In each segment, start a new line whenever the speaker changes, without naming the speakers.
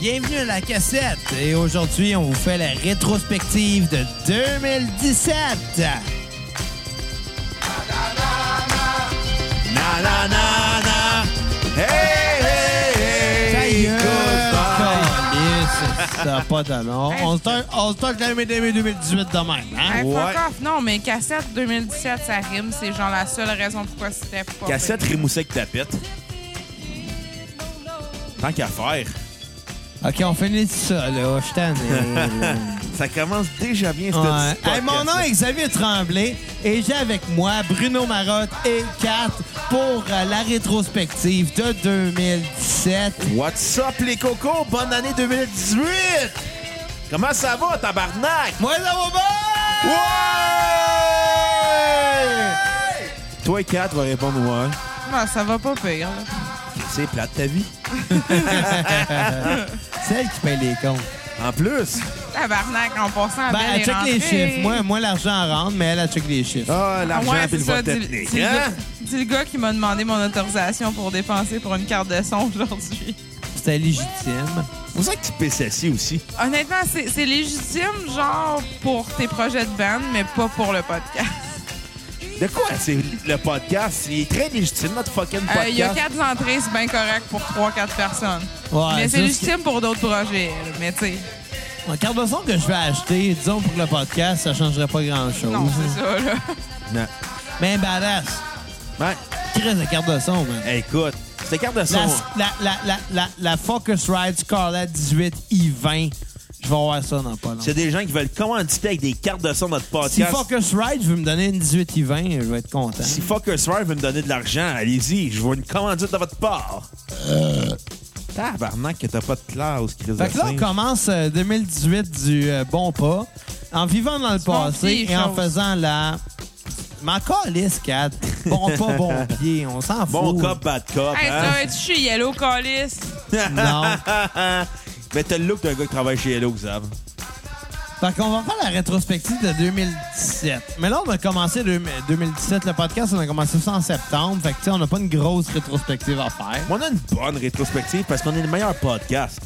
Bienvenue à la cassette. Et aujourd'hui, on vous fait la rétrospective de 2017.
Na na na na. Hey hey
Ta
hey.
gueule,
Goodbye.
calice, ça n'a pas de nom. On se toque- on se toque la MDM 2018 de même, hein?
Hey,
Ouais.
fuck off. Non, mais cassette 2017, ça rime. C'est genre la seule raison pourquoi c'était pas.
Cassette rimoussée avec tapette. Tant qu'à faire.
OK, on finit ça, là. Je suis tanné, là.
Ça commence déjà bien, cette
Ouais.
petite
Hey, mon nom est Xavier Tremblay et j'ai avec moi Bruno Marotte et Kat pour euh, la rétrospective de 2017.
What's up, les cocos? Bonne année 2018! Comment ça va, tabarnak?
Moi, ça va bien!
Ouais! Toi et Kat va répondre ouais.
Non, ça va pas pire. là.
C'est plate ta vie.
Celle qui paye les comptes.
En plus.
Tabarnak, en passant à
Ben,
Belle
elle
Ah, est
check les
rentrée.
chiffres. Moi, moi l'argent elle rentre, mais elle, elle check les chiffres.
Ah,
Ah
l'argent
ouais,
pis
c'est
le
ça.
vote
Dis,
technique.
dis le-
Hein?
dis le gars qui m'a demandé mon autorisation pour dépenser pour une carte de son aujourd'hui.
C'était légitime.
C'est pour ça que tu pisses assis aussi.
Honnêtement, c'est c'est légitime, genre, pour tes projets de band, mais pas pour le podcast.
De quoi? C'est le podcast. Il est très légitime, notre fucking
Euh, Il y a
podcast.
quatre entrées, c'est bien correct pour trois, quatre personnes.
Ouais,
mais c'est
juste
légitime pour d'autres projets. là. Mais tu sais,
que- En carte de son que je vais acheter, disons pour le podcast, ça changerait pas grand-chose.
non, c'est ça, là.
Non.
Mais badass.
Ouais.
Chris de carte de son, man.
Hey, écoute, cette carte de son.
La, la, la, la, la, la Focusrite Scarlett 18 i20. Je vais avoir ça dans pas
C'est
longtemps.
des gens qui veulent commanditer avec des cartes de son notre
Si
podcast.
Focusrite veut me donner une 18 i20, je vais être content.
Si Focusrite veut me donner de l'argent, allez-y, je veux une commandite de votre part. Tabarnak que t'as pas de classe, Chris
Fait que là, on commence euh, 2018 du euh, bon pas, en vivant dans le
bon
passé
pied,
et en
chose.
faisant la... Ma calisse, Kat. Bon pas, bon pied. On s'en fout.
Bon cop, bad cop,
Hey, ça
hein?
va être chez Yellow Callis.
Non.
Mais t'as le look d'un gars qui travaille chez Hello, Xav.
Fait qu'on va faire la rétrospective de 2017. Mais là, on a commencé deux- 2017. Le podcast, on a commencé ça en septembre. Fait que, tu sais, on n'a pas une grosse rétrospective à faire.
On a une bonne rétrospective parce qu'on est le meilleur podcast.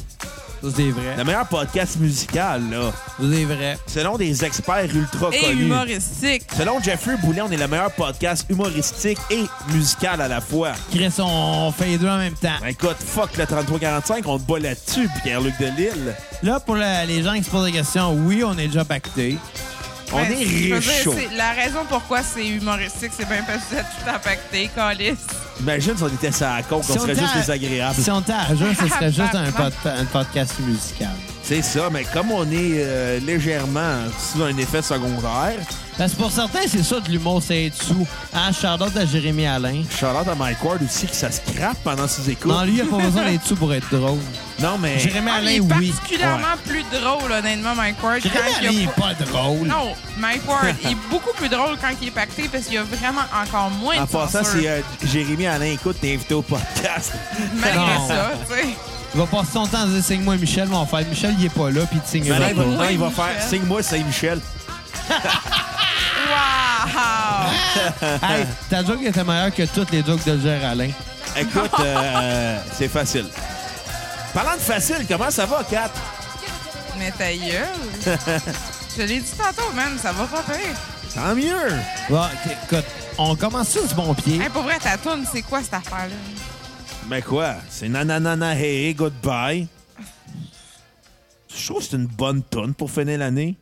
Ça, c'est vrai.
Le meilleur podcast musical, là.
Ça, c'est vrai.
Selon des experts ultra
Et
connus.
humoristique.
Selon Jeffrey Boulet, on est le meilleur podcast humoristique et musical à la fois.
Chris, on fait les deux en même temps.
Ben écoute, fuck le 3345, on te bat là-dessus, Pierre-Luc Delisle.
Là, pour le- les gens qui se posent des questions, oui, on est déjà pacté.
On
Ben,
est
je veux dire,
riche. oh.
c'est- La raison pourquoi c'est humoristique, c'est bien parce que vous êtes tout impacté, Callis.
Imagine si on était ça à coke, on
Si
serait
était
juste
à-
désagréable.
Si on était à jour, ce serait juste un, pod- un podcast musical.
C'est ça, mais comme on est euh, légèrement sous un effet secondaire,
Parce que pour certains, c'est ça de l'humour, c'est être sous. Hein, Charlotte à Jérémy Alain.
Charlotte à Mike Ward aussi qui ça se crappe pendant ses écoutes.
Non, lui, il a pas besoin d'être sous pour être drôle.
Non, mais
Jérémy
Ah, il
Alain,
est
oui.
particulièrement plus drôle, honnêtement, Mike Ward.
Jérémy
quand il
Alain,
a
il est
pas-
pas drôle.
Non, Mike Ward, il est beaucoup plus drôle quand il est pacté parce qu'il y a vraiment encore moins
en
de
passant,
censure,
c'est euh, Jérémy Alain, écoute, t'es invité au podcast.
Malgré
Non.
ça, tu sais.
Il va passer son temps à dire signe-moi Michel, mon frère. Michel, il est pas là, puis il te signe
Mais là, il va-
pas.
non, il va
Michel.
faire Signe-moi Saint-Michel.
Wow!
Hey, ta joke était meilleure que toutes les jokes de Jérémy Alain.
Écoute, euh, c'est facile. Parlant de facile, comment ça va, Kat?
Mais ta gueule. Je l'ai dit tantôt, man, ça va pas pire.
Tant mieux!
Bon, ok, écoute, on commence sur du bon pied.
Hey, pour vrai, ta toune, c'est quoi cette affaire-là?
Ben,
Mais quoi? C'est nananana hey, hey, goodbye. Je trouve que c'est une bonne tonne pour finir l'année.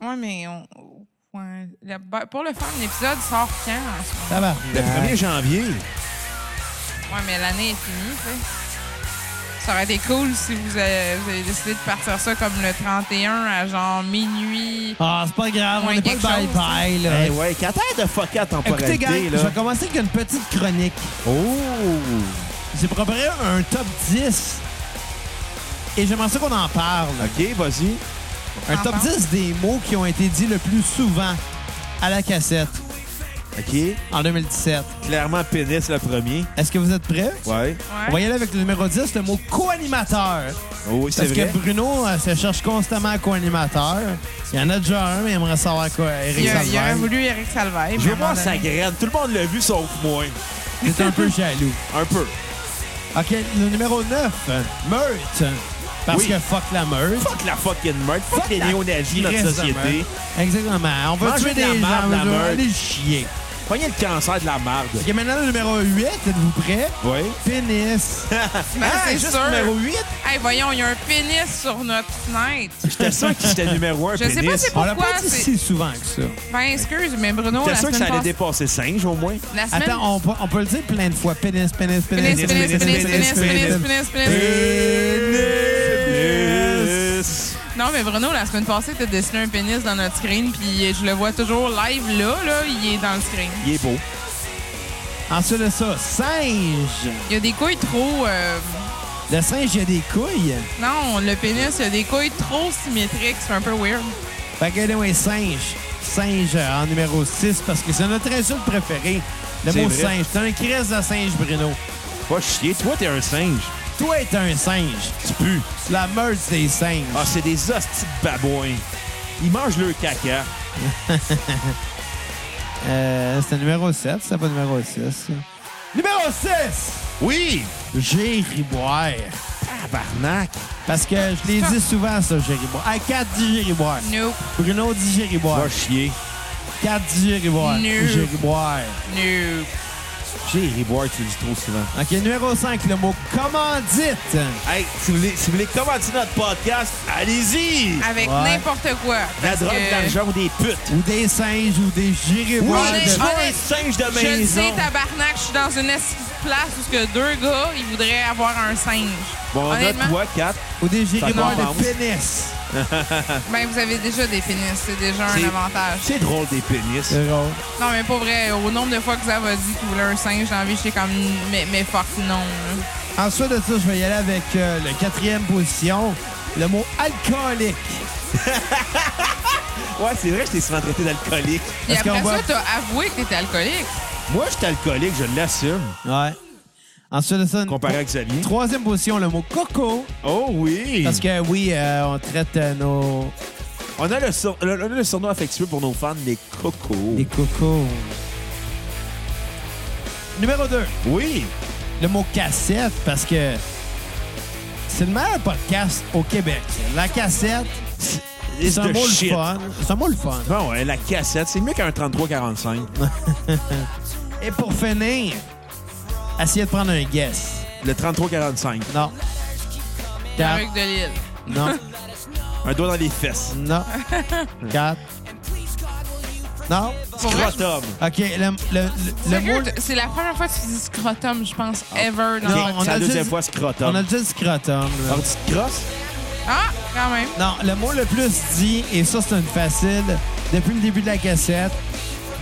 Ouais, mais on. ouais, le- ben, pour le faire, l'épisode sort quand? en ce moment?
Ça va.
Le 1er janvier.
Ouais, mais l'année est finie, tu sais. Ça aurait été cool si vous avez, vous avez décidé de partir ça comme le 31 à genre minuit.
Ah, c'est pas grave, on
Ouais,
est pas
quelque
bye
chose.
bye là.
Eh ouais, Kat, arrête de fuck à temporalité,
Écoutez, gars, je
là.
vais commencer avec une petite chronique.
Oh!
J'ai préparé un top 10 et j'aimerais ça qu'on en parle.
OK, vas-y.
Un
En
top
parle.
10 des mots qui ont été dits le plus souvent à la cassette
OK.
en 2017.
Clairement, pénis le premier.
Est-ce que vous êtes prêts?
Ouais.
On va
Ouais.
y aller avec le numéro 10, le mot co-animateur.
Oh, oui, c'est
Parce
vrai.
que Bruno euh, se cherche constamment à co-animateur. Il y en a déjà un, mais il aimerait savoir quoi. Eric
Il, a- il aurait
Salvaire.
voulu Eric Salvaille.
Je
mais à
vais
un
voir
moment
sa
donné-
graine. Tout le monde l'a vu, sauf moi.
C'est un peu jaloux.
Un peu.
OK, le numéro 9, meute. Parce
Oui.
que fuck la meute.
Fuck la fucking meurtre. Fuck, les
la
néo-nazis, notre
crise de
société.
meute. Exactement. On va
Mangez
tuer
de la
des gens,
marde, la
on va
meute.
aller chier.
Pognez le cancer de la marde.
Fait que maintenant, le numéro 8, êtes-vous prêts?
Oui.
Pénis.
Ah,
c'est
juste
sûr.
numéro 8.
Hey, voyons, il y a un pénis sur notre fenêtre.
J'étais sûr que j'étais numéro 1
Je sais pas c'est
On l'a
Pourquoi
pas dit
c'est-
si souvent que ça.
Ben, excuse, mais Bruno, la
J'étais sûr
semaine,
que ça allait
passée-
dépasser singe, au moins.
la semaine
Attends, on, peut- on peut le dire plein de fois. Pénis, pénis, pénis,
Pénis, pénis, pénis, pénis, pénis, pénis,
Euh.
Euh,
Pénis.
Yes.
Non, mais Bruno, la semaine passée, t'as dessiné un pénis dans notre screen, puis je le vois toujours live là, là, il est dans le screen.
Il est beau.
Ensuite de ça, singe.
Il y a des couilles trop... euh,
Le singe, il a des couilles.
Non, le pénis, il y a des couilles trop symétriques, c'est un peu weird.
Fait que, anyway, singe. Singe euh, en numéro 6, parce que c'est notre insulte préférée. Le
C'est
mot
vrai.
singe. T'es un crise de singe, Bruno.
Pas chier. Toi, t'es un singe.
Toi, t'es un singe.
Tu pues.
La meute des singes.
Ah, c'est des hosties de babouins. Ils mangent leur caca.
Euh, c'était numéro 7, c'était pas numéro 6. Numéro 6!
Oui.
J'ai riboire.
Tabarnak.
Parce que je l'ai dit souvent, ça, j'ai riboire. Ah, 4 dit j'ai riboire.
Nope,
Bruno dit j'ai riboire.
Va chier.
4 dit j'ai riboire.
No.
J'ai riboire.
nope.
J'ai ri boire, tu le dis trop souvent.
OK, numéro 5, le mot commandite.
Hey, si vous voulez, si vous voulez commenter notre podcast, allez-y!
Avec
Ouais.
n'importe quoi.
La
parce
drogue,
que-
l'argent ou des putes.
Ou des singes, ou des giriboires.
Oui,
de-
des-
Pas un
honnête-
singe de
Je le
maison.
sais, tabarnak, je suis dans une esti de place où ce que deux gars, ils voudraient avoir un singe.
Bon, note,
Honnêtement,
toi, 4.
Ou des
Ça
giriboires
commence.
de pénis.
ben, vous avez déjà des pénis, c'est déjà un
C'est-
avantage.
C'est drôle des pénis.
C'est drôle.
Non, mais pas vrai. Au nombre de fois que ça va dit qu'il voulait un singe, j'ai envie, j'étais comme, mais, mais fuck, non. là.
Ensuite de ça, je vais y aller avec euh, le quatrième position, le mot alcoolique.
Ouais, c'est vrai, je t'ai souvent traité d'alcoolique.
Puis
Est-ce qu'on
après
voit-
ça, t'as avoué que t'étais alcoolique.
Moi, je suis alcoolique, je l'assume,
Ouais. Ensuite de ça,
comparé à Xavier.
troisième position, le mot coco.
Oh oui!
Parce que oui, euh, on traite euh, nos
On a le, sur- le- le- le surnom affectueux pour nos fans, les cocos.
les cocos. Numéro 2,
Oui!
le mot cassette, parce que c'est le meilleur podcast au Québec. La cassette,
It's
c'est un
the
mot le
shit.
fun. C'est un mot le fun.
Bon, ouais, la cassette, c'est mieux qu'un 33-45.
Et pour finir, essayez de prendre un guess.
Le 33-45.
Non. Quatre.
Avec de l'île.
Non.
Un doigt dans les fesses.
Non. 4. Non.
Pour vrai,
Scrotum.
OK, le, le, le, le mot...
Sérieux, C'est la première fois que tu dis scrotum, je pense, ever dans
Non,
le
on
C'est
a déjà
la deuxième
dit-
fois
On a
scrotum.
déjà dit scrotum. là.
Alors, tu te crosses?
Ah, quand même.
Non, le mot le plus dit, et ça, c'est une facile, depuis le début de la cassette,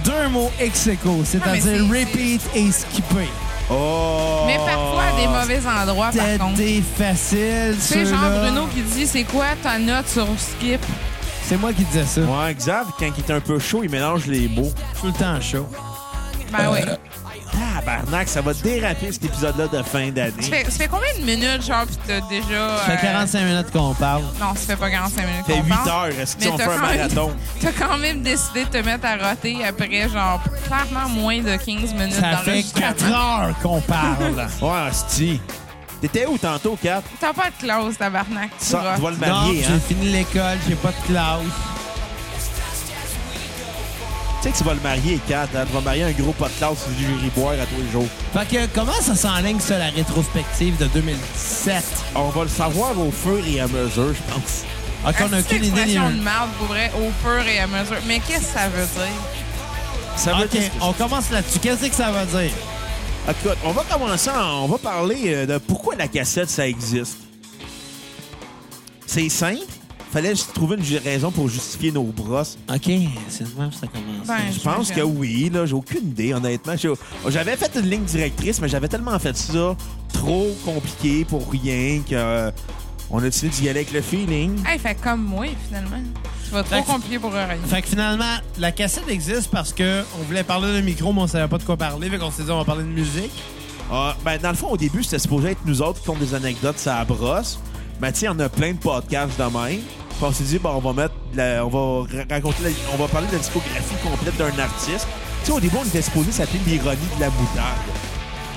deux mots ex aequo, c'est-à-dire
mais c'est-
repeat et skipper.
Oh!
Mais parfois à des mauvais endroits, par
C'était
contre. Tu
des faciles,
sais, genre
ceux-là.
Bruno qui dit c'est quoi ta note sur skip?
C'est moi qui disais ça.
Ouais, Xav, quand il est un peu chaud, il mélange les mots.
Tout le temps chaud.
Ben oui.
Tabarnak, ça va déraper cet épisode-là de fin
Ça
d'année.
fait, ça fait combien de minutes, genre, pis t'as déjà.
Ça
euh,
fait 45 minutes qu'on parle.
Non, ça fait pas 45 minutes.
Fait
qu'on
8
parle.
heures, est-ce
Mais
qu'on
t'as
fait un
quand même-
marathon?
T'as quand même décidé de te mettre à roter après, genre, clairement moins de 15 minutes
Ça fait
d'enregistrement.
4 heures qu'on parle.
Ouais, hostie. T'étais où tantôt, Cap?
T'as pas de clause, tabarnak. Tu
Ça, tu
rotes.
vas le
non,
marier,
j'ai
hein?
fini l'école, j'ai pas de classe.
Tu sais que tu vas le marier, Kat. hein? Tu vas marier un gros pot de classe du jury boire à tous les jours.
Fait que comment ça s'enligne, ça, la rétrospective de 2017?
On va le savoir au fur et à mesure, je pense.
OK, on n'a
C'est une
Ah, aucune idée.
expression
ni-
de merde, pour vrai, au fur et à mesure. Mais qu'est-ce que ça veut dire?
Ça veut
OK,
dire-
on commence là-dessus. Qu'est-ce que ça veut dire?
Écoute, on va commencer, en- on va parler euh, de pourquoi la cassette, ça existe. C'est simple. Fallait juste trouver une ju- raison pour justifier nos brosses.
OK, c'est le même que ça commence.
Ben,
Je pense que oui, là, j'ai aucune idée, honnêtement. J'ai- J'avais fait une ligne directrice, mais j'avais tellement fait ça trop compliqué pour rien que euh, on a décidé d'y aller avec le feeling.
Hey, fait comme moi, finalement. Tu vas trop
Fait que-
compliquer pour rien.
Fait que finalement, la cassette existe parce que on voulait parler de micro, mais on savait pas de quoi parler. Fait qu'on s'est dit, on va parler de musique.
Ah, ben, dans le fond, au début, c'était supposé être nous autres qui font des anecdotes, ça brosse. Mais tu sais, on a plein de podcasts de même. Puis on s'est dit, bon, on va mettre, la- on va ra- raconter, la- on va parler de la discographie complète d'un artiste. Tu sais, au début, on était supposé s'appeler l'ironie de la moutarde.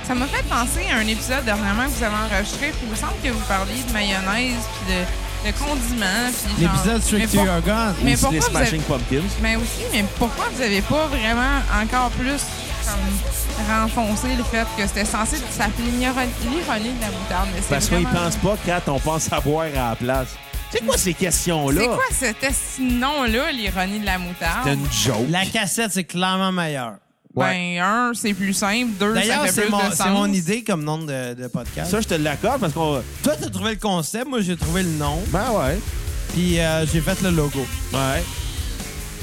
Ça Ça m'a fait penser à un épisode dernièrement que vous avez enregistré, puis il me semble que vous parliez de mayonnaise, puis de, de condiments, puis genre-
L'épisode sur
Mais
que tu
pour-
as un gun.
Mais
Ou si
pourquoi
les
vous avez-
Smashing Pumpkins.
Mais aussi, mais pourquoi vous avez pas vraiment encore plus comme, renfoncé le fait que c'était censé s'appeler l'ironie l'ironie de la moutarde? Mais c'est
Parce qu'on y
vraiment-
pense pas quand on pense avoir à la place. C'est quoi ces questions-là?
C'est quoi ce nom-là, l'ironie de la moutarde?
C'est une joke.
La cassette, c'est clairement meilleur.
Ouais.
Ben, un, c'est plus simple. Deux, ça
D'ailleurs,
fait
c'est
plus
mon,
de
c'est
sens.
mon idée comme nom de, de podcast.
Ça, je te l'accorde parce qu'on.
Toi, t'as trouvé le concept, moi, j'ai trouvé le nom,
Ben ouais.
puis euh, j'ai fait le logo.
Ouais.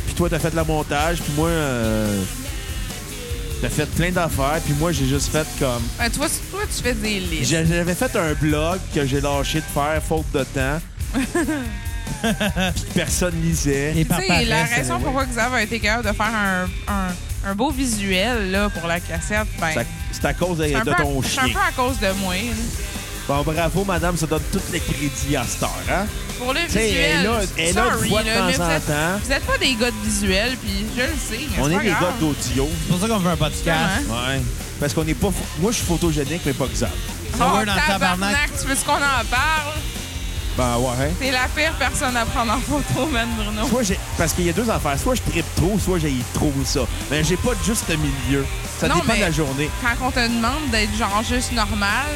Puis toi, t'as fait le montage, puis moi, euh, t'as fait plein d'affaires, puis moi, j'ai juste fait comme.
Ben, toi, tu- toi, tu fais des listes.
J'a- J'avais fait un blog que j'ai lâché de faire faute de temps. puis que personne lisait.
Et
Tu
par
sais,
paresse,
la
euh,
raison
ouais.
pourquoi Xav a été capable de faire un, un, un beau visuel là, pour la cassette, ben,
Ça- C'est à cause de,
c'est un,
de
peu à-
ton
c'est un
chien.
peu à cause de moi. là.
Bon, bravo, madame, ça donne tout le crédit à cette heure, hein?
Pour le
sais, elle
visuel,
est là- elle est là une
sorry,
fois de
là, mais
temps en
vous êtes-
temps.
Vous n'êtes pas des gars de visuel, puis je le sais. mais
On
c'est
est
pas
des gars
grave.
d'audio.
C'est pour ça qu'on veut un podcast.
Vraiment.
Ouais. Parce qu'on n'est pas. Moi, je suis photogénique, mais pas Xav.
Ça va
Oh,
dans le tabarnak.
tabarnak, tu veux ce qu'on en parle?
Ben ouais.
T'es la pire personne à prendre en photo, man, Bruno.
Soit j'ai- Parce qu'il y a deux affaires. Soit je tripe trop, soit j'ai trop ça. Mais j'ai pas de juste milieu. Ça
Non,
dépend de
mais-
la journée.
Quand on te demande d'être genre juste normal,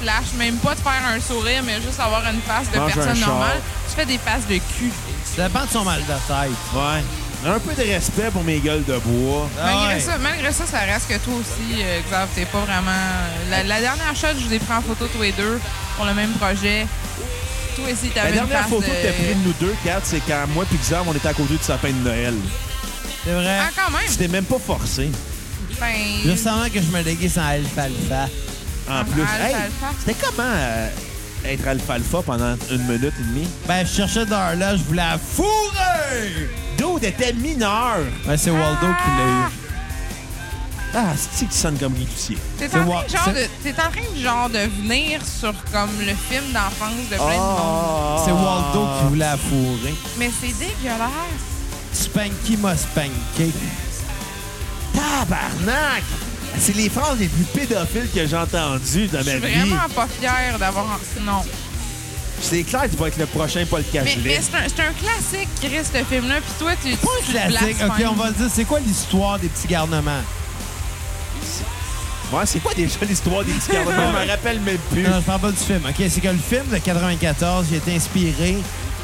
tu lâches même pas de faire un sourire, mais juste avoir une face de
Mange un
personne
char.
normale, tu fais des faces de cul.
Ça dépend de son mal de tête.
Ouais. Un peu de respect pour mes gueules de bois.
Ah
Malgré,
ouais.
ça, malgré ça, ça reste que toi aussi, euh, Xav, t'es pas vraiment. La, la dernière shot, je vous ai pris en photo tous les deux pour le même projet. Toi aussi,
La
t'avais une
dernière
face
photo
de...
que t'as prise de nous deux, Kat, c'est quand moi et Xav, on était à côté du sapin de Noël.
C'est vrai.
Ah, quand même!
C'était même pas forcé.
Ben,
Juste avant que je me déguise en alfalfa.
En
Ah,
plus. Hey,
alfalfa.
c'était comment euh, être alfalfa pendant une minute et demie?
Ben, je cherchais dans là, je voulais la fourrer!
Dude était mineur!
Ben, c'est Waldo qui l'a eu.
Ah, c'est-tu qui sonne comme Guy Lucier?
T'es
C'est
en,
wa-
train de genre
c'est-
de, t'es en train de genre de venir sur comme le film d'enfance de plein de
Ah.
monde.
C'est Waldo qui voulait la fourrer.
Mais c'est dégueulasse.
Spanky m'a spanké.
Tabarnak! C'est les phrases les plus pédophiles que j'ai entendues dans
Je
ma vie.
suis vraiment pas fière d'avoir. Non.
C'est clair qu'il va être le prochain Paul
Mais, mais
Cagelet.
c'est, un, c'est un classique, Chris, ce film-là. Puis toi, tu.
Pas
tu
classique. OK,
blasphèmes.
on va le dire, c'est quoi l'histoire des petits garnements?
Ouais, c'est quoi déjà l'histoire des petits garnements? Je me rappelle même plus.
Non, je parle pas du film. OK, c'est que le film de 94, il été inspiré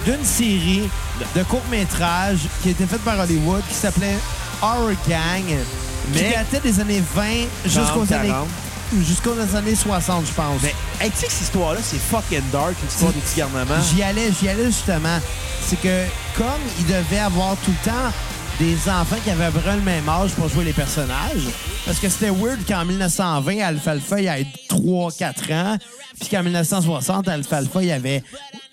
d'une série de courts-métrages qui a été faite par Hollywood qui s'appelait Horror Gang,
Mais-
qui datait des années 20 jusqu'aux
30,
années,
40.
jusqu'aux années 60, je pense.
Mais, hey, tu sais que cette histoire-là, c'est fucking dark, l'histoire des petits garnements.
J'y allais, j'y allais justement. C'est que comme il devait avoir tout le temps des enfants qui avaient à peu près le même âge pour jouer les personnages, parce que c'était weird qu'en 1920, Alfalfa, il avait 3-4 ans, puis qu'en 1960, Alfalfa, il avait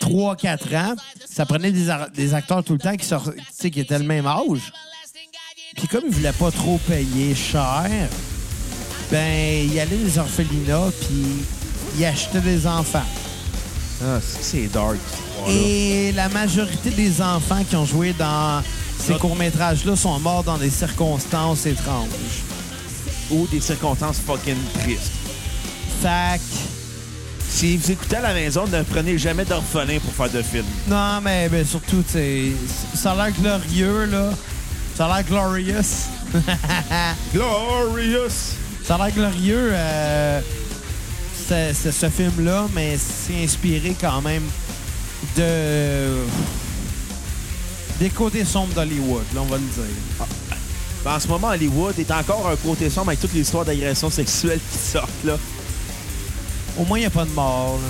3-4 ans. Ça prenait des, ar- des acteurs tout le temps qui, sort- tu sais, qui étaient le même âge. Puis comme il voulait pas trop payer cher, ben, il allait des orphelinats, puis il achetait des enfants.
Ah, c'est c'est dark, cette
Oh,
histoire-là.
Et la majorité des enfants qui ont joué dans ces
Notre-
courts-métrages-là sont morts dans des circonstances étranges.
Ou des circonstances fucking tristes.
Fac.
Si vous écoutez à la maison, ne prenez jamais d'orphelin pour faire de films.
Non, mais ben, surtout, tu sais, ça a l'air glorieux, là. Ça a l'air glorious.
Glorious!
Ça a l'air glorieux, euh, c'est- c'est ce film-là, mais c'est inspiré quand même de. des côtés sombres d'Hollywood, là, on va le dire.
Ben, en ce moment, Hollywood est encore un côté sombre avec toutes les histoires d'agressions sexuelles qui sortent, là.
Au moins, il n'y a pas de mort, là.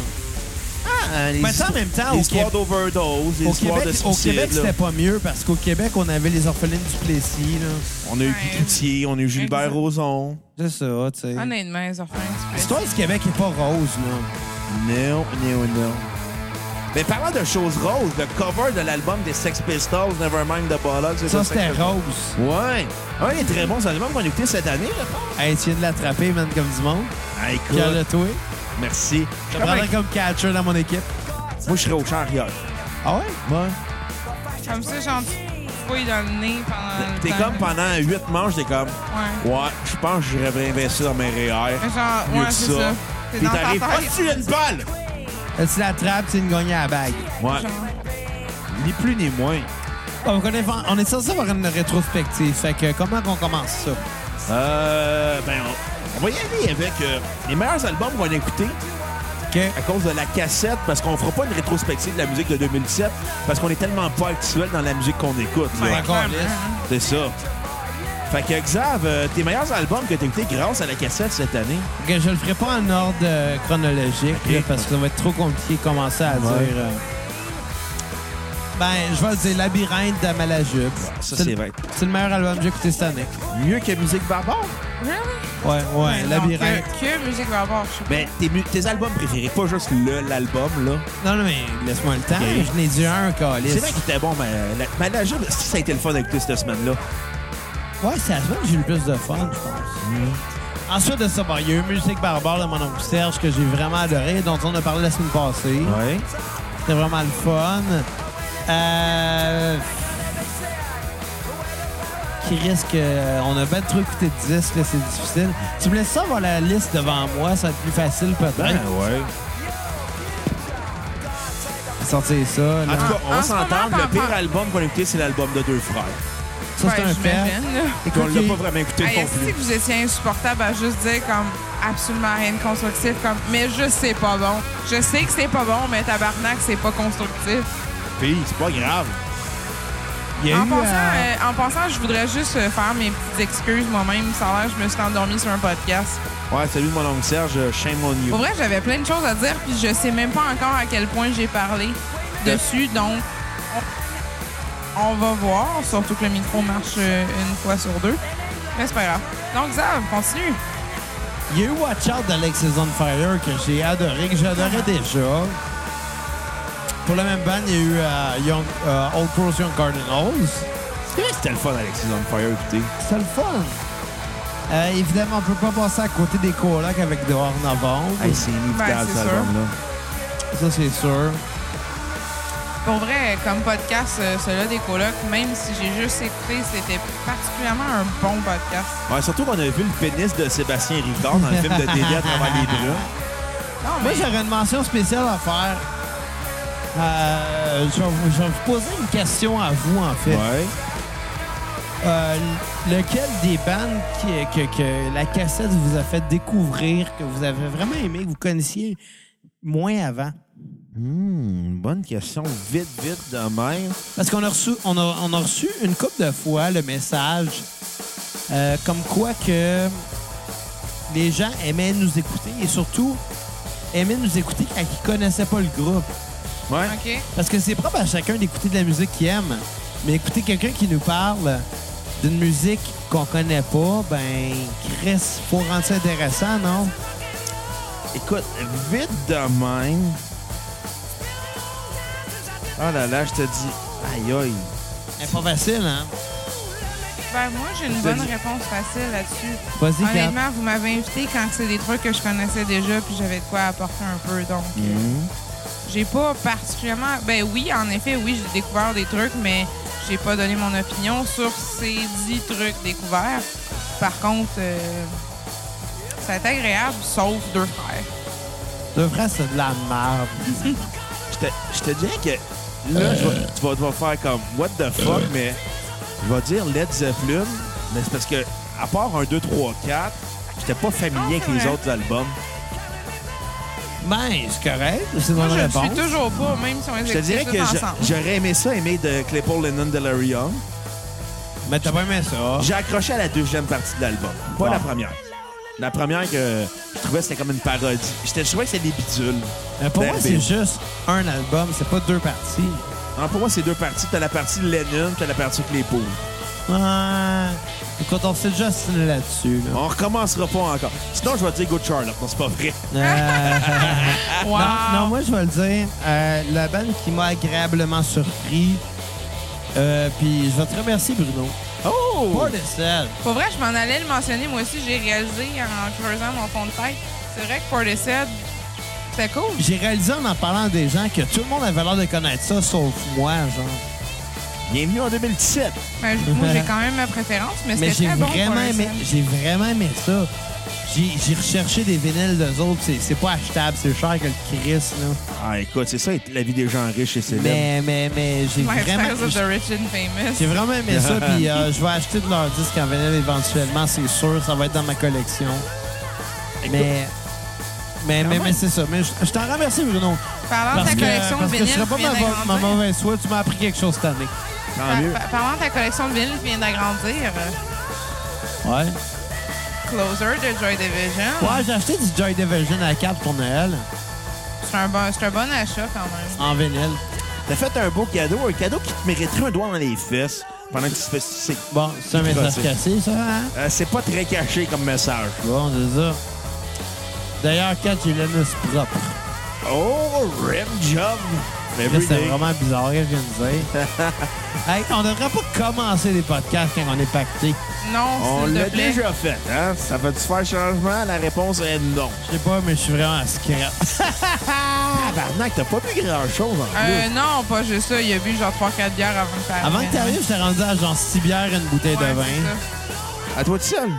Euh,
Ah, les
Mais ça,
histoires-
en même temps,
les
au
histoires
Québec-
d'overdose, les
Au
histoires
Québec,
de
au
suicide.
Québec,
là.
c'était pas mieux parce qu'au Québec, on avait les orphelines du Plessis. là.
On a eu
Ouais.
Guy Cloutier, on a eu Gilbert
Exact.
Rozon.
C'est ça, tu sais.
Honnêtement, ils ont fait un petit peu.
L'histoire du Québec est pas rose, là.
Non, non, non. Mais parlant de choses roses, le cover de l'album des Sex Pistols, Nevermind the Bollocks. c'est
Ça,
pas
c'était
Sex Pistols.
rose.
Ouais. Un est très bon, c'est un album qu'on a écouté cette année, je pense.
Hey, tu viens de l'attraper, man, comme du monde.
Ah, écoute,
Pierre le toi.
merci.
Je te
Comme un-
prendrais comme catcher dans mon équipe.
Moi, je serais au champ arrière.
Ah ouais? Ouais.
Comme ça, genre, tu fouille dans le nez pendant. le
T'es
temps.
comme pendant huit manches, t'es comme.
Ouais.
Ouais, je pense que j'aurais réinvesti dans mes REER.
Mais genre,
Mieux
ouais,
que
c'est ça. C'est
Puis
dans ta
t'arrives. Oh,
Ah,
tête.
tu as une balle!
Euh, Si la trappe, c'est une gagne à la bague.
Ouais,
Genre,
ni plus ni moins.
On, connaît- on est censé avoir une rétrospective. Fait que comment qu'on commence ça?
Euh, ben, on, on va y aller avec euh, les meilleurs albums qu'on a écoutés
OK?
à cause de la cassette, parce qu'on fera pas une rétrospective de la musique de 2007, parce qu'on est tellement pas actuel dans la musique qu'on écoute. là.
Ouais.
clairement,
liste.
hein.
C'est ça. Fait que, Xav, euh, tes meilleurs albums que t'as écoutés grâce à la cassette cette année?
Que je le ferai pas en ordre euh, chronologique
Ok.
là, parce que ça va être trop compliqué de commencer à
Ouais.
dire. euh, Ben, je vais dire Labyrinthe de Malajube.
ça,
le-
c'est vrai.
C'est le meilleur album que j'ai écouté cette année.
Mieux que Musique Barbare?
Really?
Ouais, ouais,
Mais non,
Labyrinthe. Ben,
Que, que musique va avoir, je sais pas.
Mais Ben, tes, mu- tes albums préférés, pas juste le, l'album, là.
Non, non, mais laisse-moi le temps.
Ok.
Je n'ai dit un, Calis.
C'est vrai qu'il était bon, mais euh, la, mais la job, si ça a été le fun d'écouter cette semaine-là.
Ouais, c'est la semaine que j'ai eu le plus de fun, je pense. Ensuite de ça, bon, il y a eu Musique Barbare de mon oncle Serge que j'ai vraiment adoré, dont on a parlé la semaine passée.
Ouais.
C'était vraiment le fun. Euh... Qui risque. euh, On a pas trop écouté de disques, là, c'est difficile. Tu me laisses ça avoir la liste devant moi, ça va être plus facile peut-être.
ouais.
Sortir ça.
En
Là.
tout cas, on va
en ce moment,
s'entendre. Le
par-
pire album qu'on a écouté, c'est l'album de Deux Frères.
ça, c'est
Ouais,
un fait.
j'imagine, là.
ben, Puis
Écoute,
on l'a
il-
pas vraiment écouté
Hey,
non
est-ce que
plus.
vous étiez insupportable à juste dire comme absolument rien de constructif comme mais je sais pas bon. Je sais que c'est pas bon, mais tabarnak, c'est pas constructif.
Puis, c'est pas grave.
il y a
En
eu,
passant,
euh,
euh, en passant, je voudrais juste euh, faire mes petites excuses moi-même. Ça a l'air, je me suis endormie sur un podcast.
Ouais, salut mon oncle Serge, euh, shame on you.
Pour vrai, j'avais plein de choses à dire, puis je sais même pas encore à quel point j'ai parlé dessus. Donc, on, on va voir. Surtout que le micro marche euh, une fois sur deux. Mais c'est pas grave. Donc, Zav, continue.
euh,
il y a eu Watch Out d'Alexis on Fire que j'ai adoré, que j'adorais déjà. Pour la même band, il y a eu euh, Young, euh, Old Crows Young Cardinals.
C'est vrai que c'était le fun avec Season Fire, écoutez.
C'est le fun. Euh, évidemment, on peut pas passer à côté des colocs avec Dehors Novembre.
Hey, c'est
Ben,
inévitable,
c'est
cet
sûr.
album-là.
Ça, c'est sûr.
Pour vrai, comme podcast, euh, celui-là des colocs, même si j'ai juste écouté, c'était particulièrement un bon podcast.
Ouais, surtout qu'on a vu le pénis de Sébastien Rivard dans le film de Dédé à travers les bras.
Non,
Moi,
mais
j'aurais une mention spéciale à faire. Euh, je, vais vous, je vais vous poser une question à vous, en fait.
Ouais.
Euh, lequel des bandes qui- que, que la cassette vous a fait découvrir, que vous avez vraiment aimé, que vous connaissiez moins avant?
Hmm, bonne question. Vite, vite de même.
Parce qu'on a reçu, on a, on a reçu une couple de fois le message euh, comme quoi que les gens aimaient nous écouter et surtout aimaient nous écouter quand ils connaissaient pas le groupe.
Ouais.
OK.
Parce que c'est propre à chacun d'écouter de la musique qu'il aime. Mais écouter quelqu'un qui nous parle d'une musique qu'on connaît pas, ben, Chris, faut rendre ça intéressant, non?
Écoute, vite de même. Oh là là, je te dis, aïe aïe.
C'est pas facile, hein?
Ben, moi, j'ai une bonne réponse facile là-dessus.
Vas-y, Kat.
Honnêtement, vous m'avez invité quand c'est des trucs que je connaissais déjà, puis j'avais de quoi apporter un peu. Donc, euh, j'ai pas particulièrement. Ben oui, en effet, oui, j'ai découvert des trucs, mais j'ai pas donné mon opinion sur ces dix trucs découverts. Par contre, euh, ça a été agréable, sauf deux frères.
De vrai, c'est de la merde.
Je te- Je te dirais que là, je vais- tu vas devoir faire comme what the fuck, mais je vais dire Led Zeppelin, mais c'est parce que, à part un 2, 3, 4, j'étais pas familier avec les autres albums.
Ben, c'est correct. C'est
Moi,
bonne
je ne
réponse.
suis toujours pas, même si on les
Je te dirais
écoutait
que
tous
j'a-
ensemble.
j'aurais aimé ça, aimer de Claypool Lennon Delirium.
Mais t'as pas aimé ça.
J'ai accroché à la deuxième partie de l'album, pas
Ah. Bon.
la première. La première que je trouvais c'était comme une parodie. J'étais- Je trouvais que c'était des bidules.
Mais Euh, pour
Ben,
moi,
ben.
c'est juste un album, c'est pas deux parties.
Non, Ah, pour moi, c'est deux parties. T'as la partie Lennon, t'as la partie Claypool.
Ouais. Écoute, on s'est déjà signé là-dessus. Là.
On recommencera pas encore. Sinon, je vais te dire Go Charlotte. Non, c'est pas vrai.
Euh,
Wow.
non, non, moi, je vais le dire. euh, la bande qui m'a agréablement surpris. Euh, Puis je vais te remercier, Bruno.
Oh!
Pas de sel.
Pour vrai, je m'en allais le mentionner. Moi aussi, j'ai réalisé en creusant mon fond de tête. C'est vrai que Portishead, c'était cool.
J'ai réalisé en en parlant des gens que tout le monde avait l'air de connaître ça, sauf moi, genre.
Bienvenue en 2017.
Ben, je- moi, j'ai quand même ma préférence, mais
Mais
c'était
j'ai
très bon
vraiment,
pour un
aimé,
seul.
j'ai vraiment aimé ça. J'ai j'ai recherché des vinyles d'eux autres. C'est- C'est pas achetable, c'est cher que le Chris. Là.
Ah, écoute, c'est ça, la vie des gens riches et célèbres.
Mais, mais, mais j'ai
Lifestyles
vraiment...
of the Rich and Famous.
J'ai vraiment aimé ça, puis euh, je vais acheter de leur disque en vinyle éventuellement, c'est sûr. Ça va être dans ma collection. Mais, mais, mais, mais c'est ça. Mais je, je t'en remercie, Bruno.
Parlant de
Parce
ta
que,
collection de
parce que je
vinyles,
serais
tu
pas
viens
ma, va- ma
d'agrandir.
mauvaise foi. Tu m'as appris quelque chose cette année.
Tant
Par-
mieux.
par- Parlant de ta collection de vinyles, tu viens d'agrandir. euh,
Ouais.
Closer de Joy Division.
Ouais, j'ai acheté du Joy Division à 4 pour Noël
C'est un, bon, c'est un bon achat quand même.
en vinyle.
T'as fait un beau cadeau, un cadeau qui te mériterait un doigt dans les fesses pendant que tu te fais sucer.
Bon, c'est un
Puis
message
passé.
cassé, ça, hein?
Euh, c'est pas très caché comme message.
Bon, c'est ça. D'ailleurs, 4, j'ai l'anus propre.
Oh, rim job!
Là,
Every
C'est
day.
vraiment bizarre, je viens de dire. hey, on devrait pas commencer les podcasts quand on est pacté.
Non,
On
s'il te
l'a
plaît.
déjà fait, hein? Ça va-tu faire changement? La réponse est non.
Je sais pas, mais je suis vraiment à scrap.
Ah, Barnac, t'as pas vu grand-chose en
Euh,
plus.
non, pas juste ça. Il a bu genre 3-4 bières avant que t'arrives.
Avant que t'arrives, j'étais rendu à genre 6 bières et une bouteille
Ouais,
de vin.
c'est ça.
À toi tout seul.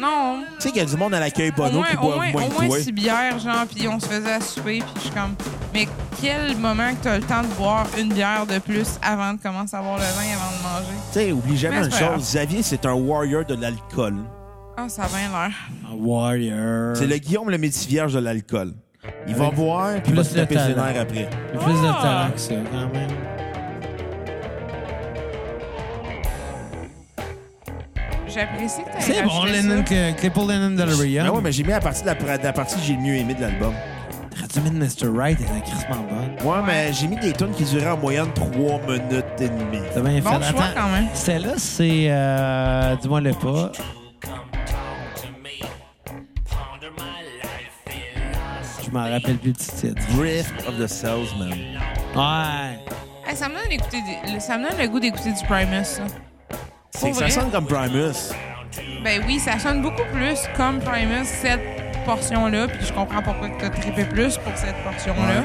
Non,
Tu sais qu'il y a du monde à l'accueil
au
Bono
moins,
qui
au
boit
moins,
moins,
au
que
moins
toi.
six bières, genre, puis on se faisait à souper, puis je suis comme... Mais quel moment que t'as le temps de boire une bière de plus avant de commencer à boire le vin, avant de manger?
Tu sais, oublie jamais
Mais
une
c'est pas
chose. Xavier, c'est un warrior de l'alcool.
Ah, ça a bien l'air.
Warrior.
C'est le Guillaume le métier vierge de l'alcool. Il va boire, puis il va
plus
se
le
taper ses
talent.
nerfs après.
Il y a plus de
Ah!
talent que ça, quand même.
J'apprécie que t'aies
C'est bon,
racheté
Lennon,
ça.
que- Claypool Lennon Del
Mais
Young.
Ben ouais, mais j'ai mis la partie de la, pra- de la partie que j'ai le mieux aimé de l'album.
Radio Man Mr. Right elle est crissement bonne.
Ouais, mais j'ai mis des tunes qui duraient en moyenne 3 minutes et demie.
T'as bien
Bon
fait.
choix,
Attends,
quand même.
Celle-là, c'est... Euh, Dis-moi le pas. Je m'en rappelle plus du titre.
Drift of the Salesman.
Ouais.
Hey, ça, me donne d'écouter des- le- ça me donne le goût d'écouter du Primus, ça.
C'est
Pour
que ça
vrai?
sonne comme Primus.
Ben oui, ça sonne beaucoup plus comme Primus, cette portion-là, puis je comprends pourquoi tu as trippé plus pour cette portion-là.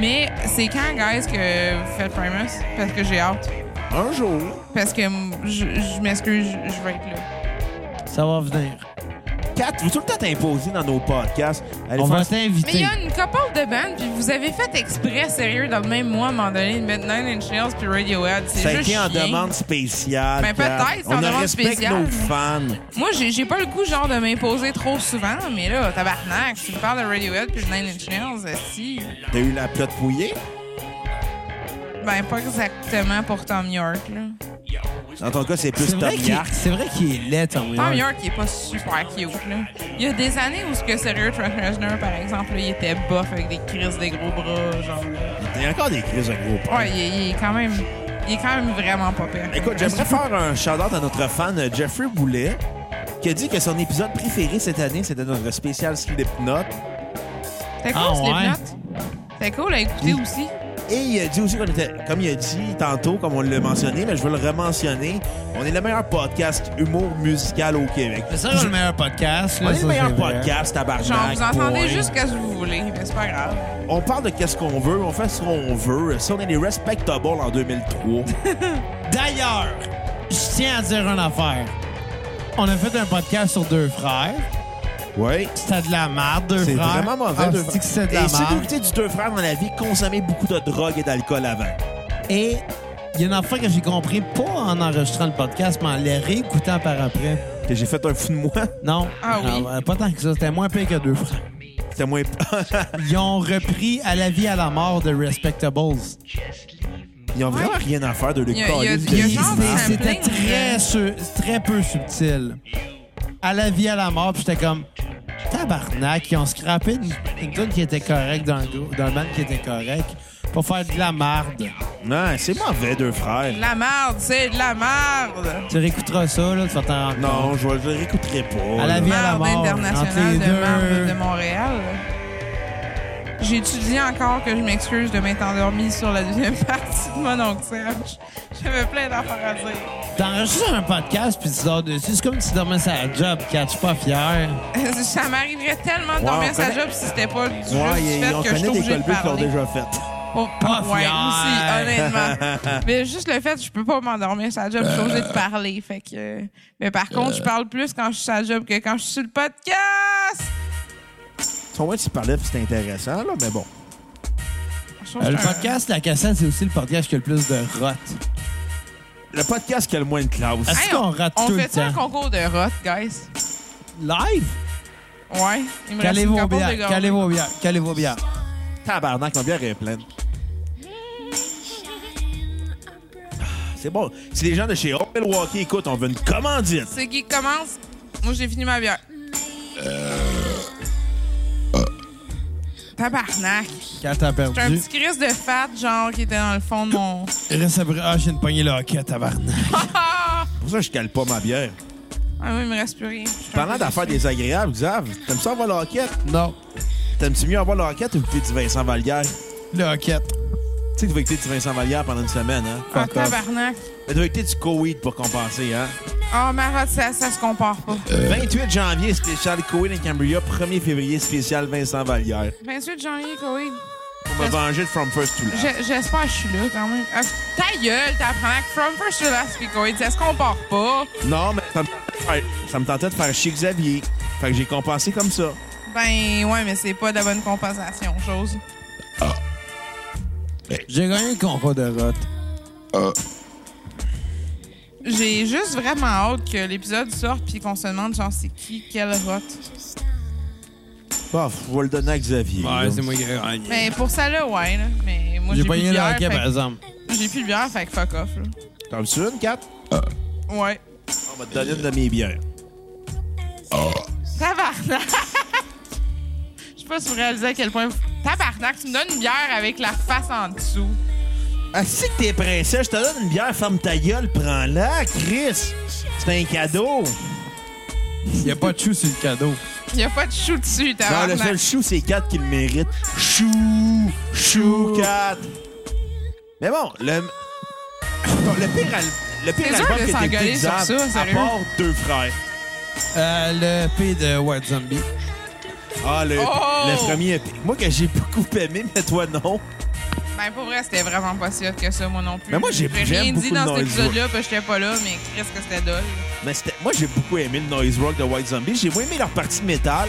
Mais c'est quand, guys, que vous faites Primus? Parce que j'ai hâte.
Un jour.
Parce que m- je, je m'excuse, je, je vais être là.
Ça va venir.
4, vous tout le temps t'imposer dans nos podcasts. Allez,
On
faire-
va
Mais il y
t'inviter.
a une couple de bandes, puis vous avez fait exprès, sérieux, dans le même mois, à un moment donné, de mettre Nine Inch Nails puis Radiohead. C'est
Ça a
juste
été en
chiant.
demande spéciale.
Mais
Kat.
peut-être, c'est
On
en
a
demande
respecte
spéciale.
nos fans.
Moi, j'ai j'ai pas le goût, genre, de m'imposer trop souvent, mais là, tabarnak, tu me parles de Radiohead puis de Nine Inch Nails, si...
T'as eu la plotte mouillée?
Ben, pas exactement pour Tom York, là.
Dans ton cas, c'est plus
C'est
Tom
vrai qu'il-
Yark.
c'est vrai qu'il est laid, Tom
Tom
York.
York, Ah, il est pas super cute, là. Il y a des années où, ce que sérieux, Trent Reznor, par exemple, là, il était bof avec des crises, des gros bras, genre.
Il y a encore des crises de gros père.
Ouais, il, est- il est quand même... Il est quand même vraiment pas pire.
Écoute, j'aimerais faire un shout-out à notre fan euh, Jeffrey Boulet, qui a dit que son épisode préféré cette année, c'était notre spécial Slipknot.
C'était cool,
Ah,
Slipknot. C'était cool à écouter
Oui.
aussi.
Et il a dit aussi qu'on était, comme il a dit tantôt, comme on l'a mentionné, mais je veux le rementionner, on est le meilleur podcast humour musical au Québec.
C'est ça, le meilleur podcast.
On
là,
est
ça,
le meilleur
c'est vrai.
podcast, tabarnak.
Genre, vous entendez
point.
juste ce que vous voulez, mais c'est pas grave.
On parle de qu'est-ce qu'on veut, on fait ce qu'on veut. Ça, on est les respectables en 2003.
D'ailleurs, je tiens à dire une affaire. On a fait un podcast sur deux frères.
oui.
C'était de la merde, deux
C'est
frères.
vraiment mauvais.
Ah,
deux
c'est que c'est de
Et
la
si vous
merde.
écoutez du deux frères dans la vie, consommez beaucoup de drogue et d'alcool avant.
Et il y a une affaire que j'ai compris, pas en enregistrant le podcast, mais en les réécoutant par après.
Que j'ai fait un fou de moi.
Non.
Ah oui?
euh, pas tant que ça. C'était moins pire que deux frères.
C'était moins.
Ils ont repris à la vie à la mort de Respectables.
Ils ont vraiment
Ouais.
rien à faire de
Il y
les
a- il y a-
calices de
il y a
Puis
Disney.
genre des-
c'était- C'était
sampling,
très,
mais-
su- très peu subtil. À la vie, à la mort, puis j'étais comme tabarnak. Ils ont scrappé une, une tune qui était correcte d'un grou- d'un band qui était correct pour faire de la marde.
Non, c'est mauvais, deux frères.
De la merde, c'est de la merde!
Tu réécouteras ça, là, tu vas t'en rendre compte.
Non, je le réécouterai pas.
À la
là.
vie, à la
Marde
mort. entre les
internationale de
deux.
marde de Montréal. J'étudie encore que je m'excuse de m'être endormie sur la deuxième partie de mon oncle Serge. J'avais plein d'affaires à dire.
T'enregistres un podcast, puis tu dors dessus. C'est comme si tu dormais sur la job, car je suis pas fier.
Ça m'arriverait tellement de
Ouais,
dormir
on
sa
connaît-
job si c'était pas du juste
Ouais,
du
il-
fait
on
que je suis
connaît des
obligée de
colbus qui l'ont
parler.
déjà fait.
Ouais,
Pour-
Pas
ouais,
fier.
aussi, honnêtement. mais juste le fait, je peux pas m'endormir sur la job, je suis
Euh.
obligée de parler. Fait que... Mais par contre, je parle plus quand je suis sur la job que quand je suis sur le podcast.
Son moins, tu parlais, puis c'était intéressant, là, mais bon.
Je trouve
Euh,
que
le
c'est un-
podcast, la cassette, c'est aussi le podcast qui a le plus de rot.
Le podcast qui a le moins de classe.
Est-ce
Hey,
qu'on rate
on
tout le
fait ça un
temps?
concours de rot, guys?
Live?
Ouais. Il me reste
Calez
une
vos
couple de
bières,
gorgées.
calez vos bières, calez vos bières.
Tabarnak, ma bière est pleine. C'est bon. Si les gens de chez Home Milwaukee écoutent, on veut une commandite.
C'est qui commence? Moi, j'ai fini ma bière.
Euh.
Euh. Tabarnak.
Quand t'as
J'ai un
perdu,
petit crise de fat, genre, qui était dans le fond de mon...
reste à br- Ah, j'ai une poignée là, ok, tabarnak.
ah,
C'est pour ça que je cale pas ma bière.
oui, il me reste plus rien. Je suis un
Parlant
peu
d'affaires
déçue.
désagréables, Xav, t'aimes ça avoir la roquette?
Non,
T'aimes-tu mieux avoir la roquette ou écouter du Vincent Vallière? Tu
le hoquette.
sais que tu vas écouter du Vincent Vallière pendant une semaine, hein?
Ah,
fuck off.
tabarnak.
Mais tu vas écouter du Coweed pour compenser, hein?
Ah, ma rotte, ça, ça se compare pas.
Euh.
28 janvier, spécial Coweed and Cambria. 1er février, spécial Vincent Vallière.
28 janvier, Koïd.
Pour me venger de From First to Last.
Je- J'espère que je suis là, quand même. Ah, ta gueule, tabarnak. From first to last, puis Koïd, ça se compare pas.
Non, mais ça me, tentait de faire- ça me tentait de faire chier Xavier. Fait que j'ai compensé comme ça.
Ben, ouais, mais c'est pas de la bonne compensation, chose.
J'ai gagné le concours de rot.
J'ai juste vraiment hâte que l'épisode sorte puis qu'on se demande genre c'est qui, quelle rote.
Bah, faut le donner à Xavier. là.
moi qui ai gagné.
Mais pour ça là, ouais là. Mais moi
J'ai
j'ai plus de
poigné le
bière.
hoquet,
fait
par exemple.
que- J'ai plus de bière, fait que fuck off là.
T'en veux une, Kat?
Ouais.
On va te donner une de mes bières.
Tabarnak! Je sais pas si vous réalisez à quel point. Tabarnak, tu me donnes une bière avec la face en dessous.
Ah, si que t'es princesse, je te donne une bière, ferme ta gueule, prends-la, Chris. C'est un cadeau.
Il n'y a pas de chou sur le cadeau.
Y a pas de chou dessus,
Non, le
tabarnak.
seul chou, c'est Kat qui le mérite. Chou, chou, Kat. Mais bon, le, Bon, le pire, al- le pire
C'est dur
album
de
que t'as écouté,
s'engueuler sur
Xav,
ça,
à
sérieux.
part Deux Frères.
Euh, le P de White Zombie.
Ah, le,
Oh!
le premier EP. Moi, que j'ai beaucoup aimé, mais toi, non.
Ben pour vrai, c'était vraiment pas si hot que ça, moi non plus.
Mais moi, j'ai- j'aime
rien dit
beaucoup
dans
le
cet
noise
épisode-là parce que j'étais pas là, mais qu'est-ce que c'était dole.
Mais c'était- moi, j'ai beaucoup aimé le Noise Rock de White Zombie. J'ai moins aimé leur partie métal,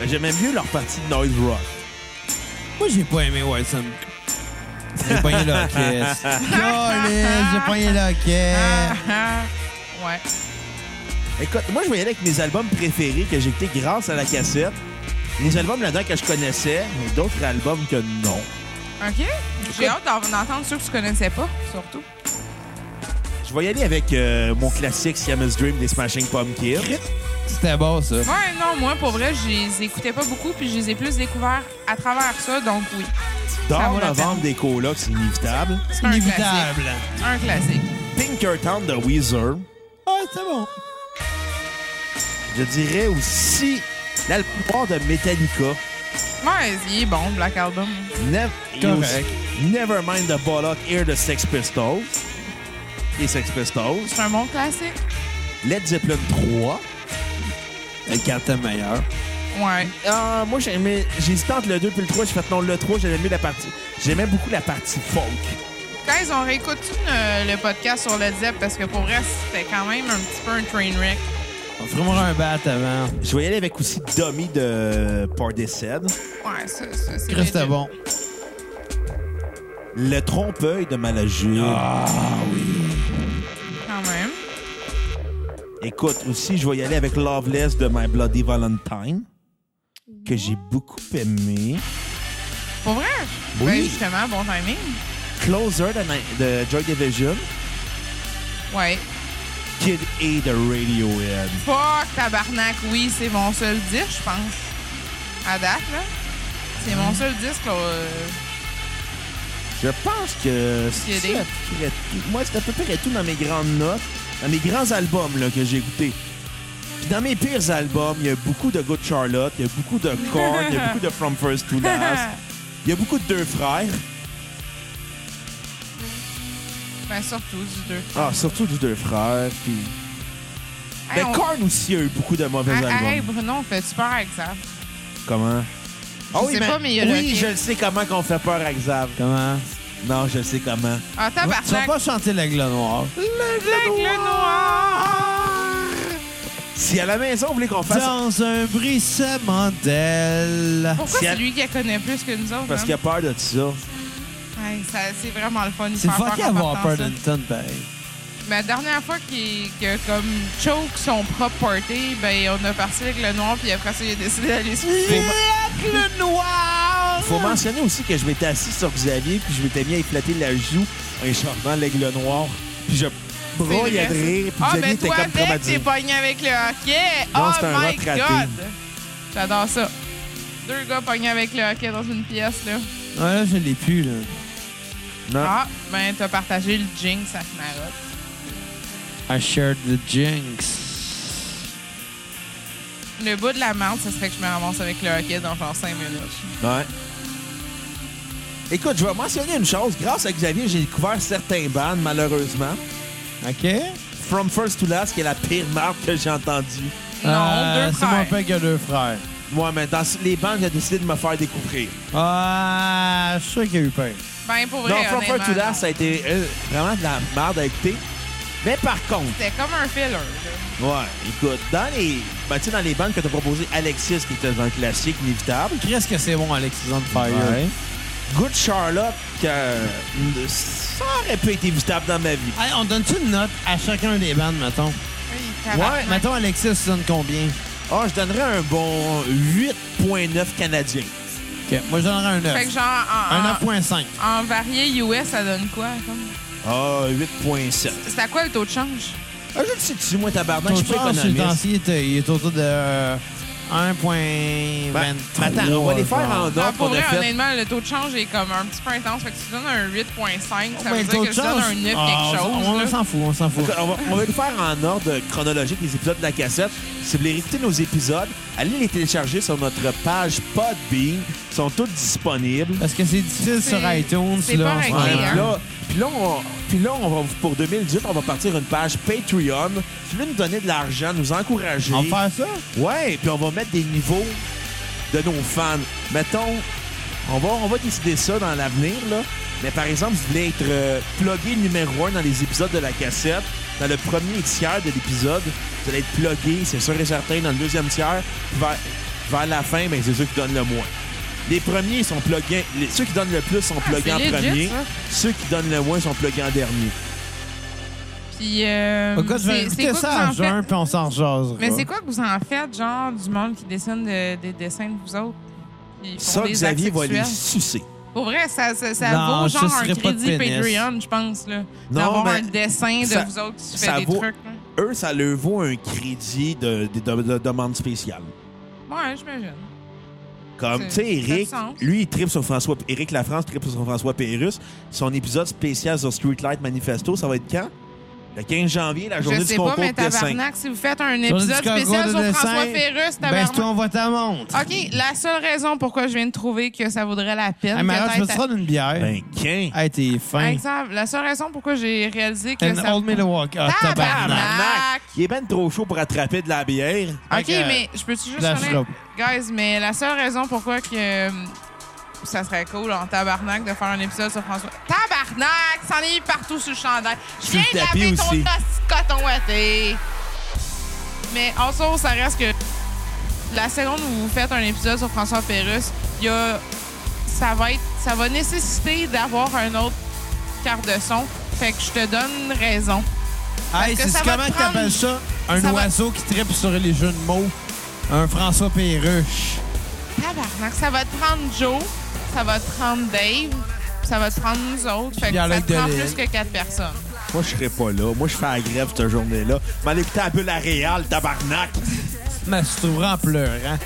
mais j'aimais mieux leur partie de Noise Rock.
Moi, j'ai pas aimé White Zombie. J'ai pogné le hoquet. Calisse, j'ai pogné le hoquet.
Ah, ah. Ouais.
Écoute, moi, je voyais avec mes albums préférés que j'ai écoutés grâce à la cassette. Les albums là-dedans que je connaissais, mais d'autres albums que non.
OK. J'ai hâte d'en- d'entendre ceux que tu connaissais pas, surtout.
Je vais y aller avec euh, mon classique Siamese Dream des Smashing Pumpkins.
C'était bon, ça.
Ouais, non, moi, pour vrai, je les écoutais pas beaucoup, puis je les ai plus découverts à travers ça, donc oui. Ça vaut
Dans
la
novembre des colocs, c'est inévitable.
C'est un classique.
Inévitable.
Un classique.
Pinkerton de Weezer.
Ah, c'était bon.
Je dirais aussi l'album noir de Metallica.
Ouais, il est bon, Black Album.
Nev- et
Correct.
aussi Nevermind the Bollock Ear de Sex Pistols. Les Sex Pistols.
C'est un bon classique.
Led Zeppelin 3.
Le 4 est meilleur.
Ouais.
Ah, moi, j'aimais. J'hésitais entre le 2 puis le 3. J'ai fait non, le 3, j'aimais mieux la partie. J'aimais beaucoup la partie folk.
Guys, on réécoute le, le podcast sur le Zep parce que pour vrai, c'était quand même un petit peu un train wreck.
On ferait un bat avant.
Je vais y aller avec aussi Dummy de Portishead.
Ouais, ça, ça c'est.
Chris,
legit.
c'était bon.
Le trompe-œil de Malajure.
Ah, Quand même.
Écoute, aussi, je vais y aller avec Loveless de My Bloody Valentine. Que j'ai beaucoup aimé.
Pour vrai?
Oui.
Ben, justement, bon timing.
Closer de, Ni- de Joy Division.
Ouais.
Kid A de Radiohead.
Fuck, tabarnak, oui, c'est mon seul disque, je pense. À date, là. C'est mon
Mm.
seul disque, là, euh,
Je pense que
Kid
c'est
A.
à peu près tout. Moi, c'est à peu près tout dans mes grandes notes, dans mes grands albums là, que j'ai écoutés. Puis dans mes pires albums, il y a beaucoup de Good Charlotte, il y a beaucoup de Korn, il y a beaucoup de From First to
Ben,
Last, il y a beaucoup de Deux Frères.
ben, surtout du 2.
Ah, surtout du Deux Frères. Puis...
Ben,
Ben,
Hey,
Mais
on- Ah,
Korn aussi a eu beaucoup de mauvais
Hey,
albums.
hey, Bruno, on fait super avec ça.
Comment? Ah
sais pas, mais il y a le
Oui,
hockey.
je le sais comment qu'on fait peur à Xav.
Comment?
Non, je sais comment.
Ah,
Tu vas
tabarnak!
pas chanter l'aigle noir.
L'aigle noir!
Si à la maison, vous voulez qu'on fasse...
Dans un brissement d'aile.
Pourquoi
Si
c'est
elle-
lui qui la connaît plus que nous autres?
Parce
hein?
qu'il a peur de tout ça.
Ouais, ça- c'est vraiment le fun. il
C'est
fait
fucké
en
avoir
partant,
peur
ça.
d'une tonne pareil.
Ma dernière fois qu'il que comme choke son propre party, ben on a parti avec le noir puis après ça il a décidé d'aller se coucher.
L'aigle noir!
Faut mentionner aussi que je m'étais assis sur Xavier, puis je m'étais mis à éclater la joue en chantant l'aigle noir. Puis je broyais de
C'est vrai,
rire, puis
Ah
Xavier
ben
était
toi
comme
avec t'es
traumatisé.
pogné avec le hockey.
Non,
oh
c'est un
my
rock raté.
god. J'adore ça. Deux gars pognés avec le hockey dans une pièce là.
Ouais, là, je l'ai plus, là.
Non.
Ah ben t'as partagé le jinx à Fnarotte.
I shared the jinx.
Le bout de la marde, ce serait que je me ramasse avec le hockey dans genre 5 minutes.
Ouais. Écoute, je vais mentionner une chose. Grâce à Xavier, j'ai découvert certains bands, malheureusement.
OK?
From First to Last, qui est la pire marque que j'ai entendue.
Non,
Euh,
deux
C'est mon
frères.
père qui a deux frères.
Moi, mais dans les bandes, j'ai décidé de me faire découvrir.
Ah, je suis sûr qu'il y a eu peur.
Ben pour vrai,
Donc, From First to
honnêtement, non.
Last, ça a été euh, vraiment de la merde à écouter. Mais par contre,
C'était comme un filler. là.
ouais, écoute, dans les, ben, tu sais, dans les bandes que t'as proposé Alexis, qui était un classique inévitable,
Qu'est-ce que c'est bon, Alex, on Fire?
Ouais. Good Charlotte, que euh, ça aurait pu être évitable dans ma vie.
Hey, on donne-tu une note à chacun des bandes, mettons?
Oui,
Ouais,
tabarnak.
mettons, Alexis, tu donnes combien?
Ah, je donnerais un bon 8.9 canadien.
OK. Moi, je donnerais un 9.
Fait que genre,
Un
en,
9.5.
en, en varié US, ça donne quoi? comme?
Ah, 8.7.
C'est à quoi le taux de change?
Ah, je le sais dessus, moi, tabarnak,
Ton
je suis pas
char, ces
économiste.
temps-ci, il est- il est autour de euh, 1.23.
Ben, attends, on va les faire en
genre.
ordre
Non, pour
qu'on a
vrai,
fait.
honnêtement, le taux de change est comme un petit peu intense. Fait que tu donnes un 8,5, ça
Ben,
veut dire que
d'autres
tu donnes un 9
choses.
quelque
Ah,
chose.
on- On
là.
s'en fout, on s'en fout.
Donc, On va, on va le faire en ordre chronologique les épisodes de la cassette. Si vous voulez écouter nos épisodes, allez les télécharger sur notre page Podbean. Ils sont tous disponibles.
Parce que c'est difficile
C'est-
sur iTunes.
c'est
là,
pas
en ce
réglé,
moment.
Ouais,
hein.
puis là, puis là, on, puis là, on va, pour 2018, on va partir une page Patreon. Si vous voulez nous donner de l'argent, nous encourager.
On va faire ça?
Ouais, puis on va mettre des niveaux de nos fans. Mettons, on va, on va décider ça dans l'avenir, là. Mais par exemple, vous voulez être euh, plugué numéro un dans les épisodes de la cassette, dans le premier tiers de l'épisode, vous allez être plugué, c'est sûr et certain, dans le deuxième tiers, puis vers, vers la fin, ben, c'est ceux qui donnent le moins. Les premiers sont plugués, les- ceux qui donnent le plus sont
Ah,
plugués
c'est
en
legit,
premier,
ça.
ceux qui donnent le moins sont plugués en dernier.
Puis, euh,
Écoute, je vais
c'est- c'est
écouter
quoi
ça
que vous
à
en faites?
jeun, puis on s'en rejasera.
Mais c'est quoi que vous en faites, genre, du monde qui dessine de- des dessins de vous autres? Ils font
Ça,
des
Xavier
actes
va les
sexuels.
sucer.
Pour vrai, ça, ça, ça
Non,
vaut
ça
genre
serait
un
pas de
crédit
pénis.
Patreon, je pense, là.
Non,
D'avoir
mais
un dessin de
ça-
vous autres qui
ça
fait des
vaut-
trucs. là.
Eux, ça leur vaut un crédit de, de, de- de demande spéciale.
Ouais, j'imagine.
Comme,
C'est-
tu sais,
ça a du
Eric,
sens.
lui, il tripe sur François... Eric Lafrance tripe sur François Pérus. Son épisode spécial sur Streetlight Manifesto, ça va être quand? Le 15 janvier, la journée
Je
du
sais
concours
pas, mais
de dessin.
tabarnak, si vous faites un
Sur le
épisode
Discord
spécial
de
sur
dessin,
François Ferrus,
Ben, toi,
tabarnak.
on voit ta montre.
OK, la seule raison pourquoi je viens de trouver que ça vaudrait la peine...
Hey, Mara, tu me
peut-être-
seras d'une bière?
Ben, qu'un.
Hey, t'es fin.
Exemple, la seule raison pourquoi j'ai réalisé que
An
ça...
Old Milwaukee. Ah, tabarnak.
Tabarnak! Il est ben trop chaud pour attraper de la bière.
OK,
Fait que,
mais je peux-tu juste...
Flash
honnête-
Rob.
Guys, mais la seule raison pourquoi que... euh, Ça serait cool en tabarnak de faire un épisode sur François. Tabarnak! C'en est partout sur le chandail. Je
Sur
viens
le
de
tapis
laver ton
aussi.
nasty coton à thé. Mais en soi, ça reste que la seconde où vous faites un épisode sur François Pérus, il y a ça va être ça va nécessiter d'avoir un autre quart de son. Fait que je te donne raison.
Hey,
que
c'est
ça va
comment
te
que t'appelles
prendre-
ça? Un
ça va-
oiseau qui tripe sur les jeux de mots. Un François Perruche.
Tabarnak, ça va te prendre Joe, ça va te prendre Dave, ça va te prendre nous autres. Fait que
Puis
ça
Alec
te prend
Delisle.
plus que quatre personnes.
Moi, je serais pas là. Moi, je fais la grève cette journée-là. Mais allez écouter la bulle à Réal, tabarnak!
Masturber en pleurant.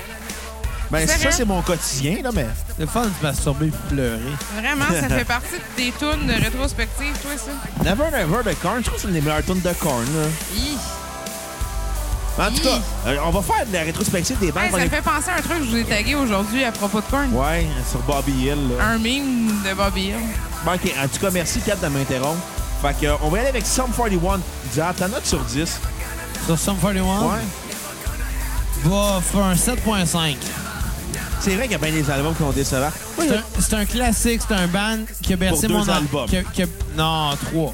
Ben, ça,
Sérieux?
c'est mon quotidien, là, mais...
C'est le fun de se masturber et pleurer.
Vraiment, ça fait partie des tunes de rétrospective, toi, ça.
Never Never de Korn, je trouve que c'est une des meilleures tunes de Korn, là.
Hi.
En tout cas, euh, on va faire de la rétrospective des bandes
Hey,
qu'on
ça me
écoute.
fait penser à un truc que je vous ai tagué aujourd'hui à propos de Korn.
Ouais, sur Bobby Hill. Là.
Un meme de Bobby Hill.
Bon, ok, En tout cas, merci Cap de m'interrompre. Fait que, euh, on va y aller avec Sum 41. Zap, ta note sur 10. Ah.
Sur Sum 41, va faire un 7.5.
C'est vrai qu'il y a bien des albums qui ont décevant. Moi,
C'est un- C'est un classique, c'est un band qui a bercé
deux
mon en-
albums.
qui a- qui a- Non, trois.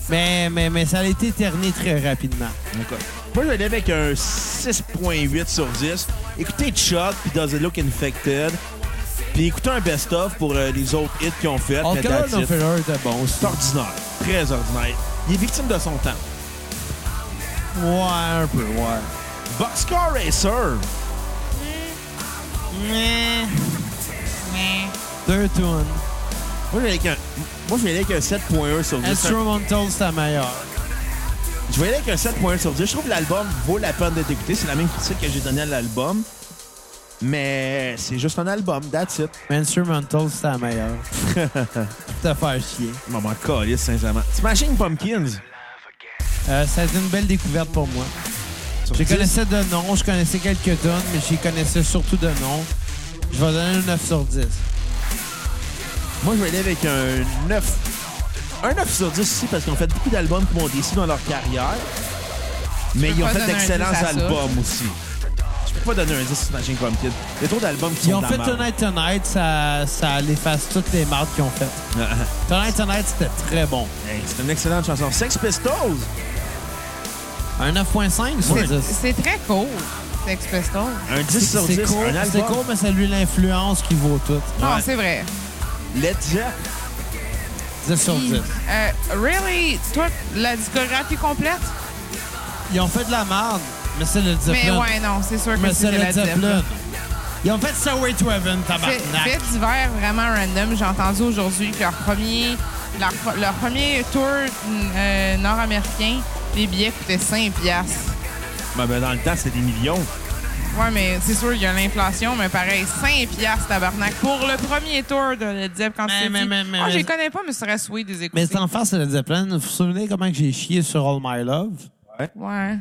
mais, mais, mais ça a été terné très rapidement.
D'accord. Moi, je vais aller avec un 6.8 sur 10. Écoutez Chuck, puis Does It Look Infected, puis écoutez un best-of pour euh, les autres hits qu'ils ont fait. puis
Alcohol
that's
Non
it.
Filler était bon aussi.
C'est ordinaire, très ordinaire. Il est victime de son temps.
Ouais, un peu, ouais.
Boxcar Racer,
Mais...
Mais
Deux tunes.
moi, je vais aller avec un, moi, je vais aller avec un 7.1 sur 10.
Instrumental, c'est la meilleure.
Je vais aller avec un 7.1 sur 10. Je trouve que l'album vaut la peine d'être écouté. C'est la même critique que j'ai donnée à l'album. Mais c'est juste un album, that's it.
Mais Instrumental, c'est la meilleure. Pour te faire chier.
Maman calisse, sincèrement. Smashing Pumpkins.
Euh, ça a été une belle découverte pour moi.
sur
Je les
10.
connaissais de nom, je connaissais quelques tonnes, mais je les connaissais surtout de nom. Je vais donner un 9 sur 10.
Moi, je vais aller avec un 9. Un 9 sur 10 aussi, parce qu'ils ont fait beaucoup d'albums qui m'ont déçu dans leur carrière. Mais
peux
ils ont
pas
fait
donner un 10
d'excellents
à ça.
albums aussi. Je peux pas donner un 10 sur Smashing Pumpkins. Il y a trop d'albums qui
Ils
sont
ont
de la
fait
merde.
Tonight Tonight, ça, ça les fasse toutes les marques qu'ils ont faites. Tonight Tonight, c'était très bon.
Hey, C'est une excellente chanson. Sex Pistols.
Un 9.5 sur
Ouais.
10.
c'est très court, Sex Pistols.
Un 10 sur 10.
C'est court,
un
c'est
album.
court, mais ça lui l'influence qui vaut tout.
Non,
Ouais.
c'est vrai.
Led Zepp.
10 sur 10.
Euh, really? Toi, la discographie complète?
Ils ont fait de la merde, mais c'est le
Mais
Zeppelin.
ouais, non, c'est sûr que
Mais
c'est
c'est
de la
le
Zeppelin.
Zeppelin. Ils ont fait Stairway to Heaven,
Fait fait
tabarnak.
d'hiver vraiment random. J'ai entendu aujourd'hui que leur premier, leur, leur premier tour euh, nord-américain, les billets coûtaient 5 piastres.
Ben, ben, dans le temps, c'était des millions.
Ouais, mais c'est sûr, il y a l'inflation, mais pareil, 5 piastres, tabarnak, pour le premier tour de Led Zepp quand
Mais-
tu t'es
mais-
dit,
mais- mais-
oh, je les
mais-
connais pas, mais ce serait sweet des écouter.
Mais c'est en face, c'est le Zeppelin. Vous vous souvenez comment que j'ai chié sur All My Love?
Ouais.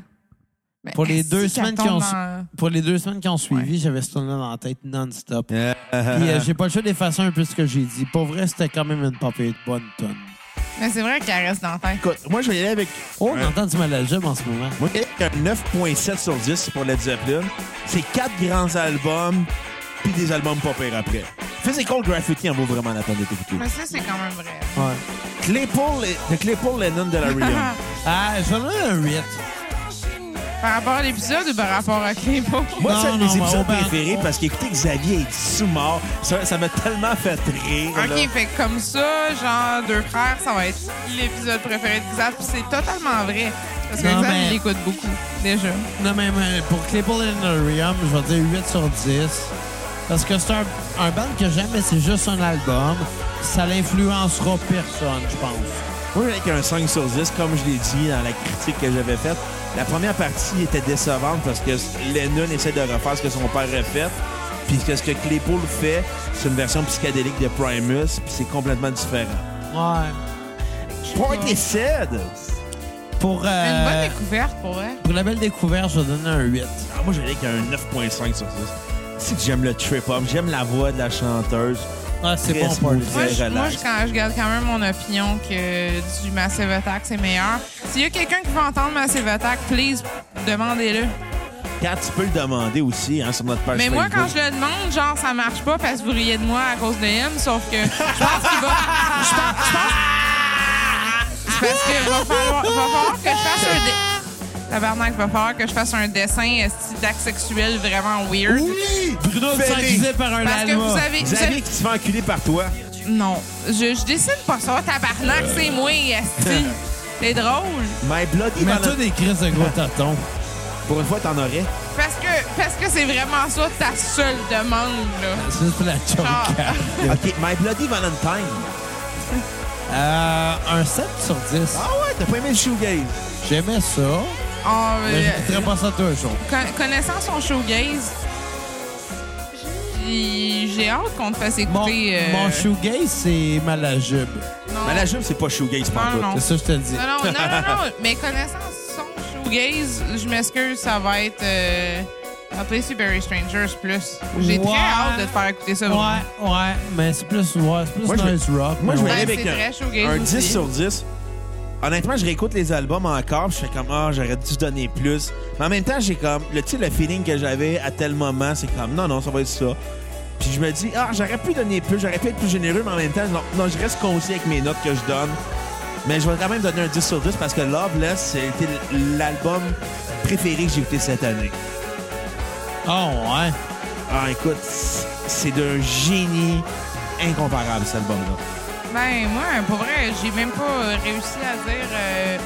Mais
Pour les
est-ce
deux
qu'elle
semaines qui
Ah, tombe
ont su-
dans-
Pour les deux semaines qui ont suivi, j'avais ce tournoi dans la tête non-stop. Puis euh,
Euh,
j'ai pas le choix d'effacer un peu ce que j'ai dit. Pour vrai, c'était quand même une papier bonne tonne.
Mais c'est vrai qu'elle reste dans la tête.
Écoute, moi, je vais y aller avec
Oh, on
Ouais.
entend du malajob en ce moment.
Moi, je dirais qu'un 9.7 sur 10 pour Led Zeppelin. C'est quatre grands albums, puis des albums pas pires après. Physical Graffiti en vaut vraiment la peine d'être écouté.
Mais ça, c'est quand même vrai.
Ouais.
Claypool, et- de Claypool Lennon de la Rion.
Ah, je vais donner un 8.
Par rapport à l'épisode ou par rapport à Claypool?
Moi,
Non,
c'est
non,
un de mes
mais
épisodes
on va-
préférés
on-
parce qu'écouter Xavier est sous-mort, ça ça m'a tellement fait rire. là.
OK, fait que comme ça, genre, deux frères, ça va être l'épisode préféré de Xav. Puis c'est totalement vrai. Parce que
Non,
Xav,
mais-
il écoute beaucoup, déjà.
Non, mais mais pour Claypool and Orium, je vais dire 8 sur 10. Parce que c'est un, un band que j'aime, mais c'est juste un album. Ça l'influencera personne, je pense.
Moi, avec un 5 sur 10, comme je l'ai dit dans la critique que j'avais faite, la première partie était décevante parce que Lennon essaie de refaire ce que son père a fait. Puis que ce que Claypool fait, c'est une version psychédélique de Primus, puis c'est complètement différent.
Ouais.
Point et cède!
Pour,
Une
euh,
bonne découverte, pour vrai.
pour la belle découverte, je vais donner un 8.
Ah, moi, j'allais avec un 9.5 sur 10. C'est que j'aime le trip-hop, j'aime la voix de la chanteuse.
Ah, c'est
Très
bon pour
smooth.
lui.
Moi, je,
relax.
moi, je- quand, je garde quand même mon opinion que du Massive Attack, c'est meilleur. S'il y a quelqu'un qui veut entendre Massive Attack, please, demandez-le.
Quand tu peux le demander aussi, hein, sur notre page
Mais moi, quand
Facebook.
je le demande, genre, ça marche pas parce que vous riez de moi à cause de M, sauf que je pense qu'il va. Je pense. Je pense c'est parce que va falloir, va falloir que je fasse un. dé- Tabarnak, va falloir que je fasse un dessin esti, d'acte sexuel vraiment weird.
Oui!
Bruno
Fais-les.
Sanguiset par un
Parce que
Lanois.
vous avez. vous
Xavier
avez-
qui se fait enculer par toi.
Non. Je, je décide pas ça. Tabarnak, c'est moi, Esti. C'est drôle.
My Bloody
Mais toi,
Valentine.
des crises de gros tatons.
Pour une fois, t'en aurais.
Parce que parce que c'est vraiment ça ta seule demande, là.
C'est juste pour la joke.
Ah.
OK, My Bloody Valentine.
Euh, un 7 sur 10.
Ah ouais, t'as pas aimé le shoegaze?
J'aimais ça,
Oh,
mais
euh,
je ne pas ça tous les jours.
Con- connaissant son showgaze, j'ai j'ai hâte qu'on te fasse
Mon,
écouter. euh,
mon shoegaze, c'est malajube.
non.
Mais la jupe, c'est pas shoegaze
Non,
pantoute.
non.
C'est ça que je te le dis.
Non, non, non, non, non. Mais connaissant son showgaze, je m'excuse, ça va être. Euh, A Place to Bury Strangers plus. J'ai
Ouais.
très hâte de te faire écouter ça. Bruno.
Ouais, ouais, mais c'est plus, ouais, c'est plus
Moi, je vais-
nice rock.
moi,
Ben,
mais
je vais
ouais.
aller
Ouais,
avec
c'est vrai,
un,
shoegaze
un
aussi.
10 sur 10. honnêtement, je réécoute les albums encore, puis je fais comme, ah, j'aurais dû donner plus. Mais en même temps, j'ai comme, le, tu sais, le feeling que j'avais à tel moment, c'est comme, non, non, ça va être ça. Puis je me dis, ah, j'aurais pu donner plus, j'aurais pu être plus généreux, mais en même temps, non, non, je reste conscient avec mes notes que je donne. Mais je vais quand même donner un 10 sur 10 parce que Loveless, c'était l'album préféré que j'ai écouté cette année.
Oh, ouais.
Ah, écoute, c'est d'un génie incomparable, cet album-là.
Ben, moi, pour vrai, j'ai même pas réussi à dire. euh,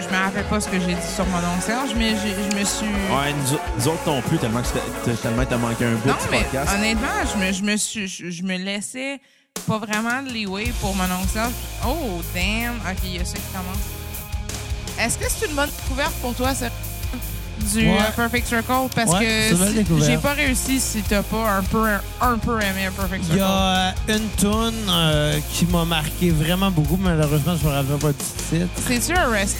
je- je me rappelle pas ce que j'ai dit sur mon oncle Serge, mais j'ai- je me suis.
Ouais, nous, au- nous autres non plus, tellement que c'était- t'as- tellement que t'as manqué un bout
non,
du
mais
podcast.
honnêtement, je me, je me suis. Je, je me laissais pas vraiment de leeway pour mon oncle Serge. Oh, damn. OK, il y a ça qui commence. Est-ce que c'est une bonne découverte pour toi, ça? Du
Ouais.
euh, Perfect Circle, parce
Ouais, c'est
que
une bonne
si-
découverte.
j'ai pas réussi si t'as pas un peu, un peu aimé Perfect
Il
Circle.
y a euh, une tune euh, qui m'a marqué vraiment beaucoup. Malheureusement, je me rappelle pas du titre.
C'est-tu Orestes?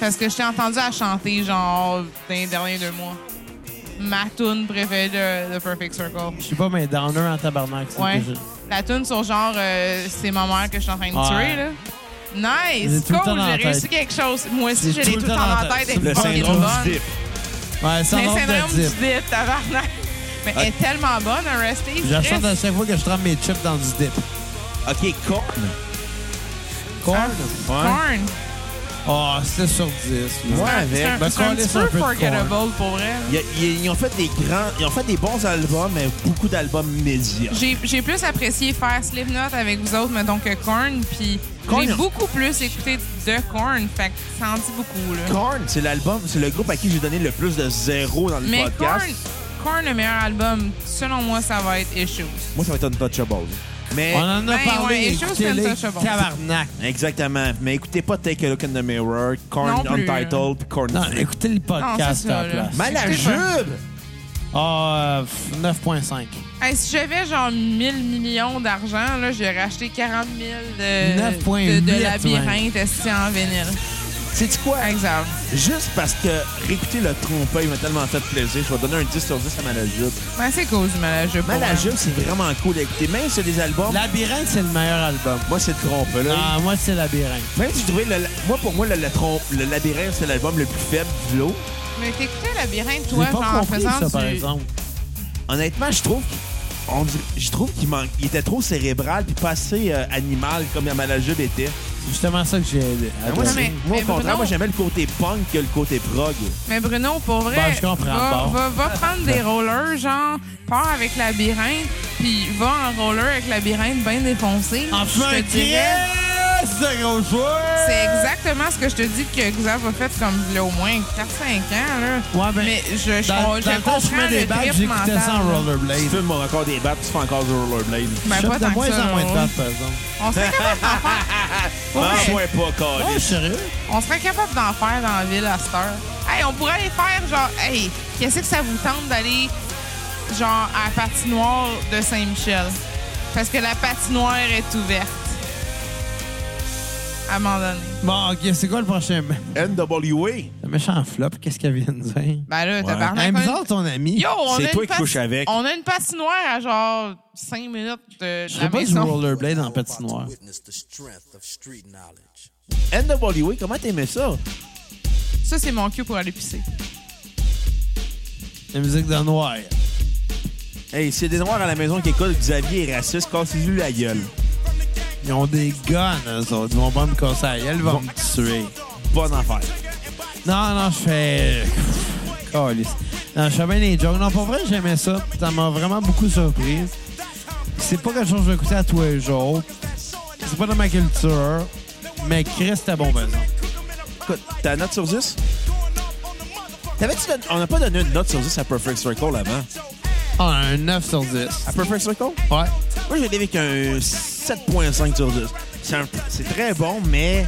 Parce que je t'ai entendu à chanter, genre, dans les derniers deux mois. Ma tune préférée de, de Perfect Circle.
Je suis pas, mais downer en tabarnak. c'est
Ouais.
que je-
La tune sur genre, euh, c'est ma mère que je suis en train de
Ouais.
tuer, là.
J'ai
Nice!
tout le temps
Cool,
dans la
j'ai réussi
tête.
quelque chose. Moi aussi,
J'ai
j'ai tout le temps dans la tête. elle est
Le
fucking
syndrome
bonne.
du dip.
Ouais, sans
Le
nombre
syndrome
de
du
dip.
dip, tabarnak. Mais elle est tellement bonne, Orestes.
Je la chante
Chris.
à chaque fois que je trempe mes chips dans du dip.
OK, Korn.
Corn?
Corn.
Ah, c'était sur 10. là.
Ouais,
C'est
avec.
un,
Ben,
c'est un
coller
petit
sur un
peu
peu de corn.
forgettable pour vrai.
Il y a- il y a- Ils ont fait des grands... Ils ont fait des bons albums, mais beaucoup d'albums médias.
J'ai j'ai plus apprécié faire Slipknot avec vous autres, mettons, que Korn. Puis
Korn,
j'ai
on-
beaucoup plus écouté de Korn. Fait que ça en dit beaucoup, là.
Korn, c'est l'album, c'est le groupe à qui j'ai donné le plus de zéro dans le
Mais Korn,
podcast.
Korn, le meilleur album, selon moi, ça va être Issues.
Moi, ça va être Untouchable. Mais,
On en a
Ben,
parlé.
ouais, les choses
écoutez-les,
prennent ça, c'est bon.
tabarnak.
exactement. Mais écoutez pas Take a Look in the Mirror, Korn
Non plus. hein.
Untitled, puis Korn...
Non, écoutez le
Non,
podcast
c'est ça,
à la
là.
place.
Mal à
écoutez pas.
jube!
Ah, euh, pff, 9.5.
Hey, si j'avais genre 1000 millions d'argent, là, j'aurais acheté 40 000 de, de,
9,8,
de labyrinthe esti en vinyle.
C'est-tu quoi?
Exemple.
Juste parce que réécouter le trompeur, il m'a tellement fait plaisir. Je vais donner un 10 sur 10 à Malajub.
Ben, c'est cause du malageux. pour vrai.
Malajub, c'est vraiment cool d'écouter. Même si c'est des
Oh.
albums, Ben,
Labyrinthe, c'est le meilleur album.
moi, c'est le trompe, là.
Ah, moi, c'est Labyrinthe.
Même si je trouvais, le- moi, pour moi, le, le trompe, le labyrinthe, c'est l'album le plus faible du lot.
Mais t'écoutais labyrinthe,
J'ai
toi, genre,
pas
en
compris
faisant
ça, par
du-
exemple.
Honnêtement, je trouve on dir- je trouve qu'il manque, il était trop cérébral puis pas assez euh, animal comme Malajub était.
C'est justement ça que j'ai aidé.
Ah, moi,
non,
c'est-
mais-
moi, au
mais
contraire,
Bruno-
moi, j'aimais le côté punk que le côté prog.
Mais Bruno, pour vrai,
Ben, je comprends
va,
pas.
va- va prendre des rollers, genre, pars avec labyrinthe, puis va en roller avec labyrinthe bien défoncé. Je te dirais,
c'est gros joueur!
C'est exactement ce que je te dis que Xav a fait comme il y a au moins 4-5 ans. Là.
Ouais, ben,
Mais je, je,
Dans,
je
dans le temps,
comprends
je fumais des
le
bagues,
trip
j'écoutais ça en
mental, là.
Tu
rollerblade.
fumes encore des battes, tu fais encore du rollerblade.
Ben,
Je
pas
fume
tant
de
que
moins
ça,
en moins de
là. Ah,
battes, par exemple.
On serait capable d'en faire.
Ah,
Ouais.
ouais, pas, câlisse.
Oh, sérieux?
On serait capable d'en faire dans la ville à cette heure. Hey, on pourrait aller faire genre, hey, qu'est-ce que ça vous tente d'aller genre à la patinoire de Saint-Michel? Parce que la patinoire est ouverte. À un moment donné.
Bon, OK, c'est quoi le prochain?
NWA.
Le méchant flop, qu'est-ce qu'elle vient de dire?
Ben là,
Hey,
tabarnak.
nous
on-
autres, ton ami.
Yo, on
C'est
a
toi
une
qui couches avec.
On a une patinoire à genre 5 minutes de, de
je
la
ferais pas du
maison.
rollerblade en
About
patinoire.
to witness the strength of street knowledge.
NWA, comment t'aimais ça?
Ça, c'est mon cul pour aller pisser.
La musique de Noir.
Hey, c'est des noirs à la maison qui écoutent Xavier est raciste, cassez-lui la gueule.
Ils ont des guns, eux autres. Ils vont pas me casser la gueule, ils vont me tuer.
Bonne affaire.
Non, non, je fais... Câlisse. Non, je fais bien les jokes. Non, pour vrai, j'aimais ça. Ça m'a vraiment beaucoup surpris. C'est pas quelque chose que je vais écouter à tous les jours. C'est pas dans ma culture. Mais Chris, c'était bon, ben non.
Écoute, ta note sur 10? T'avais-tu don- On n'a pas donné une note sur 10 à Perfect Circle avant.
Ah, un 9 sur 10.
À Perfect Circle?
Ouais.
Moi, j'ai avec un 7.5 sur 10. C'est un- C'est très bon, mais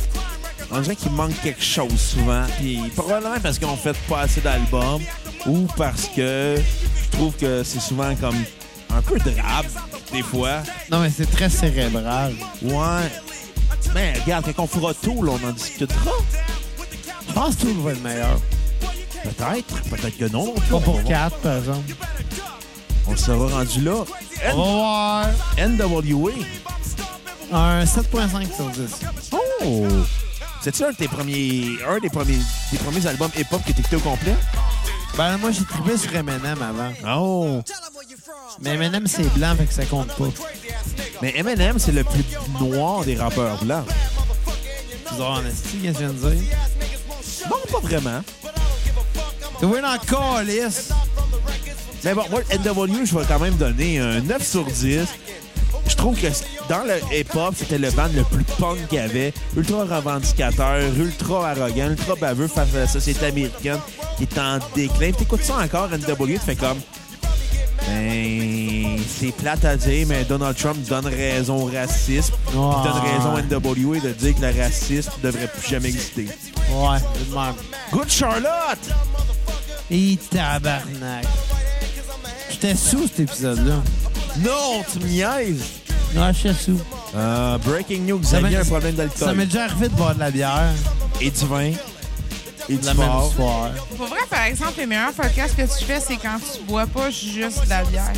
on dirait qu'il manque quelque chose souvent. Puis probablement parce qu'on fait pas assez d'albums ou parce que je trouve que c'est souvent comme un peu drabe, des fois.
Non, mais c'est très cérébral.
Ouais. Mais regarde, quand on fera tout, là, on en discutera.
Je pense que tout va être meilleur.
Peut-être, peut-être que non.
Pas
On
pour
va-
4, par exemple.
On sera rendu là.
On va voir.
NWA.
Un 7.5 sur 10.
Oh! C'était-tu un de tes premiers, un des premiers, des premiers albums hip-hop que t'écoutais au complet?
Ben, moi, j'ai trippé sur Eminem avant.
Oh!
Mais Eminem, c'est blanc, fait que ça compte pas.
Mais Eminem, c'est le plus noir des rappeurs blancs.
C'est drôle, qu'est-ce que je viens de dire?
Non, pas vraiment.
T'as vu dans Callis?
Mais bon, moi, le NW, je vais quand même donner un 9 sur 10. Je trouve que dans le hip-hop, c'était le band le plus punk qu'il y avait. Ultra revendicateur, ultra arrogant, ultra baveux face à la société américaine qui est en déclin. Puis T'écoutes ça encore, NW, tu fais comme... Ben, c'est plate à dire, mais Donald Trump donne raison au racisme. puis
Ouais.
donne raison à NWA de dire que le racisme devrait plus jamais exister.
Ouais, c'est le même.
Good Charlotte!
Et tabarnak. J'étais sous cet épisode-là.
Non, tu me niaises!
Ouais, j'étais sous.
Euh, breaking news,
Ça
Xavier
m'est-
a un problème
Ça m'est
d'alcool.
déjà arrivé de boire de la bière
Et du vin. Et du
la même
fort.
soir.
Pour vrai, par exemple, les meilleurs podcasts que tu fais, c'est quand tu bois pas juste de la bière.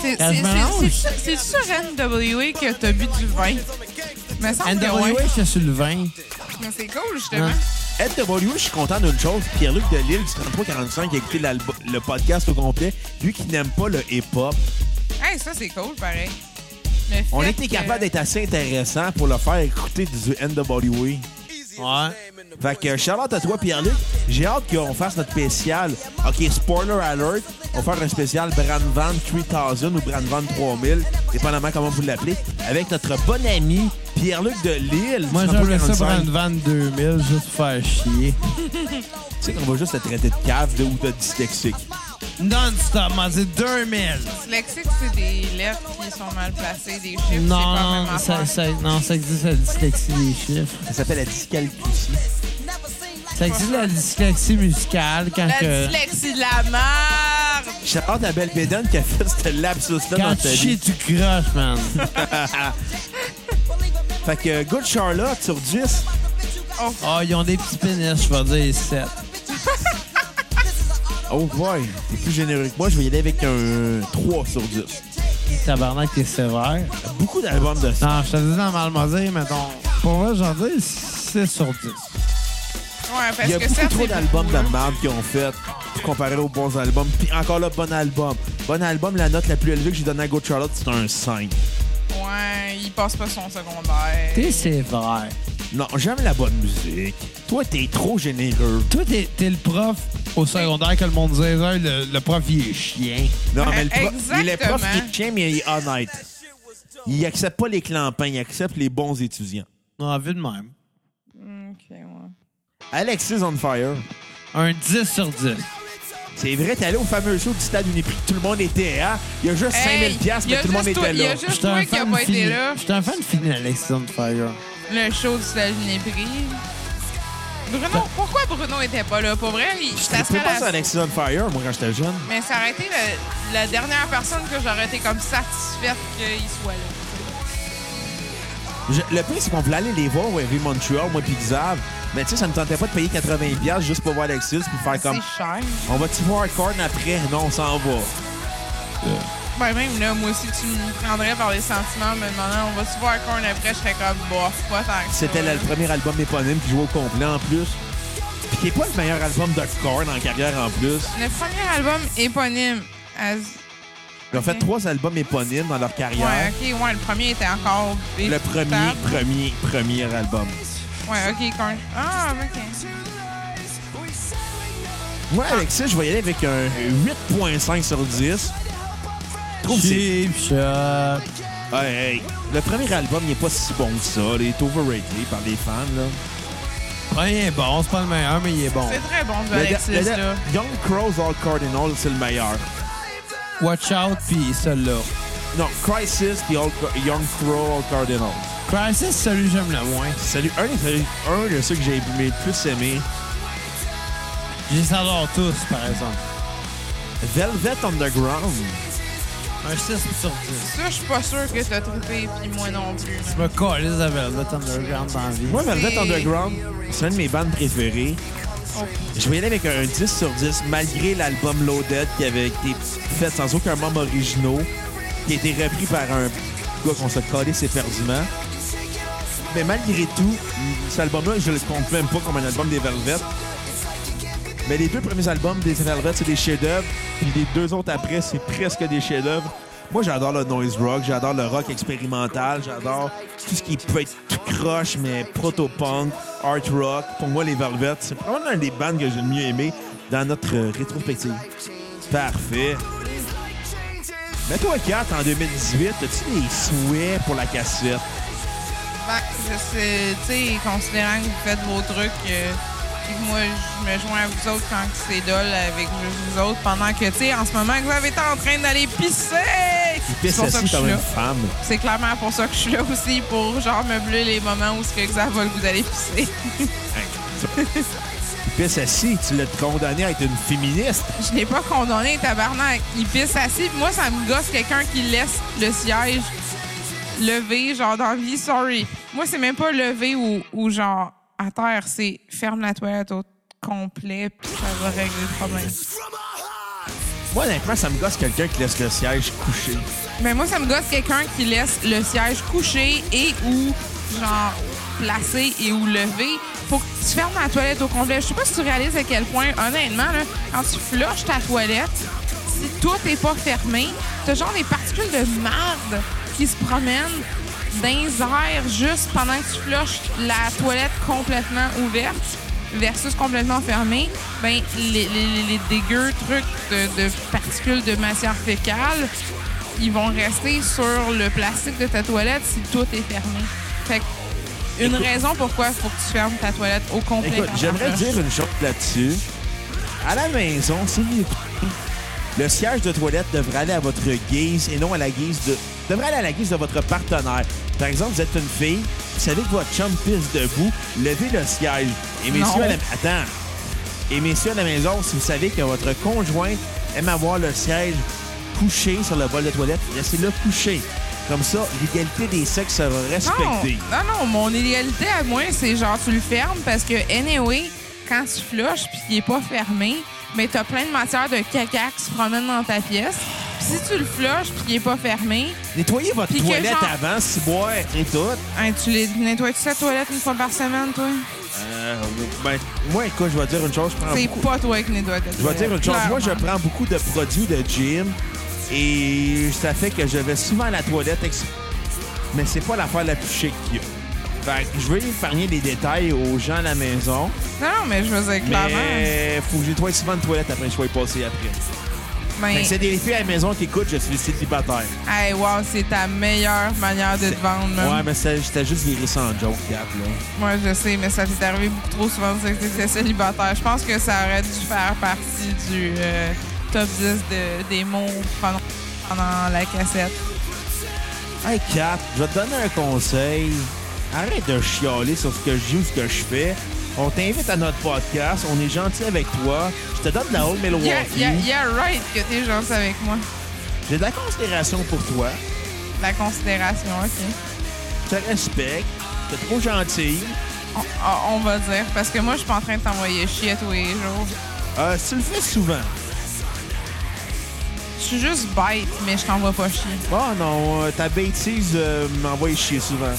C'est-
Elle
c'est-
se mélange.
c'est- C'est c'est sur NWA que t'as bu du vin. Mais ça
NWA, j'étais sur le vin.
Mais c'est cool, justement.
Ouais.
NW, je suis content d'une chose. Pierre-Luc Delille du 3345 qui a écouté l'album- le podcast au complet. Lui qui n'aime pas le hip-hop.
Hey, ça, c'est cool, pareil. Le
On
fait
était
que-
capable d'être assez intéressant pour le faire écouter du NWA.
Ouais.
Fait que Charlotte à toi, Pierre-Luc. J'ai hâte qu'on fasse notre spécial. OK, spoiler alert. On va faire un spécial Brandvan 3000 ou Brandvan 3000, dépendamment comment vous l'appelez, avec notre bon ami Pierre-Luc de Lille.
Moi, j'aimerais ça prendre une vanne 2000 juste pour faire chier.
Tu sais qu'on va juste te traiter de cave de, ou de dyslexique.
Non-stop, m'a dit 2000.
Dyslexique, c'est des lettres qui sont mal placées, des chiffres. c'est pas
Non,
vraiment
non, ça,
fort.
ça- non, ça existe la dyslexie des chiffres.
Ça s'appelle la dyscalculie.
Ça existe la dyslexie musicale quand,
La
que,
dyslexie de la merde!
Charlotte à belle bédane qui a fait ce lapsus-là
quand
dans
tu
ta
chies,
vie.
tu croches, man.
Fait que Good Charlotte sur 10.
Oh, ils ont des petits pénis, je vais dire 7.
Oh boy, t'es plus généreux que moi. Je vais y aller avec un 3 sur 10.
Tabarnak, t'es sévère.
Beaucoup d'albums de ça.
Non, je te dis dans Malmosé, mettons. Pour moi, j'en dis 6 sur 10.
Ouais, parce
Il y a
que ça,
beaucoup trop
c'est
d'albums
beaucoup,
de merde qu'ils ont fait comparé aux bons albums. Puis encore là, bon album. Bon album, la note la plus élevée que j'ai donnée à Good Charlotte, c'est un 5.
Ouais, il passe pas son secondaire.
T'es sévère.
Non, j'aime la bonne musique. Toi, t'es trop généreux.
Toi, t'es t'es le prof au secondaire que le monde disait, Hey, le, le prof, il est chien.
Non, mais le prof,
Exactement.
il est prof qui est chien, mais il est honnête. Il accepte pas les clampins, il accepte les bons étudiants.
On a vu de même.
Ok, ouais.
Alexis on fire.
Un 10 sur 10.
C'est vrai, t'es allé au fameux show du stade Uniprix, tout le monde était à. Il y a juste
Hey,
5000 piastres,
il y
mais
a
tout le monde
juste toi-
était
Il y
là.
a juste toi qui a pas été
fini.
là.
J'étais un fan fini, Alexis on Fire.
Le show du Stage Népris. Bruno, pourquoi Bruno était pas là? Pour vrai, il,
Je
ça
peux
serait
pas sur
la...
Alexis on fire, moi, quand j'étais jeune.
Mais ça aurait été le- la dernière personne que j'aurais été comme satisfaite qu'il soit là.
Je- le pire, c'est qu'on voulait aller les voir au Heavy Montreal, moi, puis Xav. Mais tu sais, ça me tentait pas de payer 80 piastres juste pour voir Alexis, puis faire comme.
C'est cher.
On va-tu voir Korn après? Non, on s'en va.
Ben même là, moi aussi, tu me prendrais par les sentiments en me demandant on va-tu voir Korn après? Je serais comme, bof, pas tant que ça.
C'était le premier album éponyme qui jouait au complet en plus. Puis qui est pas le meilleur album de Korn en carrière en plus.
Le premier album éponyme. As-
Ils ont fait
Ok.
trois albums éponymes dans leur carrière.
Ouais, ok, ouais, le premier était encore.
Le
écoutable.
premier, premier, premier album.
Ouais, ok, Korn. Ah, ok.
Moi, Alexis, je vais y aller avec un 8.5 sur 10. Je trouve que c'est...
Cheap shot.
Hey, hey. Le premier album, il n'est pas si bon que ça. Il est overrated par les fans. Là.
Ouais, il est bon, c'est pas le meilleur, mais il est bon.
C'est très bon, ce
Le
Alexis,
de- le de-
là.
Young Crows All Cardinals, c'est le meilleur.
Watch out, puis celui-là.
Non, Crisis puis All Ca- Young Crow All Cardinals.
Crisis, celui que j'aime le moins.
Salut, un, salut, un de ceux que j'ai aimé- le plus aimé.
J'ai adore tous, par exemple.
Velvet Underground.
Un 6 sur 10.
Ça, je suis pas sûre que t'as trippé, puis moi non plus.
Je me calisse de Velvet Underground dans la vie.
Moi, Velvet
C'est-
Underground, c'est un de mes bandes préférées.
Oh.
Je vais y aller avec un 10 sur 10, malgré l'album Loaded qui avait été fait sans aucun membre originaux, qui a été repris par un gars qu'on se collait séperdument. mais malgré tout, cet album-là, je le compte même pas comme un album des Velvet. Mais les deux premiers albums des Velvet, c'est des chefs-d'œuvre. Puis les deux autres après, c'est presque des chefs-d'œuvre. Moi, j'adore le noise rock, j'adore le rock expérimental, j'adore tout ce qui peut être tout croche, mais proto-punk, art rock. Pour moi, les Velvet, c'est probablement l'un des bands que j'ai le mieux aimé dans notre euh, rétrospective. Parfait. Mais toi, Kat, en 2018, as-tu des souhaits pour la cassette?
Ben, je sais, tu sais, considérant que vous faites vos trucs, euh, puis que moi, je me joins à vous autres quand que c'est dol avec juste vous autres, pendant que, tu sais, en ce moment, que vous avez été en train d'aller pisser!
Pisse
C'est pour ça que
assis
je
comme
suis
une
là.
femme.
C'est clairement pour ça que je suis là aussi, pour genre meubler les moments où ce que Xav va le goût d'aller pisser.
Hey. Pisse assis, tu l'as condamné à être une féministe.
Je n'ai pas condamné, tabarnak. Il pisse assis. Puis Moi, ça me gosse quelqu'un qui laisse le siège levé, genre dans la vie, sorry. Moi, c'est même pas levé ou, ou genre à terre, c'est ferme la toilette au complet, puis ça va régler le problème.
Moi, honnêtement, ça me gosse quelqu'un qui laisse le siège couché.
Mais moi, ça me gosse quelqu'un qui laisse le siège couché et ou genre placé et ou levé. Faut que tu fermes la toilette au complet. Je sais pas si tu réalises à quel point, honnêtement, là, quand tu flushes ta toilette, si tout est pas fermé, t'as genre des particules de marde qui se promènent dans les airs juste pendant que tu flushes la toilette complètement ouverte versus complètement fermé, ben les, les- les- les dégueux trucs de, de particules de matière fécale, ils vont rester sur le plastique de ta toilette si tout est fermé. Fait que une raison pourquoi il faut que tu fermes ta toilette au complet.
Écoute,
par
j'aimerais
exemple.
dire une chose là-dessus. À la maison, si vous écoutez, le siège de toilette devrait aller à votre guise et non à la guise de. devrait aller à la guise de votre partenaire. Par exemple, vous êtes une fille, vous savez que votre chum pisse debout, levez le siège. Et messieurs,
Non.
à la... attends. Et messieurs à la maison, si vous savez que votre conjoint aime avoir le siège couché sur le bol de toilette, laissez-le couché. Comme ça, l'égalité des sexes sera respectée.
Non, non, non, mon idéalité à moi, c'est genre tu le fermes parce que anyway, quand tu flushes puis qu'il est pas fermé, mais t'as plein de matière de caca qui se promène dans ta pièce. Puis si tu le flushes puis qu'il est pas fermé,
Nettoyez votre
Puis que
toilette
genre-
avant, si boire et tout.
hein, tu les nettoies tu ta toilette une fois par semaine, toi?
Euh, ben, moi, écoute, je vais dire une chose. Je prends
C'est
beaucoup-
pas toi qui nettoies ta toilette.
Ah, Je vais dire une chose. Moi, je
clairement.
prends beaucoup de produits de gym et ça fait que je vais souvent à la toilette, ex- mais c'est pas l'affaire la plus chic qu'il y a. Fait que je vais épargner les détails aux gens à la maison,
Non, non, mais je veux dire, clairement.
mais faut que je nettoie souvent de toilette après que je sois passé après. Fait
Ben,
que c'est des filles à la maison qui écoutent, je suis célibataire.
hey, wow, c'est ta meilleure manière de te vendre, man.
Ouais, mais c'est- c'était juste viré sans joke, Gap, là.
Moi, je sais, mais ça t'est arrivé beaucoup trop souvent de dire que t'étais célibataire. Je pense que ça aurait dû faire partie du euh, top 10 de- des mots pendant, pendant la cassette.
Hey Kat, je vais te donner un conseil. Arrête de chialer sur ce que je dis ou ce que je fais. On t'invite à notre podcast. On est gentil avec toi. Je te donne de la haute Milwaukee.
Yeah, yeah, yeah, right que t'es gentil avec moi.
J'ai de la considération pour toi.
La considération, OK.
Je te respecte. T'es trop gentil.
On, on- on va dire, parce que moi, je suis pas en train de t'envoyer chier à tous les jours.
Euh, tu le fais souvent.
Je suis juste bête, mais je t'envoie pas chier.
Oh non, euh, ta bêtise euh, m'envoie chier souvent.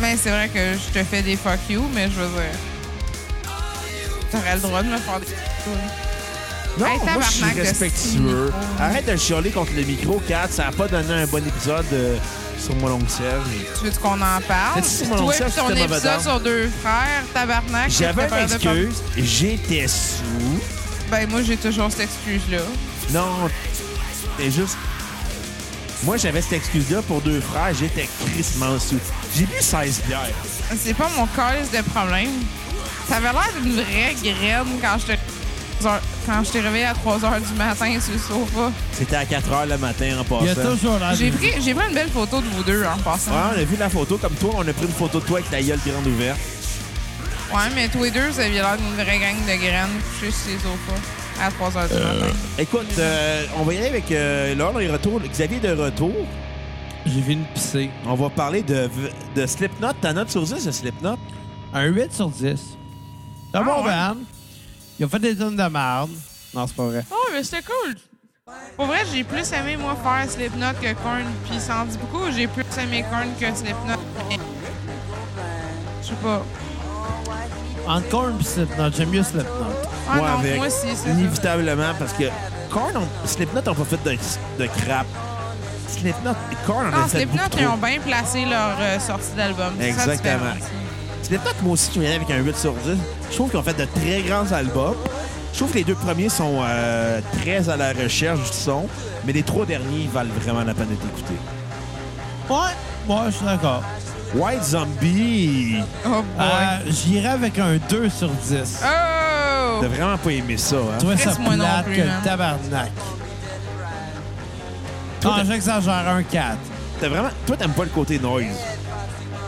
Mais c'est vrai que je te fais des fuck you, mais je veux dire... T'aurais le droit de me faire des...
Non, moi, je
Hey,
suis
tabarnak de
respectueux.
micro.
Arrête de chialer contre le micro, Kat. Ça n'a pas donné un bon épisode euh, sur mon oncle Serge.
Tu veux qu'on en parle?
T'as-tu
Puis
mon
Toi,
oncle
puis ton
Serge, c'était
épisode
mauvais
sur deux frères, tabarnak.
J'avais
t'as
une
peur de pas-
excuse. J'étais sous.
Ben, moi, j'ai toujours cette excuse-là.
Non, c'est juste. Moi, j'avais cette excuse-là pour deux frères. J'étais crissement sous. J'ai bu 16 bières.
C'est pas mon calice de problème. Ça avait l'air d'une vraie graine quand je te- quand je t'ai réveillé à 3 h du matin sur le sofa.
C'était à 4 h le matin en passant.
Il y a toujours
Ah,
l'air
J'ai
d'une-
pris, j'ai pris une belle photo de vous deux en passant.
Ouais, on a vu la photo comme toi. On a pris une photo de toi avec la gueule grande ouverte.
Ouais, mais tous les deux, vous aviez l'air d'une vraie gang de graines couchées sur les sofas à 3 h du matin.
Écoute, euh, on va y aller avec euh, l'ordre et retour. Xavier de retour.
J'ai vu une pisser.
On va parler de, de Slipknot. Ta note sur 10 de Slipknot?
Un 8 sur 10. C'est un bon
Ah ouais.
band. Ils ont fait des tonnes de merde. Non, c'est pas vrai.
Oh, mais c'était cool. Pour vrai, j'ai plus aimé, moi, faire Slipknot que Korn. Puis, sans dit beaucoup, j'ai plus aimé Korn que Slipknot. Mais Je sais pas.
Entre Korn pis Slipknot, j'aime mieux Slipknot.
Ah
Moi,
non,
avec.
moi aussi, c'est ça.
Inévitablement, parce que Korn, on... Slipknot n'ont pas fait de, de crap. Slipknot, Korn, on
Non,
a fait
Slipknot,
beaucoup
ils
trop.
ont bien placé leur euh, sortie d'album. C'est ça la
Exactement.
différence.
Slipknot, moi aussi, je vais y aller avec un 8 sur 10. Je trouve qu'ils ont fait de très grands albums. Je trouve que les deux premiers sont euh, très à la recherche du son, mais les trois derniers ils valent vraiment la peine d'être écoutés.
Ouais, ouais, je suis d'accord.
White Zombie,
Oh boy.
Euh, J'irais avec un 2 sur 10.
Oh!
t'as vraiment pas aimé ça, hein?
Je trouvais ça
Chris, moi non
plate
plus,
que le
man.
tabarnak. Non, j'exagère, un 4.
T'as vraiment... Toi, t'aimes pas le côté noise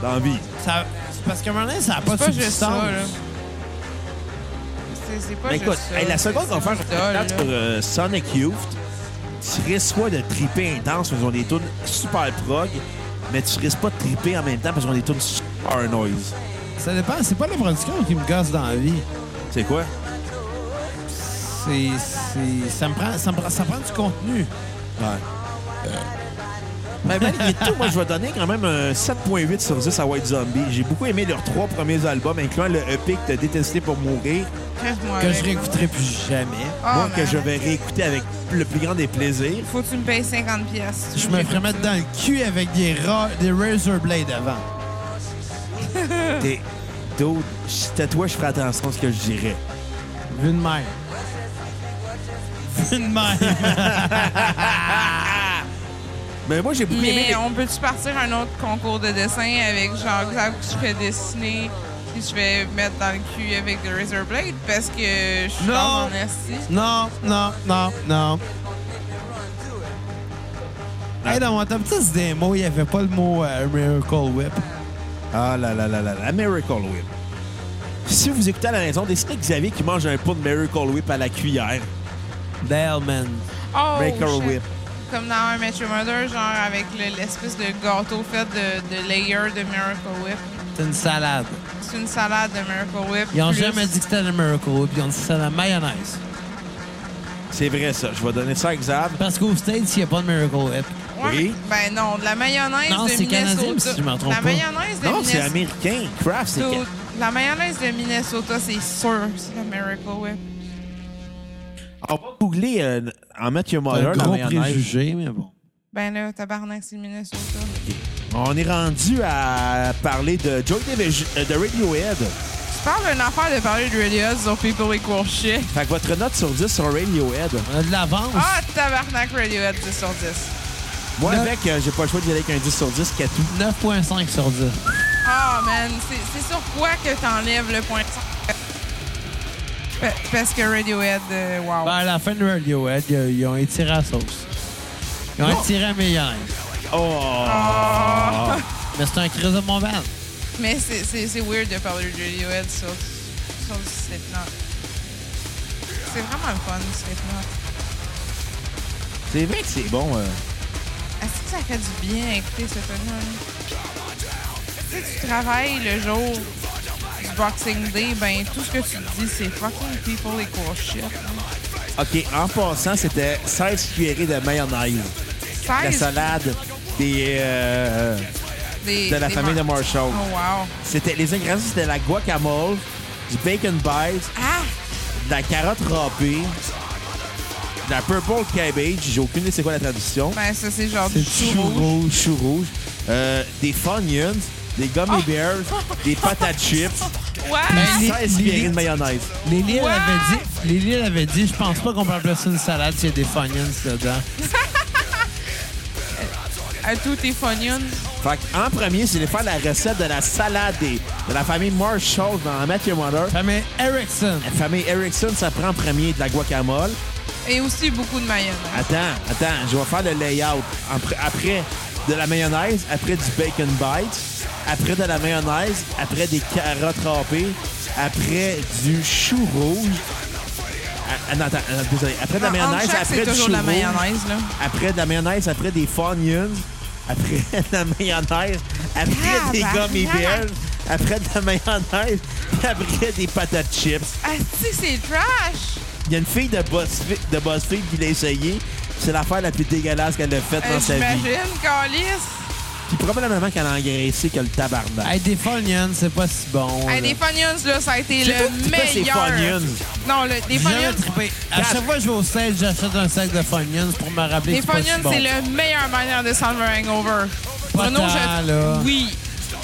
dans la vie.
Ça- c'est parce qu'à un moment donné, ça n'a pas
C'est
de
pas juste ça,
substance.
là. C'est- C'est pas
Mais
juste
Ben, écoute,
ça.
hey, la
c'est-
seconde qu'on fait
c'est ça, là.
un sur euh, Sonic Youth, tu risques pas de triper intense parce qu'ils ont des tunes super prog, mais tu risques pas de triper en même temps parce qu'ils ont des tunes super noise.
Ça dépend, c'est pas les productions qui me gossent dans la vie.
C'est quoi?
C'est, c'est- ça, me prend, ça, me prend, ça prend du contenu.
Ouais. Mais Ben, malgré tout, moi, je vais donner quand même un 7.8 sur 10 à White Zombie. J'ai beaucoup aimé leurs trois premiers albums, incluant le EP que t'as détesté pour mourir,
Oh Crève-moi
Que
avec.
je réécouterai plus jamais.
Ah,
moi, que
man.
je vais réécouter avec le plus grand des plaisirs.
Faut que tu me payes 50 pièces.
Je me ferais mettre dans le cul avec des, ra- des Razor Blade avant.
T'es... D'autres, c'était toi, je ferais attention à ce que je dirais.
Vu de même. Vu de même.
Mais Ben, moi, j'ai beaucoup aimé... les-
Mais on peut-tu partir un autre concours de dessin avec genre exemple que je fais dessiner puis je vais mettre dans le cul avec des razor blades parce que je suis
Non.
dans mon esti.
non, non, non, non. Hey, dans mon top 10 démo, il n'y avait pas le mot euh, Miracle Whip.
Ah là là là là, la Miracle Whip. Si vous écoutez à la maison, décidez que Xavier qui mange un pot de Miracle Whip à la cuillère.
Dale, man.
Oh,
Miracle
shit.
Whip.
Comme dans un Metro Mother, genre avec le- l'espèce de gâteau fait de, de layer de Miracle Whip.
C'est une salade.
C'est une salade de Miracle Whip.
Ils ont
plus-
jamais dit que c'était le Miracle Whip. Ils ont dit que c'était la mayonnaise.
C'est vrai ça, je vais donner ça à Xav.
Parce qu'au States, il n'y a pas de Miracle Whip.
Ouais.
Oui.
Ben non, de la mayonnaise
Non,
de
c'est
Minnesota.
canadien, si je me trompe
La
pas.
mayonnaise de
Non, c'est
Minnesota.
américain. Kraft, c'est...
Dude, La mayonnaise de Minnesota, c'est sûr, c'est la Miracle Whip.
On va googler euh, en Matthew Mother, la
gros
mayonnaise.
préjugé, mais bon.
Ben là, tabarnak, c'est le Minnesota.
On est rendu à parler de Joy Division, euh, de Radiohead.
Tu parles d'une affaire de parler de Radiohead sur People Equal Shit.
Fait que votre note sur 10 sur Radiohead.
On a Euh, de l'avance.
Ah, tabarnak, Radiohead, 10 sur 10.
Moi,
Neuf.
avec, euh, j'ai pas le choix d'y aller avec un 10 sur 10, Katou.
9.5 sur 10.
Ah, man, c'est c'est sur quoi que t'enlèves le point de Pa- Parce que Radiohead, euh, wow.
Ben, à la fin de Radiohead, ils, ils ont étiré la sauce. Ils ont
Non.
étiré la mayonnaise.
Oh!
Ah.
Mais c'est un crise de mon band.
Mais c'est- c'est c'est weird de parler de Radiohead sur, sur du Slipknot. C'est vraiment le fun, du Slipknot.
C'est vrai que c'est bon. euh.
Est-ce que ça fait du bien écouter ce film-là? Tu sais, tu travailles le jour du Boxing Day, ben tout ce que tu te dis, c'est fucking people equal shit.
OK, en passant, c'était 16 cuillerées de mayonnaise. La
16
salade des, euh,
des,
de la
des
famille de
mar-
Marshall.
Oh wow.
C'était Les ingrédients, c'était la guacamole, du bacon bites,
Ah!
de la carotte râpée, de la purple cabbage. J'ai aucune idée c'est quoi la traduction.
Ben ça c'est genre
C'est
du
du
chou
chou
rouge.
chou rouge, euh, des Funyuns, des gummy bears, des patates chips,
What?
Ben, Les-
16
les-
cuillerées de mayonnaise.
Lily, elle
What?
avait dit, Lily, elle avait dit, je pense pas qu'on peut appeler ça une salade s'il y a des Funyuns dedans.
À tout est funion.
Fait que, en premier, c'est de faire la recette de la salade des- de la famille Marshall dans Matthew Mother.
Ça met Erickson.
La famille Erickson, ça prend en premier de la guacamole.
Et aussi beaucoup de mayonnaise.
Attends, attends, je vais faire le layout. Après, après de la mayonnaise, après du bacon bites, après de la mayonnaise, après des carottes râpées, après du chou rouge. Ah, ah, non, attends, attends, désolé. Après de la
Non, entre
mayonnaise, après
chaque, Ah, c'est
du
toujours
chou
de la
rouge,
mayonnaise, là.
Après de la mayonnaise, après des funions, après de la mayonnaise, après des
Tabarnak.
gummy bears, après de la mayonnaise, puis après des patates chips.
Ah, si, c'est trash!
Il y a une fille de BuzzFeed, de BuzzFeed qui l'a essayé. C'est l'affaire la plus dégueulasse qu'elle a faite
Euh,
dans sa vie.
J'imagine, Calis.
Puis probablement qu'elle a engraissé que le tabarnak.
Hey, des Funyuns, c'est pas si bon.
Hey,
là.
les Funyuns, là, ça a été
Ah, C'est toi
le
qui trippais ces
meilleur.
Funyuns.
Non, le, les
J'ai jamais
Funyuns,
trippé. À chaque fois que je vais au stage, j'achète un sac de Funyuns pour me rappeler
les
que c'est pas si
Funyuns,
bon.
c'est la meilleure manière de s'enlever un hangover.
Pas
Bruno,
tant,
je-
là.
Oui.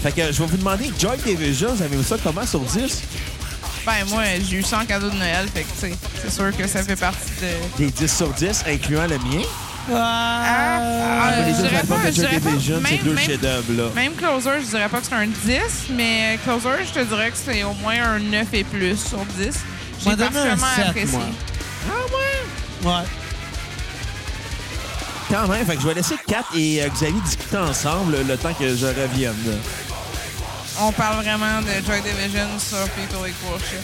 Fait que je vais vous demander, Joy Division, vous avez ça comment sur 10?
Ben, moi, j'ai eu ça en cadeau de Noël, fait que, tu sais, c'est sûr que ça fait partie de.
Des 10 sur 10, incluant le mien.
Ah, ah,
les
je
autres
dirais
albums de
pas, je
Joy
dirais pas.
Division, c'est
Même,
deux
même,
chefs-d'œuvre, là.
même Closer, je dirais pas que c'est un 10, mais Closer, je te dirais que c'est au moins un 9 et plus sur 10.
Moi,
J'ai
donne un
particulièrement
7,
apprécié.
moi.
Ah, ouais.
Ouais.
Quand même, fait que je vais laisser Kat et euh, Xavier discuter ensemble le temps que je revienne. là.
On parle vraiment de Joy Division sur People Equal Shit.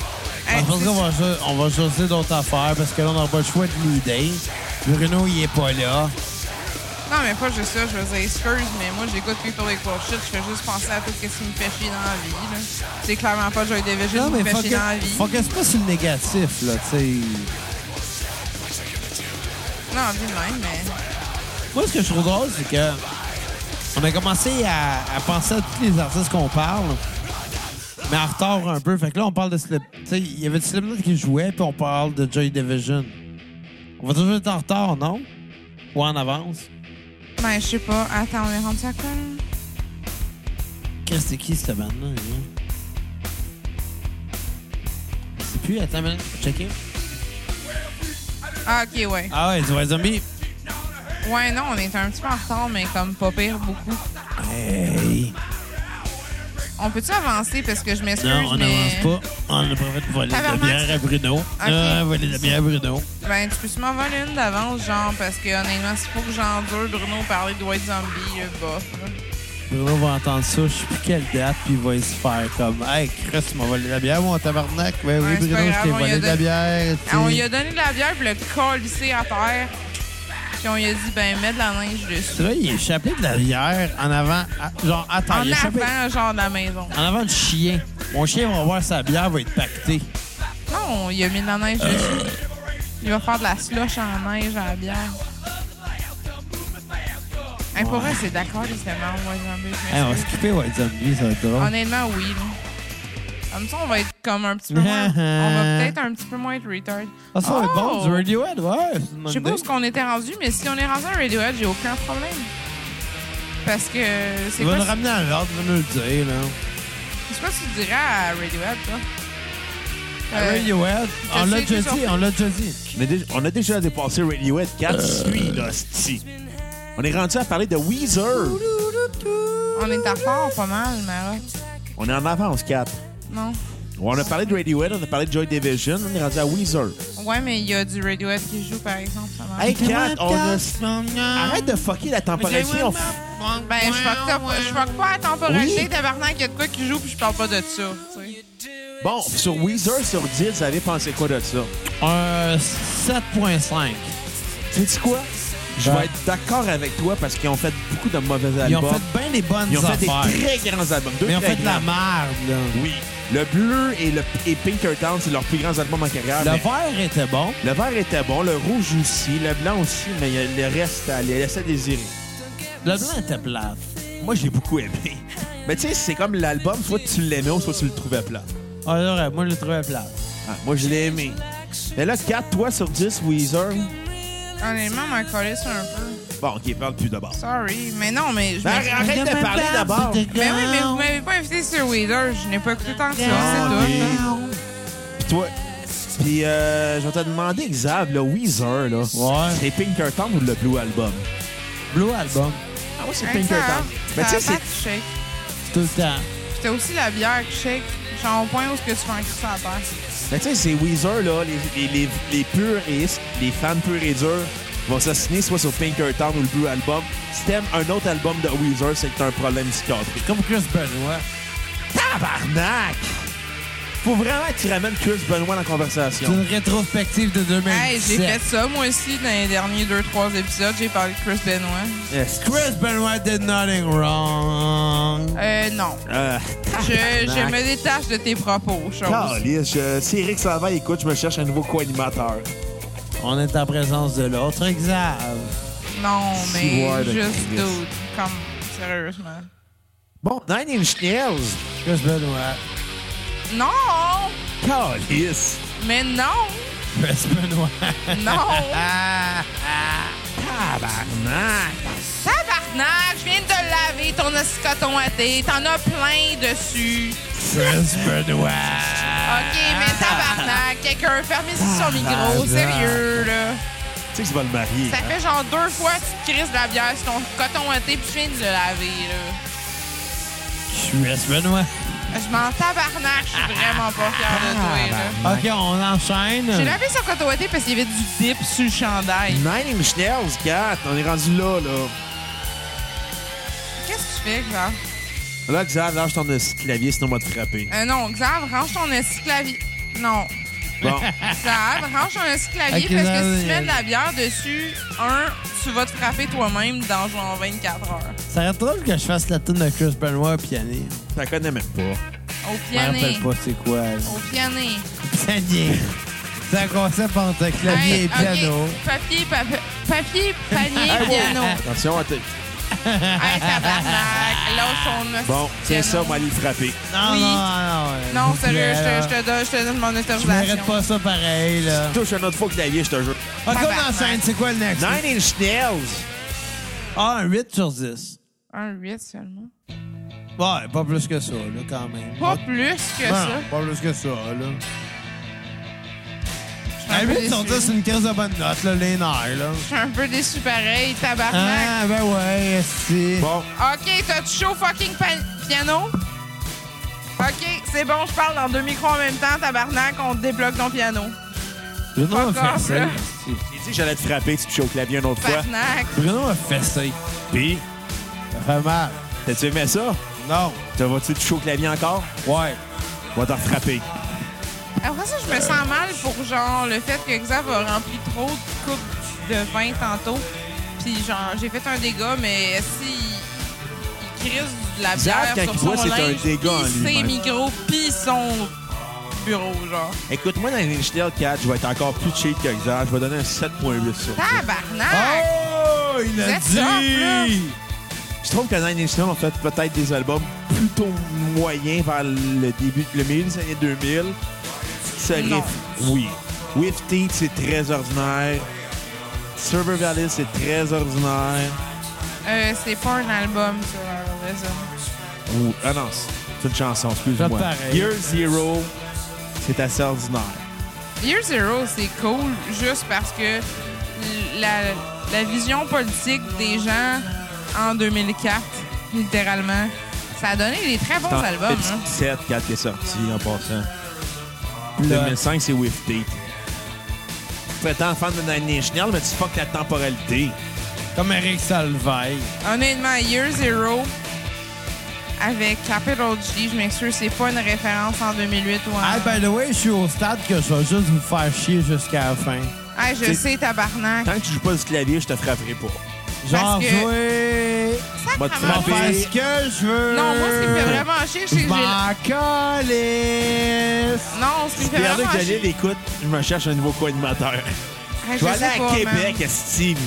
Hey,
Je pense qu'on va, jo- on va choisir d'autres affaires parce que là, on n'aura pas le choix de l'idée. Bruno, il est pas là.
Non, mais pas juste ça, je veux dire, excuse, mais moi, j'écoute People Equal Shit, je fais juste penser à tout ce qui me fait chier dans la vie. là. C'est clairement pas Joy Division qui me fait chier dans la vie.
focus pas sur le négatif, là, tu sais.
Non, dit de même, mais.
Moi, ce que je trouve drôle, c'est que on a commencé à, à penser à tous les artistes qu'on parle, mais en retard un peu. Fait que là, on parle de Slip... Tu sais, il y avait Slipknot qui jouait, puis on parle de Joy Division. On va toujours être en retard, non? Ou en avance?
Ben, je sais pas. Attends, on est rendu à quoi, là?
Qu'est-ce que c'est qui, cette bande-là? hein? C'est plus... Attends, mais... Checker.
Ah, ok, ouais.
Ah ouais, vois Zombie.
Ouais, non, on est un petit peu en retard, mais comme pas pire beaucoup.
Hey.
On peut-tu avancer parce que je m'excuse,
Non, on n'avance
mais...
pas. On n'a pas fait de voler de
Tabarnak,
bière à Bruno. Ah, voler de bière à Bruno.
Ben, tu peux tu m'en voler une d'avance, genre, parce que honnêtement, s'il faut que j'endure Bruno parler de White Zombie, euh, bof. là.
Bruno va entendre ça, je sais plus quelle date, puis il va se faire comme Hey, Chris, tu m'as volé de la bière, mon tabarnak. Ben
Ouais,
oui,
c'est pas
Bruno, je
grave,
t'ai
on y a
volé de la
donné-
bière. tu sais.
On lui a donné de la bière, puis le collissé à terre. Puis on lui a dit, ben, mets de la neige dessus.
Là, il est échappé de la bière en avant. à- Genre, attends,
En
Ah, il est échappé
avant, genre, de la maison.
en avant du chien. Mon chien va voir sa bière, va être pactée.
Non, il a mis de la neige
Euh.
dessus. Il va faire de la slush en neige à la bière. Hey, pour vrai, c'est d'accord, justement, White Zombie. je
Hey, on va
m'excuse.
skipper White Zombie, ça va être drôle.
Honnêtement, oui. Là. Comme ça, on va être comme un petit peu moins. on va peut-être un petit peu moins être retard.
Ah, ça va être bon,
Oh!
du Radiohead, ouais. c'est une
Je sais
bonne
pas où
idée.
ce qu'on était rendu, mais si on est rendu à Radiohead, j'ai aucun problème. Parce que c'est
Tu vas
quoi,
nous ramener à l'ordre, tu vas nous le dire, là.
c'est quoi que tu dirais à Radiohead, toi? Euh,
Radiohead, on
je
l'a
sais,
déjà
je suis
dit, on l'a déjà dit.
On a déjà, on a déjà dépassé Radiohead 4, suis là, c'ti. On est rendu à parler de Weezer.
On est en retard pas mal, Maroc.
On est en avance, 4.
Non?
On a parlé de Radiohead, on a parlé de Joy Division, on est rendu à Weezer.
Ouais, mais il y a du Radiohead qui joue, par exemple. Ça marche.
Hey, 4, on a... Arrête de fucker la temporalité. on f-
Ben, je fuck, up- je fuck pas à la temporalité, tabarnak, il y a de quoi qui joue, puis je parle pas de ça. tu sais.
Bon, sur Weezer, sur 10, vous avez pensé quoi de ça?
Un 7.5.
Sais-tu quoi? Je
Ouais.
vais être d'accord avec toi parce qu'ils ont fait beaucoup de mauvais
Ben. Ils ont
albums.
fait bien des bonnes
Ils ont fait des
affaires.
très grands albums. Deux
mais ils ont
très
fait de la
grands.
merde, là.
Oui. Le bleu et, le, et Pinkertown, c'est leurs plus grands albums en carrière.
Le
mais
vert était bon.
le vert était bon, le rouge aussi, le blanc aussi, mais il y a- le reste, elle laissait désirer.
Le blanc était plat.
Moi, j'ai beaucoup aimé. Mais tu sais, c'est comme l'album, soit tu l'aimais ou soit tu le trouvais plat.
Alors, euh, moi, je le trouvais plat.
Ah, moi, je l'ai aimé. Mais là, 4, toi sur 10, Weezer.
Honnêtement, m'en collé sur un peu.
Bon, OK, parle plus d'abord.
Sorry. Mais non, mais je
Ben,
m'excuse.
Arrête de parler d'abord.
Mais Ben oui, mais vous m'avez pas invité sur Weezer. Je n'ai pas écouté tant que ça, c'est
Ah,
tout.
oui. Puis toi. Puis euh, je vais te demander, Xav, le Weezer, là.
Ouais.
C'est Pinkerton ou le Blue Album?
Blue Album,
Ah ouais, c'est
Hein, ça,
Pinkerton. Mais
ça
Ben, tu sais,
a pas
c'est.
de shake.
tout le temps.
C'était aussi la bière qui shake. Genre au point où est-ce que tu fais un cul sur la terre.
Mais ben, tu sais, c'est Weezer, là, les, les, les, les puristes, les fans purs et durs vont s'assiner soit sur Pinkerton ou le Blue Album. Si t'aimes un autre album de Weezer, c'est que t'as un problème psychiatrique.
Comme Chris Benoit.
Tabarnak! Faut vraiment que tu ramènes Chris Benoit dans la
C'est
conversation.
une rétrospective de 2017.
Hey, j'ai fait ça moi aussi dans les derniers 2-3 épisodes. J'ai parlé de Chris Benoit.
Yes.
Chris Benoit did nothing wrong.
Euh, non.
Euh,
Je, je me détache de tes propos, chose.
Calisse, je- si Eric Salvaille écoute, je me cherche un nouveau co-animateur.
On est en présence de l'autre Xav.
Non, mais
Six words de
juste
Chris.
dude. Comme, sérieusement.
Bon, Nine Inch Nails.
Chris Benoit.
Non!
Calice.
Mais non!
Chris Benoit.
Non!
Ah,
Tabarnak.
Tabarnak! Je viens de laver ton escoton à thé. T'en as plein dessus.
Chris Benoit.
OK, mais
Ah.
tabarnak! Quelqu'un fermez son micro. Sérieux, là.
Tu sais que je vais le marier.
Ça
hein?
fait genre deux fois que tu te crises de la bière sur ton coton à thé puis tu viens de le laver, là.
Chris Benoit.
Je m'en tabarnak. Je suis vraiment pas fière de toi, là.
OK, on
J'ai
enchaîne.
lavé son coton à thé parce qu'il y avait du dip sur le chandail.
Nine Inch Nails, 4. On est rendu là, là.
Qu'est-ce que tu fais, Xav?
Là, Xav, lâche ton esti de clavier, sinon on va te frapper.
Euh, non, Xav, range ton esti clavier. Non.
Bon,
Xav, range ton esti clavier
Ok,
parce
Xav, euh,
que si tu
il-
mets de la bière dessus, un, tu vas te frapper toi-même dans genre 24 heures.
Ça aurait été drôle que je fasse la tune de Chris Benoit au piano.
t'en connais même pas.
Je
Au
me
piané.
rappelle pas c'est quoi. là.
Au piané.
Panier. C'est un concept entre clavier et
Hey, ok.
piano.
Papier, pape- papier, panier,
Hey, wow.
piano.
Attention à tes.
hey, tabarnak. Là, son esti
Bon, tiens
piano.
ça, on va aller le frapper.
Non,
Oui.
non, non. ouais.
Non,
Puis,
sérieux, je
euh,
te- je te donne- je te donne mon
Je
autorisation.
mérite pas ça pareil, là.
Touche un autre faux clavier, je te jure.
OK,
Tabarnak.
on enchaîne. C'est quoi le next?
Nine Inch Nails.
Ah, un 8 sur 10.
Un 8 seulement.
Ouais, pas plus que ça, là, quand même.
Pas plus que
Non,
ça.
Pas plus que ça, là.
Je suis un
Un
peu
8 sur
déçue.
10, c'est une crise de bonne note, là, les nerfs, là.
Je suis un peu déçu pareil, tabarnak.
Ah, ben ouais, si.
Bon,
OK, t'as-tu chaud fucking pa- piano? OK, c'est bon, je parle dans deux micros en même temps, tabarnak, on te débloque ton piano.
Bruno a
Encore,
fessé.
là.
esti.
j'ai dit que j'allais te frapper si tu touches au clavier une autre fois.
Tabarnak.
Bruno a fessé.
Pis,
Ça fait mal.
t'as-tu aimé ça?
Non.
Te vas-tu toucher au clavier encore?
Ouais.
On va te frapper.
Après Ah, ça,
Euh.
je me sens mal pour, genre, le fait que Xav a rempli trop de coupes de vin tantôt. Puis, genre, j'ai fait un dégât, mais si il, il crisse de la
Xav,
bière
quand
sur
il
son
boit, c'est un
linge,
dégât en
puis ses
lui-même.
micros, puis son bureau, genre.
Écoute-moi, dans Inch Nails 4, je vais être encore plus cheap que Xav. Je vais donner un 7.8 sur ça.
Tabarnak!
Ah,
Oh, il a
Vous êtes soft,
dit!
Je trouve que Nine Inch Nails ont fait peut-être des albums plutôt moyens vers le début, le milieu des années 2000. Ce
Non.
riff- oui. With Teeth, c'est très ordinaire. Server Valley, c'est très ordinaire.
Euh, c'est pas un album, ça, leur raison.
Ou- ah non, c'est- c'est une chanson,
Fait
excuse-moi.
pareil.
Year Zero, c'est assez ordinaire.
Year Zero, c'est cool juste parce que la, la vision politique des gens en 2004, littéralement, ça a donné des très bons
T'en-
albums.
c'est
hein.
17, 4 qui est sorti en passant.
Là.
2005, c'est With Teeth. Prétends fan de Nine Inch Nails, mais tu fuck la temporalité.
Comme Eric Salveille.
hein. Honnêtement, Year Zero, avec Capital G, je m'excuse, c'est pas une référence en 2008 ou en...
Ah,
Hey,
ben,
by the way, je suis au stade que je vais juste vous faire chier jusqu'à la fin.
Hey, je
c'est-
sais, tabarnak.
Tant que tu joues pas du clavier, je te frapperai pas.
Genre,
Parce que-
jouer.
Sacrement.
Puis-
Faire ce que je veux.
Non, moi, ce qui me fait vraiment chier, c'est
Je
que j'ai...
m'en calisse.
Non, ce qui me fait
Regardez
vraiment
que
chier...
Daniel écoute, je me cherche un nouveau co-animateur.
Hey,
Je vais
sais
aller à
pas, man.
Québec, Steve.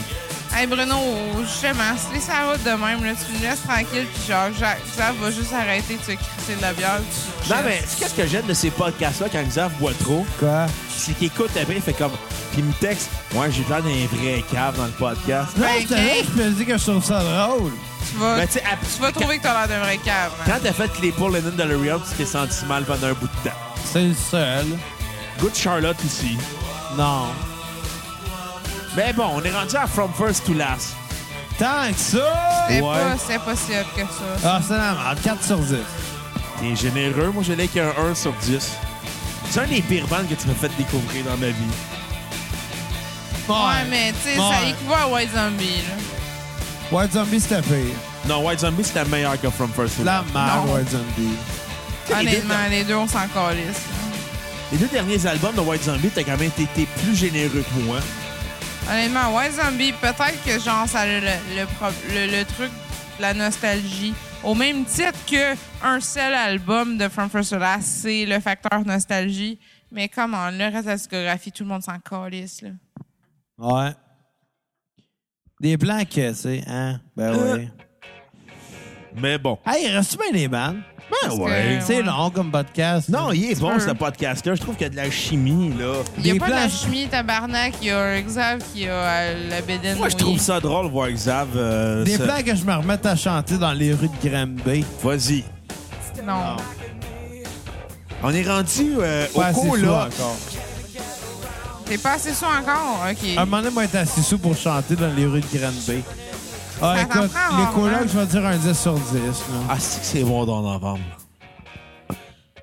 Hey Bruno, justement, si laisses la route de même, là, tu me laisses tranquille, puis genre, Jacques, ça va juste arrêter de se crisser de la bière. puis tu
Non,
te
mais
jettes.
qu'est-ce que j'aime de ces podcasts-là quand Xav boit trop?
Quoi?
C'est qu'il écoute après, il fait comme. Puis il me texte, ouais, j'ai l'air d'un vrai cave dans le podcast.
Non,
Ben,
c'est vrai,
ok.
je me dis que je trouve ça drôle.
tu vas,
Mais tu sais, après-
tu vas trouver que t'as l'air d'un vrai cave. hein.
Quand t'as fait les Paul Lennon de L'Oreal, tu t'es senti mal pendant un bout de temps.
C'est le seul.
Good Charlotte ici.
Non.
Mais bon, on est rendu à From First to Last.
Tant que ça!
C'était
Ouais.
pas, c'était pas si hot que ça.
Ah, c'est la merde. 4 sur 10.
T'es généreux, moi je l'ai qu'un 1 sur 10. C'est un des pires bandes que tu m'as fait découvrir dans ma vie.
Ouais, mais tu sais, ça
Ouais.
équivaut à White Zombie, là.
White Zombie, c'était pire.
Non, White Zombie, c'était meilleur que From First to
La
Last.
merde,
Non.
White Zombie.
Les deux-
Honnêtement, les deux, on s'en calisse. là.
Les deux derniers albums de White Zombie, t'as quand même été plus généreux que moi.
Honnêtement, White Zombie, peut-être que genre, ça a le, le, pro- le- le truc de la nostalgie. Au même titre que un seul album de From First to Last, c'est le facteur nostalgie. Mais comment, le reste de la discographie, tout le monde s'en calisse, là. Euh.
Ouais. Des plans que, tu sais, hein? Ben oui.
Mais bon. Ah
Hey, reste-tu bien des bandes?
Ah, Parce
ouais.
que,
C'est long comme podcast.
Non, il est bon,
peux.
ce podcast-là. Je trouve qu'il y a de la chimie, là.
Il n'y a
Des
pas de la
plages.
chimie, tabarnak. Il y a Xav qui a euh, la bédaine
Moi, je
mouillée.
trouve ça drôle, voir Xav. euh,
Des
se-
plans que je me remette à chanter dans les rues de Granby.
Vas-y.
Non.
On est rendu euh,
Pas
au
assez
coup,
sous
là.
encore.
T'es pas assez sous encore? OK.
Ah,
À un moment donné, moi, être assis sous pour chanter dans les rues de Granby. Ah,
Ça
écoute,
t'en prend,
les
hein,
colocs,
vraiment?
je vais dire un 10 sur 10. là.
Ah, c'est que c'est bon dans novembre.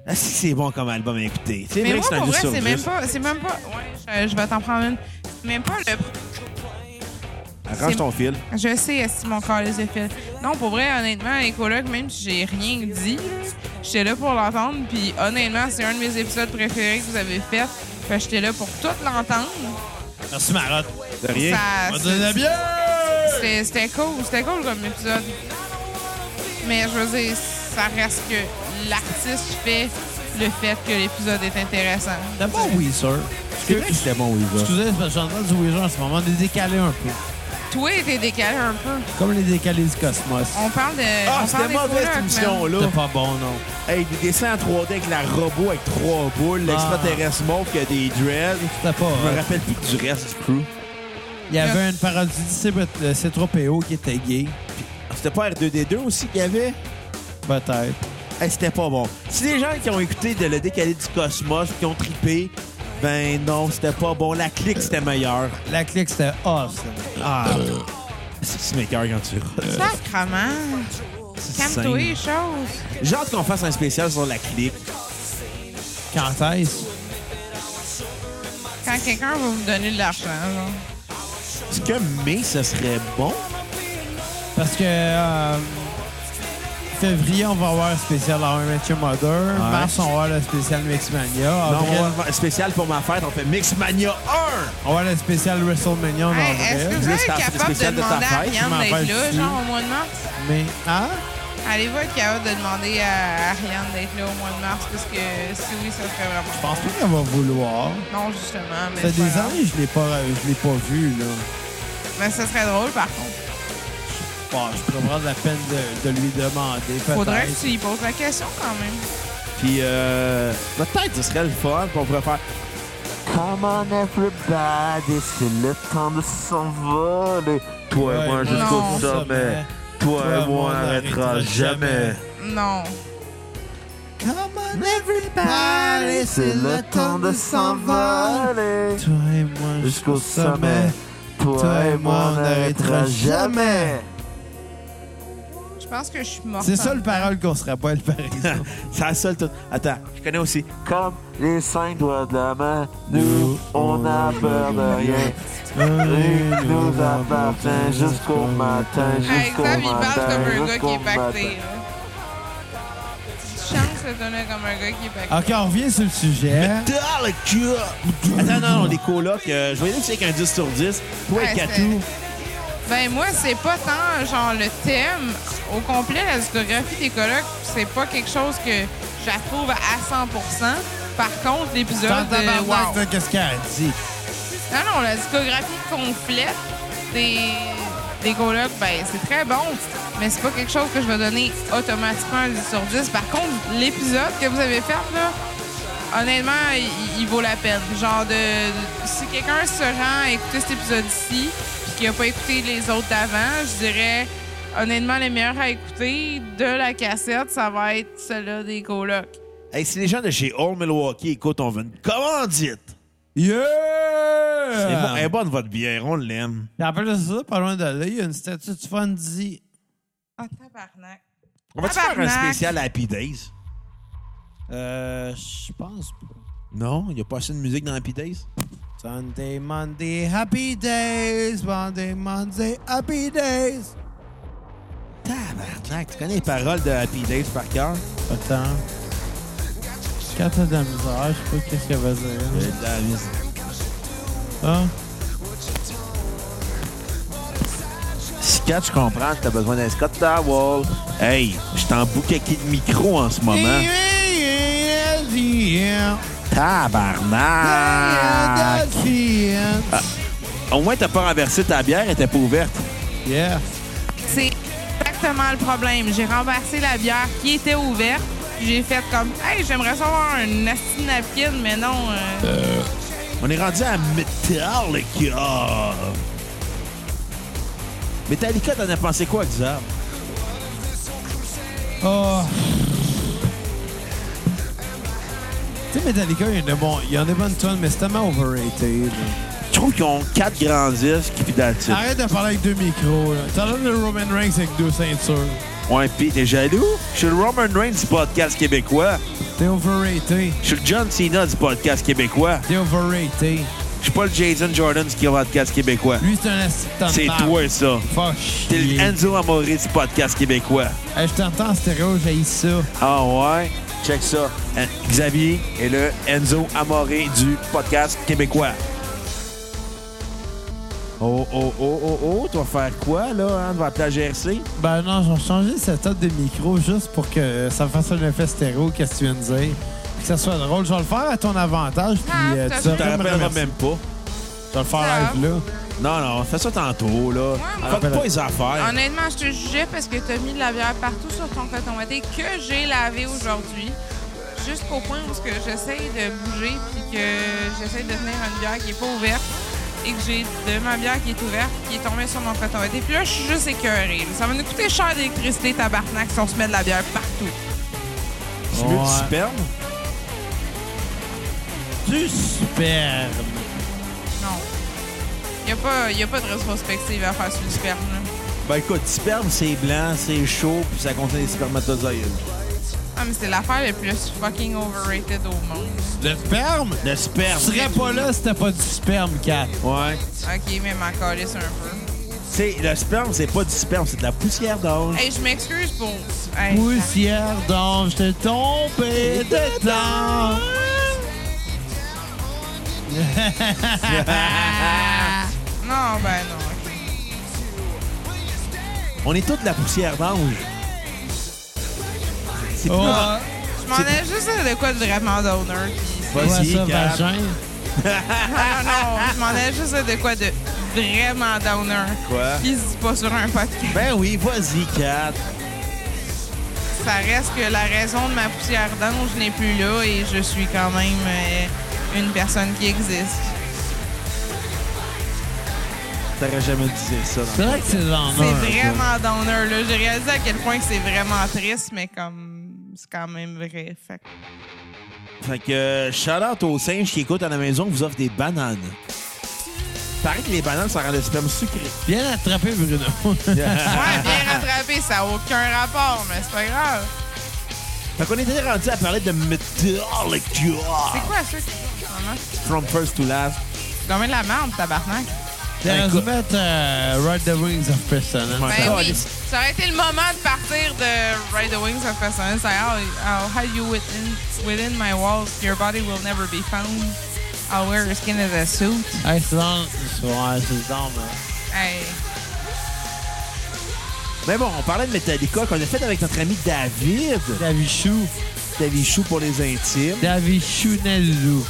Ah, c'est que c'est bon comme album à écouter. C'est
Mais
vrai que
moi,
c'est un
pour vrai,
10 sur
c'est même
10.
pas... C'est même pas... Ouais, je, je vais t'en prendre une. C'est Même pas le...
Arrange
c'est-
ton fil.
Je sais, si mon corps les effets. Non, pour vrai, honnêtement, les colocs, même si j'ai rien dit, là, j'étais là pour l'entendre. Puis honnêtement, c'est un de mes épisodes préférés que vous avez fait. Fait que j'étais là pour tout l'entendre.
Ah, Merci, Marotte.
De rien.
Ça-
On se
c'est-
donne la bière!
C'était c'était cool, c'était cool comme épisode. Mais je veux dire, ça reste que l'artiste fait le fait que l'épisode est intéressant.
D'abord, oui, sir.
C'est vrai que c'était bon, Weezer.
Excusez, c'est parce que j'entends du Ouija en ce moment. On est décalé un peu.
Toi, t'es décalé un peu.
Comme les décalés du cosmos.
On parle de.
Ah,
on parle
c'était
des
mauvaise
colocs,
cette
man.
émission-là.
C'est pas bon, non.
Hey, des dessins en 3D avec la robot avec trois boules,
Ah.
l'extraterrestre mauve qui a des dreads.
C'était pas...
Je me
euh,
rappelle plus du reste du crew.
Il y avait une parodie de C3PO qui était gay.
Ah, C'était pas R2D2 aussi qu'il y avait?
Peut-être.
Hey, c'était pas bon. Si les gens qui ont écouté de Le Décalé du Cosmos, qui ont trippé, ben non, c'était pas bon. La clique, c'était meilleur.
La clique, c'était awesome.
Ah. C'est que c'est meilleur quand tu
Sacrement.
c'est
Calme-toi,
simple.
chose.
J'ai hâte qu'on fasse un spécial sur la clique.
Quand est-ce?
Quand quelqu'un va me donner de l'argent, genre.
Est-ce que mai, ce serait bon?
Parce que... euh, Février, on va avoir le spécial How I Met Your Mother. Mars, on va avoir le spécial Mixmania.
Ah,
Non,
Avril,
on va faire un spécial pour ma fête, on fait Mixmania 1!
on va avoir le spécial WrestleMania en
Hey, Est-ce que
avril.
vous êtes
Juste ta-
capable de
spécial de ta
demander à
fête,
je m'en
Ariane d'être
rappelle
là,
plus.
genre au mois de mars?
Mais, hein?
Allez-vous être capable de demander à Ariane d'être là au mois de mars? Parce que si oui, ça serait vraiment.
Je pense pas qu'elle va vouloir.
Non, justement. Mais
Ça fait
c'est pas
des
grave.
années que je l'ai pas, je l'ai pas vu, là.
Mais ça serait drôle, par contre.
Bon, je pourrais prendre la peine de, de lui demander, peut-être.
Faudrait que tu y poses la question quand même.
Puis, euh, peut-être ce serait le fun, puis on pourrait faire.
Come on everybody, c'est le temps de s'envoler. Toi
Ouais,
et moi jusqu'au
non.
sommet. Toi et moi on n'arrêtera jamais.
Non.
Come on everybody,
C'est le temps de s'envoler.
Toi et moi
Jusqu'au sommet. Toi et moi on n'arrêtera jamais.
Je pense que je suis morte.
C'est ça le parole qu'on se rappelle, par exemple.
C'est la seule toute. Attends, je connais aussi.
Comme les cinq doigts de la main, nous on n'a peur de rien. Rien nous appartient jusqu'au matin,
Hey,
jusqu'au
Xav, il parle
matin,
comme un gars qui
jusqu'au
est pacté.
matin.
là. Petite Chance de donner comme un gars qui est pacté.
OK, on revient sur le sujet.
Dans le cul! Attends, non, non, des colocs. euh, je vais aller avec un 10 sur 10. Toi
Ouais,
et Katou.
Ben moi, c'est pas tant genre le thème au complet, la discographie des colocs, c'est pas quelque chose que j'approuve à 100 Par contre, l'épisode
Tant
euh, wow.
tabarnak, là, qu'est-ce qu'elle a dit?
Non, non, la discographie complète des, des colocs, ben, c'est très bon, mais c'est pas quelque chose que je vais donner automatiquement un 10 sur 10. Par contre, l'épisode que vous avez fait, là, honnêtement, il, il vaut la peine. Genre, de, si quelqu'un se rend à écouter cet épisode-ci, puis qu'il n'a pas écouté les autres d'avant, je dirais, honnêtement, les meilleurs à écouter de la cassette, ça va être celle-là des colocs.
Hey, si les gens de chez Old Milwaukee écoutent, on veut une commandite.
Yeah!
Elle est bo- elle est bonne, votre bière, on l'aime.
Et en plus de ça, pas loin de là, il y a une statue de Fonzie.
Ah, tabarnak.
On va-tu faire un
Tabarnak.
spécial Happy Days?
Euh, je pense pas.
Non, il n'y a pas assez de musique dans Happy Days.
Sunday, Monday, happy days. Monday, Monday, happy days.
Tabarnak, tu connais les paroles de Happy Days par cœur?
Attends. Quand t'as de la misère, je sais pas qu'est-ce qu'elle va dire.
de la musique.
Ah,
Si Kat, je comprends que t'as besoin d'un Scott Towel. Hey, je t'en boucaqué de micro en ce moment. Tabarnak! Au moins, t'as pas renversé ta bière, elle était pas ouverte.
Yeah.
C'est exactement exactement le problème. J'ai renversé la bière qui était ouverte. J'ai fait comme, hey, j'aimerais savoir un asti napkin, mais non. euh,
On est rendu à Metallica. Metallica, t'en as pensé quoi, Xav?
Oh. Tu sais, Metallica, il y en a de bons- il y en a des bonnes tonnes, mais c'est tellement overrated. là.
Je trouve qu'ils ont quatre grands disques, puis that's it.
Arrête de parler avec deux micros. là. T'en donnes le Roman Reigns avec deux ceintures.
Ouais, pis t'es jaloux? Je suis le Roman Reigns du podcast québécois.
T'es overrated.
Je suis le John Cena du podcast québécois.
T'es overrated.
Je suis pas le Jason Jordan du podcast québécois.
Lui, c'est un assistant.
C'est toi, ça.
Fuck.
T'es le
chier.
Enzo Amore du podcast québécois.
Hey, je t'entends en stéréo, j'ai ça.
Ah ouais? Check ça. Hein, Xavier est le Enzo Amore du podcast québécois. Oh, oh, oh, oh, oh, tu vas faire quoi, là, hein, devant la GRC?
Ben non, j'ai changé cette table de micro juste pour que ça fasse un effet stéréo, qu'est-ce que tu viens de dire. Puis que ça soit drôle. Je vais le faire à ton avantage, puis
Ah,
euh,
t'as
tu
fait.
T'en
devrais me
rappelleras
remercier.
même pas.
Je vais le faire live, là.
Non, non, fais ça tantôt, là.
moi-
Fuck pas les affaires.
ben, Honnêtement, je te jugeais parce que t'as mis de la bière partout sur ton coton watté que j'ai lavé aujourd'hui. Jusqu'au point où ce que j'essaye de bouger puis que j'essaye de tenir une bière qui est pas ouverte et que j'ai de ma bière qui est ouverte qui est tombée sur mon coton watté. Puis là, je suis juste écœurée. Ça va nous coûter cher d'électricité, tabarnak, si on se met de la bière partout.
Tu veux du
Ouais.
sperme?
Du sperme.
Non. Il n'y a, pas de rétrospective à faire sur le sperme. là.
Ben écoute, du sperme, c'est blanc, c'est chaud, puis ça contient des spermatozoïdes.
Ah, mais c'est l'affaire la plus fucking overrated au monde.
Le sperme?
Le sperme.
Je serais pas là si t'as pas du sperme, Kat.
Ouais.
Ok, mais m'en calisse un peu.
C'est le sperme, c'est pas du sperme, c'est de la poussière d'orge.
Hey, je m'excuse pour. Hey,
Poussière d'ange, t'es tombé dedans.
ah. Non, ben non. ok.
On est tous de la poussière d'ange. C'est plus...
Oh,
Je m'en ai juste de quoi de vraiment d'honneur. puis-
ouais,
Vas-y,
ça,
Kat.
vagin.
Ah non, je m'en ai juste de quoi de vraiment d'honneur.
Quoi?
Qui se dit pas sur un podcast.
Ben oui, vas-y, Kat.
Ça reste que la raison de ma poussière d'ange n'est plus là et je suis quand même euh, une personne qui existe.
T'aurais jamais dit ça.
C'est
Dans...
vrai que c'est l'honneur.
C'est vraiment downer, là. J'ai réalisé à quel point que c'est vraiment triste, mais comme c'est quand même vrai. Fait que-
Fait que, shout out aux singes qui écoutent à la maison qui vous offrent des bananes. Pareil que les bananes, ça rend le sperme sucré.
Bien attrapé, Bruno.
Ouais, bien rattrapé, ça n'a aucun rapport, mais c'est pas grave.
Fait qu'on était rendu à parler de
C'est
Metallica.
quoi ça? Vraiment?
From first to last.
C'est quand même de la merde, tabarnak.
T'as
écoute.
mettre euh, Ride the Wings of Personne.
Ouais.
Ben oui,
Calice.
ça aurait été le moment de partir de Ride the Wings of Personne. I'll, I'll hide you within, within my walls. Your body will never be found. I'll wear your skin as a suit.
Hey, c'est dans... Ouais, c'est dans, hein. mais...
Hey.
Mais bon, on parlait de Metallica qu'on a fait avec notre ami David.
Davichou.
David Chou pour les intimes.
Davichou Nelou.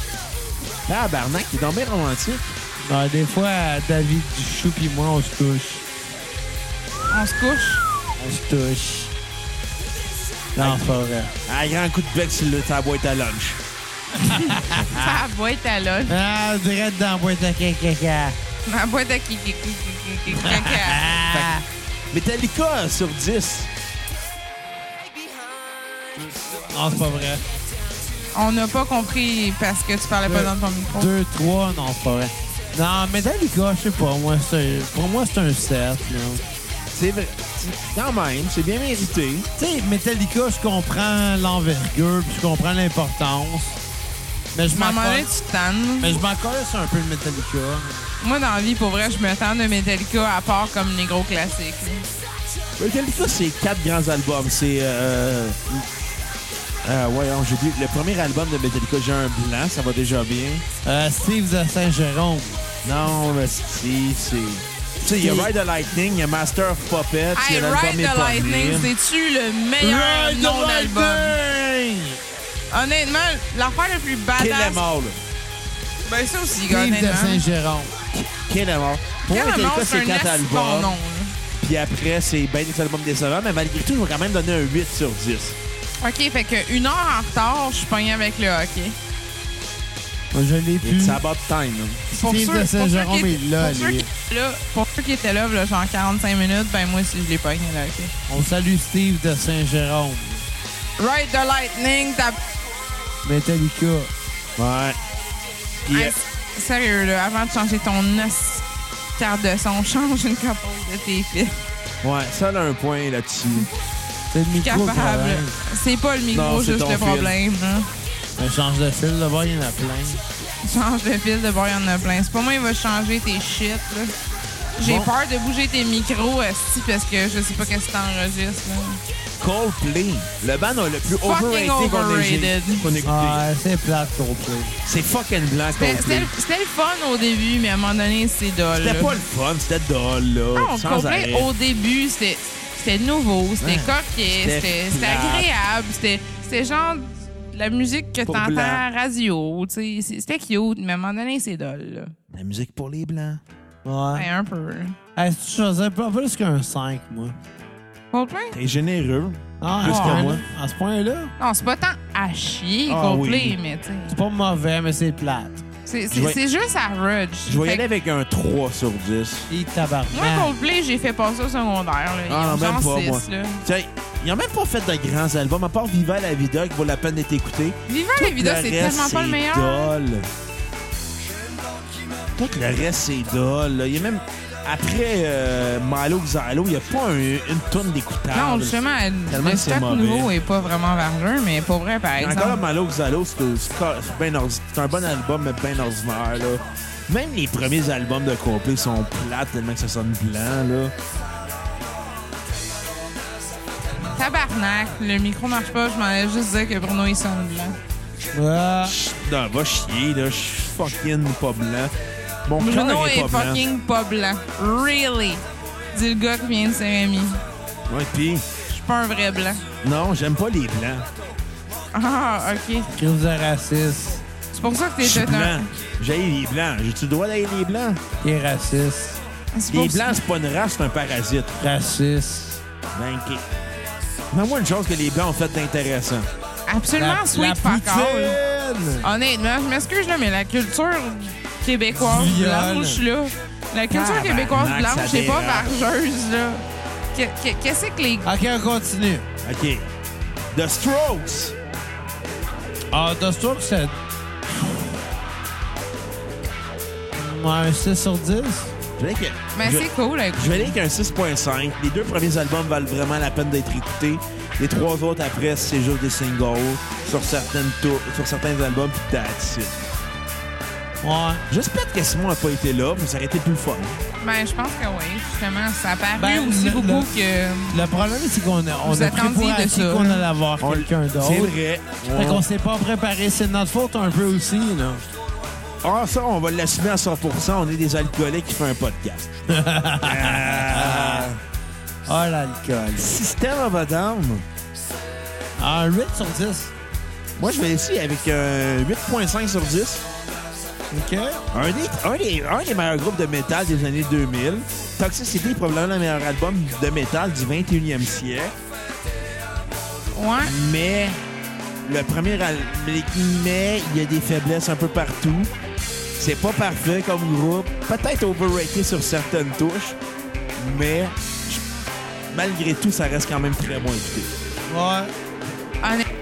Ah, Barnac, il est dans bien romantique.
Ouais, des fois, euh, David Duchou pis moi, on se touche.
On se couche.
On se touche. Dans la forêt.
Un grand coup de bec sur le ta boîte à lunch.
Ça boîte à l'ol.
Ah, direct dans la boîte à caca. Ah,
Ma boîte à kiki.
Metallica sur 10.
Non, c'est pas vrai.
On n'a pas compris parce que tu parlais pas
Euh,
dans ton micro.
2, 3, non, c'est pas vrai. Non, Metallica, je sais pas, moi, c'est... Pour moi, c'est un 7, là.
C'est vrai. C'est- Quand même, c'est bien mérité.
Tu sais, Metallica, je comprends l'envergure, puis je comprends l'importance. Mais je
À un
m'en
moment donné,
colle...
tu te tannes.
Mais je m'en calisse un peu de Metallica.
Moi, dans la vie, pour vrai, je me tente de Metallica à part comme les gros classiques.
Metallica, c'est quatre grands albums. C'est. Euh, euh, voyons, j'ai oublié. Le premier album de Metallica, j'ai un blanc, ça va déjà bien.
Euh, Steve de Saint-Jérôme.
Non, mais si, c'est. Tu sais, il y a Ride the Lightning, il y a Master of Puppets, il y
Hey,
a l'album
Ride the Lightning,
éponyme.
c'est-tu le meilleur nom d'album? Honnêtement, l'affaire la plus
Kill
badass...
Em All.
Ben ça aussi,
Steve de
honnêtement.
Saint-Jérôme.
Kill Em All. Pour
Kill Em All,
Metallica,
c'est
c'est
un
quatre
assez bon
albums.
nom.
Puis Puis après, c'est bien des albums décevants, mais malgré tout, je vais quand même donner un 8 sur 10.
OK, fait que une heure en retard, je suis pogné avec le hockey.
Je l'ai plus.
Hmm.
It's about time. hein.
Pour
Steve
ceux,
de
pour ceux
Saint-Jérôme
qui
est là,
pour ceux
lui.
qui- là, pour ceux qui étaient là, là, genre 45 minutes, ben moi aussi, je l'ai pogné le hockey.
On salue Steve de Saint-Jérôme.
Ride the Lightning, t'as...
Metallica.
Ouais. Puis,
Hey, s- sérieux, là, avant de changer ton os carte de son, change une capose de tes fils.
euh, ouais, ça a un point là-dessus.
C'est le micro. qui
Capable.
travaille.
C'est pas le micro,
Non, c'est
juste
ton
le
fil.
problème. là.
Un change de fil, là il y en a plein.
Change de fil de bord, il y en a plein. C'est pas moi, il va changer tes shit, là. J'ai
Bon.
peur de bouger tes micros, esti, parce que je sais pas qu'est-ce que t'enregistres, là.
Coldplay, le band le plus overrated
Fucking
qu'on ait
overrated.
qu'on ait écouté.
Ah, c'est plate, complet.
C'est fucking blanc,
C'était-
Coldplay.
C'était le- c'était le fun au début, mais à un moment donné, c'est dole.
C'était pas le fun, c'était dole, là.
Non,
sans
complet,
arrêt.
Ah, au début, c'était c'était nouveau, c'était
Ouais.
coquet,
C'était
c'était c'était
plate.
agréable, c'était c'était genre de la musique que
Pour
t'entends
blanc.
à la radio, tu sais. c'est- C'était cute, mais à un moment donné, c'est dole, là.
La musique pour les blancs.
Ouais.
Ah.
Ouais, un peu.
Hey, si tu faisais pas plus qu'un 5, moi.
Coldplay?
T'es généreux.
Ah,
Plus
à ce
que
point-
moi.
À ce point-là,
Non, c'est pas tant à chier,
Ah
Coldplay,
oui.
mais tu sais.
c'est pas mauvais, mais c'est plate.
C'est
Je
c'est-
vais-
c'est juste à Rudge.
Je vais y
Fait
aller avec
que
un 3 sur 10.
Et tabarnak.
Moi, Coldplay, j'ai fait passer au secondaire. Là. Ils
Ah, non,
ont
même
genre
pas,
six,
moi.
là.
Tiens, ils ont même pas fait de grands albums, à part Viva la Vida qui vaut la peine d'être écouté.
Vivant la vida, c'est tellement pas le meilleur.
Dole. Tout le reste, c'est dole. là. Il y a même. Après euh, Malo Xalo, il n'y a pas un- une tonne d'écoutables.
Non, justement,
Tellement
le
c'est
stock
mauvais.
nouveau est pas vraiment vers eux, mais pour vrai, par exemple.
Encore là, Malo Xalo, c'est c'est cor- c'est ben ordi- c'est un bon album, mais bien ordinaire. Là. Même les premiers albums de Coldplay sont plates tellement que ça sonne blanc. Là.
Tabarnak, le micro marche pas, je m'en allais juste dire que Bruno, il sonne blanc.
Ouais.
Chut, Non, va chier, là. Je suis fucking pas blanc. Mon
Bruno
cœur est
est
pas blanc.
fucking pas blanc. Really? Dit le gars qui vient de Saint-Rémy.
Ouais, pis,
Je suis pas un vrai blanc.
non, j'aime pas les blancs.
Ah, OK.
Crise de raciste.
C'est pour ça que
Je suis
t'es
blanc.
un...
J'ai les blancs. J'ai-tu le droit d'aller les blancs?
Qui est raciste.
C'est pour
Les
ça-
blancs, c'est pas une race, c'est un parasite.
Raciste.
Ben, ok. Mais moi, une chose que les blancs ont fait d'intéressant.
Absolument
La- la
sweet fuck all.
poutine.
Honnêtement, je m'excuse, là, mais la culture québécoise
Viol.
blanche, là, la culture
Tabarnak,
québécoise
ça
blanche, c'est pas
dérape. Ah,
vargeuse, là. Que- que- Qu'est-ce que les.
OK, on continue.
Ok. The Strokes.
Ah, The Strokes, c'est... Ouais, un 6 sur 10.
Je vais aller avec-
Mais
je-
c'est cool, là.
je vais aller avec un 6.5. Les deux premiers albums valent vraiment la peine d'être écoutés. Les trois autres après, c'est juste des singles sur, certaines tours, sur certains albums, puis that's it.
Ouais.
J'espère que Simon n'a pas été là, mais ça aurait été plus fun.
Ben, je pense que oui, justement. Ça a paru
Ben,
aussi
le-
beaucoup
le-
que.
Le problème, c'est qu'on a, on
Vous
a pris
attendiez
pour
de
acquis
ça.
qu'on allait avoir
On-
quelqu'un
C'est
d'autre.
vrai.
Fait
On-
qu'on s'est pas préparé. C'est de notre faute un peu aussi, là.
Ah, ça, on va l'assumer à 100 On est des alcooliques qui font un podcast. Ah.
Ah, l'alcool.
System of a Down.
Ah, Un 8 sur 10.
Moi, je vais ici avec un 8.5 sur 10.
OK.
Un des, un des- un des meilleurs groupes de métal des années 2000. Toxicity est probablement le meilleur album de métal du 21e siècle.
Ouais.
Mais le premier al- mais- mais il y a des faiblesses un peu partout. C'est pas parfait comme groupe, peut-être overrated sur certaines touches, mais je- malgré tout, ça reste quand même très bon écouté.
Ouais.
Honnêt-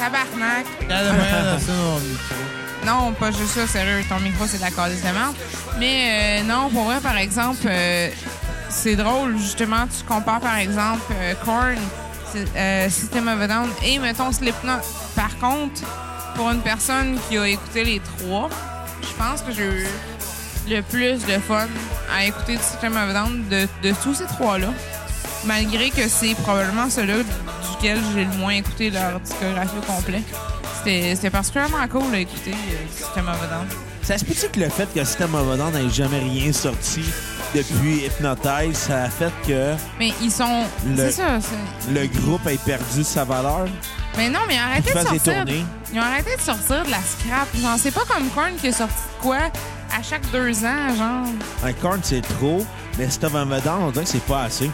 Tabarnak.
Regarde le meilleur de ça, mon micro.
Non, pas juste ça, sérieux, ton micro, c'est de la calice de merde. Mais euh, non, pour moi, par exemple, euh, c'est drôle, justement, tu compares, par exemple, euh, Korn, c'est- euh, System of a Down et, mettons, Slipknot. Par contre, pour une personne qui a écouté les trois, je pense que j'ai eu le plus de fun à écouter du System of a Down de, de tous ces trois-là. Malgré que c'est probablement celui duquel j'ai le moins écouté leur discographie au complet. C'était c'était particulièrement cool à écouter euh, System of a Down.
Ça se peut-tu que le fait que System of a Down n'ait jamais rien sorti depuis Hypnotize, ça a fait que
Mais ils sont.
Le-
C'est ça. c'est-
le groupe ait perdu sa valeur,
Mais non, mais
qu'ils
arrêtez de
fassent des
sortir.
tournées?
Ils ont arrêté de sortir de la scrap. Genre, c'est pas comme Korn qui a sorti de quoi à chaque deux ans, genre.
Un corn, c'est trop, mais Stop and Vedon, on dirait que c'est pas assez.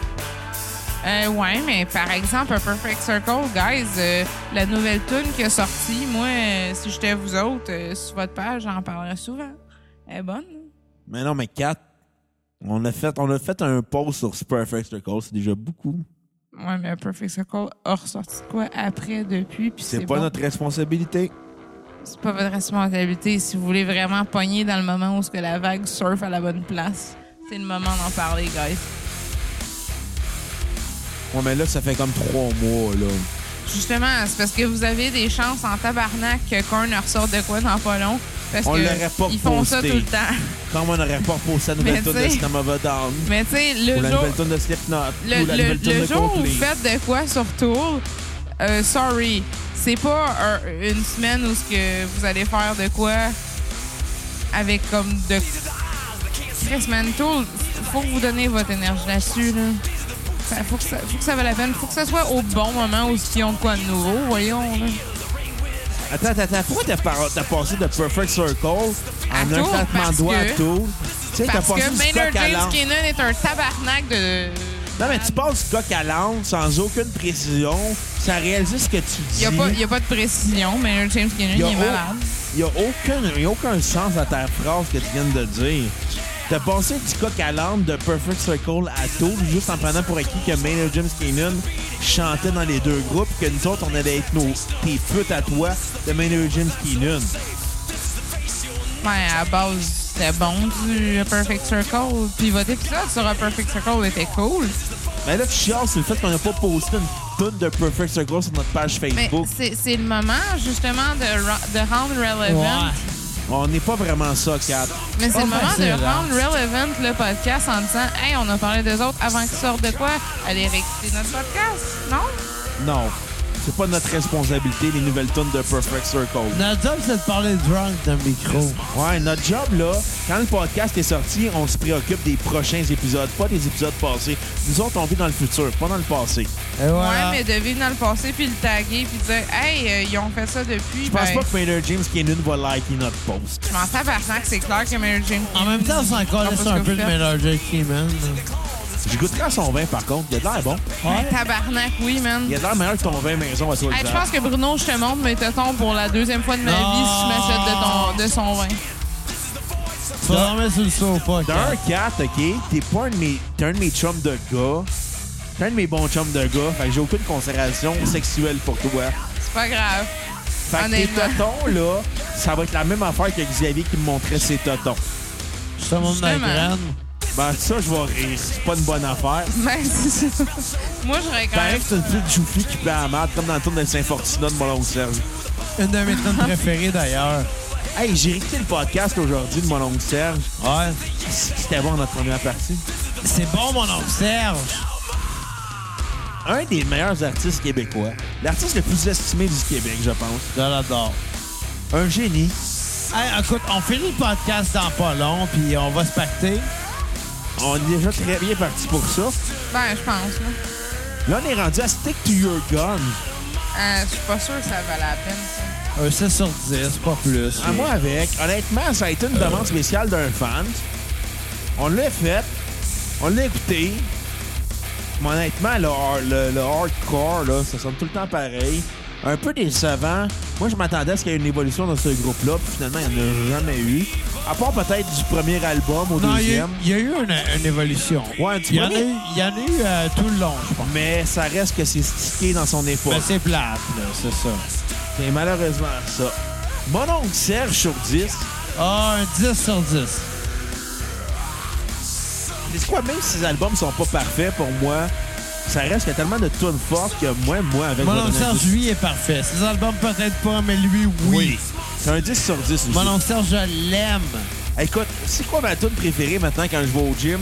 Euh, ouais, mais par exemple, un Perfect Circle, guys, euh, la nouvelle tune qui est sortie, moi, euh, si j'étais vous autres, euh, sur votre page, j'en parlerais souvent. Elle est bonne. hein?
Mais non, mais 4. On a fait, on a fait un post sur Perfect Circle, c'est déjà beaucoup.
Ouais, mais un Perfect Circle a ressorti de quoi après, depuis, puis
C'est
c'est
pas
bon.
notre responsabilité.
C'est pas votre responsabilité. Si vous voulez vraiment pogner dans le moment où ce que la vague surfe à la bonne place, c'est le moment d'en parler, guys.
Ouais, mais là, ça fait comme trois mois, là.
Justement, c'est parce que vous avez des chances en tabarnak que Korn ressorte de quoi dans pas long. Parce
On
que
l'aurait pas
ils font ça
posté.
tout le temps.
Comme on aurait pas posté la nouvelle
Mais
tune de
t'sais-
System of a Down,
Mais tu sais,
ou
le
la
jour,
nouvelle tune de Slipknot,
le,
ou la
le-
nouvelle tune
le
de
jour où vous
Coldplay.
faites de quoi sur tour, euh, sorry, c'est pas un- une semaine où ce que vous allez faire de quoi avec comme de Chris Mantle. Faut que vous donnez votre énergie là-dessus. Là. Ça- faut, que ça, faut que ça vaille la peine. Faut que ça soit au bon moment où ils ont de quoi de nouveau. Voyons. Là.
Attends, attends, attends, pourquoi t'as, par- t'as passé de Perfect Circle
À
en un
Tool,
claquement
parce
de doigts à
que-
tout? Tu sais, t'as
Parce
passé
que
du
Maynard
coq à
James
l'âne.
Keenan est un tabarnak de.
Non, mais tu passes du coq à l'âne sans aucune précision, sans réaliser ce que tu
Il
dis.
n'y a, pas- y a pas de précision. Maynard James Keenan, il
Y a
est
au-
malade.
Il n'y a, aucun- y a aucun sens à ta phrase que tu viens de dire. T'as passé du coq à l'âne de Perfect Circle à Tool juste en prenant pour acquis que Maynard James Keenan chantait dans les deux groupes que nous autres, on allait être nos, tes putes à toi de Maynard James Keenan.
Ouais, à la base, c'était bon du A Perfect Circle. Puis votre épisode sur A Perfect Circle était cool.
Mais là, tu chiales sur le fait qu'on n'a pas posté une tonne de Perfect Circle sur notre page
Mais
Facebook.
c'est c'est le moment, justement, de, ra- de rendre relevant.
On n'est pas vraiment ça, Kat.
Mais c'est
Pas
le moment
facile,
de
hein.
rendre relevant le podcast en disant Hey, on a parlé des autres avant qu'ils sortent de quoi Allez réécouter notre podcast, non
Non. C'est pas notre responsabilité, les nouvelles tonnes de Perfect Circle.
Notre job, c'est de parler drunk d'un micro.
Ouais, notre job, là, quand le podcast est sorti, on se préoccupe des prochains épisodes, pas des épisodes passés. Nous autres, on vit dans le futur, pas dans le passé.
Et voilà.
Ouais, mais de vivre dans le passé, puis le taguer, puis dire Hey, euh, ils ont fait ça depuis.
Je pense
ben,
pas que Maynard James Keenan va liker notre post.
Je m'en tape à que c'est clair que Mary Jane.
En même temps, c'est encore
Ils font pas ce
un
que
peu
vous
de
faites.
mélanger qui, man.
Je goûterai à son vin, par contre. Il a de l'air bon.
Hey, Tabarnak, oui, man.
Il a de l'air meilleur que ton vin maison à toi,
Hey, je pense que Bruno, je te montre mes tétons pour la deuxième fois de ma
Non.
vie si je m'achète de, ton- de son vin.
Faut dormir sur le sofa,
D'un
Kat.
4, OK, t'es pas un de mes, t'es un de mes chums de gars. T'es un de mes bons chums de gars. Fait que j'ai aucune considération sexuelle pour toi.
C'est pas grave.
Fait que tes
Honnêtement.
totons, là, ça va être la même affaire que Xavier qui me montrait ses totons.
Je te montre ma
Justement.
graine.
Ben, ça, je vais rire. C'est pas une bonne affaire.
Mais Ben, c'est ça. Moi, je
T'arrives,
regrette.
c'est une petite joufflue qui plaît à la marde, comme dans le tour de Saint-Fortuna de mon oncle Serge.
Une de mes tonnes préférées, d'ailleurs.
Hey, j'ai écouté le podcast aujourd'hui de mon oncle Serge.
Ouais.
C'était bon notre première partie.
C'est bon, mon oncle Serge.
Un des meilleurs artistes québécois. L'artiste le plus estimé du Québec, je pense.
Je l'adore.
Un génie.
Hey, écoute, on finit le podcast dans pas long, puis on va se pacter.
On est déjà très bien parti pour ça.
Ben, je pense. là.
Là, on est rendu à Stick to Your Gun.
Euh, je suis pas sûre que ça valait la peine, ça.
Un 6 sur 10, pas plus.
À moi avec. Honnêtement, ça a été une demande spéciale d'un fan. On l'a fait. On l'a écouté. Mais honnêtement, le, har- le- le hardcore, là, ça sonne tout le temps pareil. Un peu décevant. Moi, je m'attendais à ce qu'il y ait une évolution dans ce groupe-là. Puis finalement, il n'y en a jamais eu. À part peut-être du premier album au
Non, il y, a-
deuxième.
il y a eu une, une évolution.
Ouais, du
Il y en a
premier.
eu, il y en a eu euh, tout le long, je pense.
Mais ça reste que c'est stické dans son époque.
Mais c'est plate, là, c'est ça.
C'est malheureusement ça. Mon oncle Serge sur 10,
Ah, un 10 sur 10.
C'est quoi, même si ces albums sont pas parfaits pour moi, ça reste qu'il y a tellement de tunes fortes que moi, moi, avec
Mon
je vais
oncle
donner un
Serge,
10.
lui, est parfait. Ses albums, peut-être pas, mais lui, oui.
Oui. C'est un 10 sur 10 aussi.
Mon oncle Serge, je l'aime.
Écoute, c'est quoi ma tune préférée maintenant quand je vais au gym?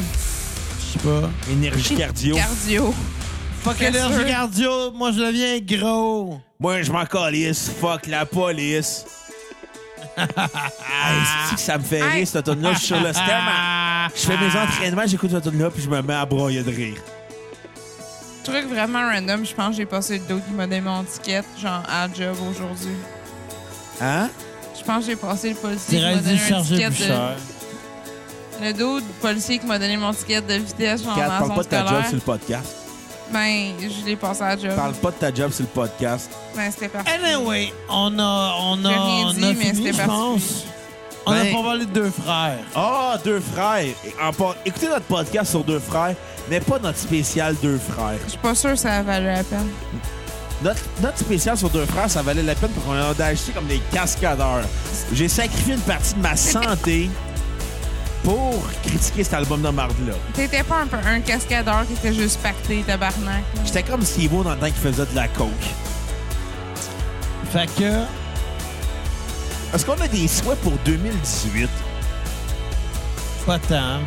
Je sais pas.
Énergie cardio.
Cardio.
Fuck
Bien
allergie
sûr.
cardio, moi, je deviens gros.
Moi, je m'en calisse. Fuck la police. hey, c'est-tu que ça me fait rire, cette tune-là. Je suis sur le stem.
Ah!
Je fais mes entraînements, j'écoute cette tune-là, puis je me mets à broyer de rire.
Truc vraiment random, je pense que j'ai passé le dos qui m'a donné mon ticket, genre à job aujourd'hui.
Hein?
Je pense que j'ai passé le policier qui
Dirais
m'a
dit
donné un
charger
ticket
plus
de...
cher.
Le dos du policier qui m'a donné mon ticket de vitesse genre,
Kat,
dans
parle
son
pas de ta job
scolaire,
sur le podcast.
ben, je l'ai passé à la job.
Parle pas de ta job sur le podcast.
Ben, c'était parfait.
Anyway, on a, on a,
J'ai rien
on
dit,
a
mais
fini,
c'était
je pense. On a
Ben-
pas parlé de deux frères.
Ah, deux frères. Et en par- Écoutez notre podcast sur deux frères, mais pas notre spécial deux frères.
Je suis pas sûre que ça a valu la peine.
Notre, notre spécial sur deux frères, ça valait la peine parce qu'on a acheté comme des cascadeurs. J'ai sacrifié une partie de ma santé pour critiquer cet album de marde-là.
T'étais pas un, peu un cascadeur qui était juste pacté, tabarnak. là.
J'étais comme Steve dans le temps qu'il faisait de la coke.
Fait que,
Est-ce qu'on a des souhaits pour 2018?
pas tant.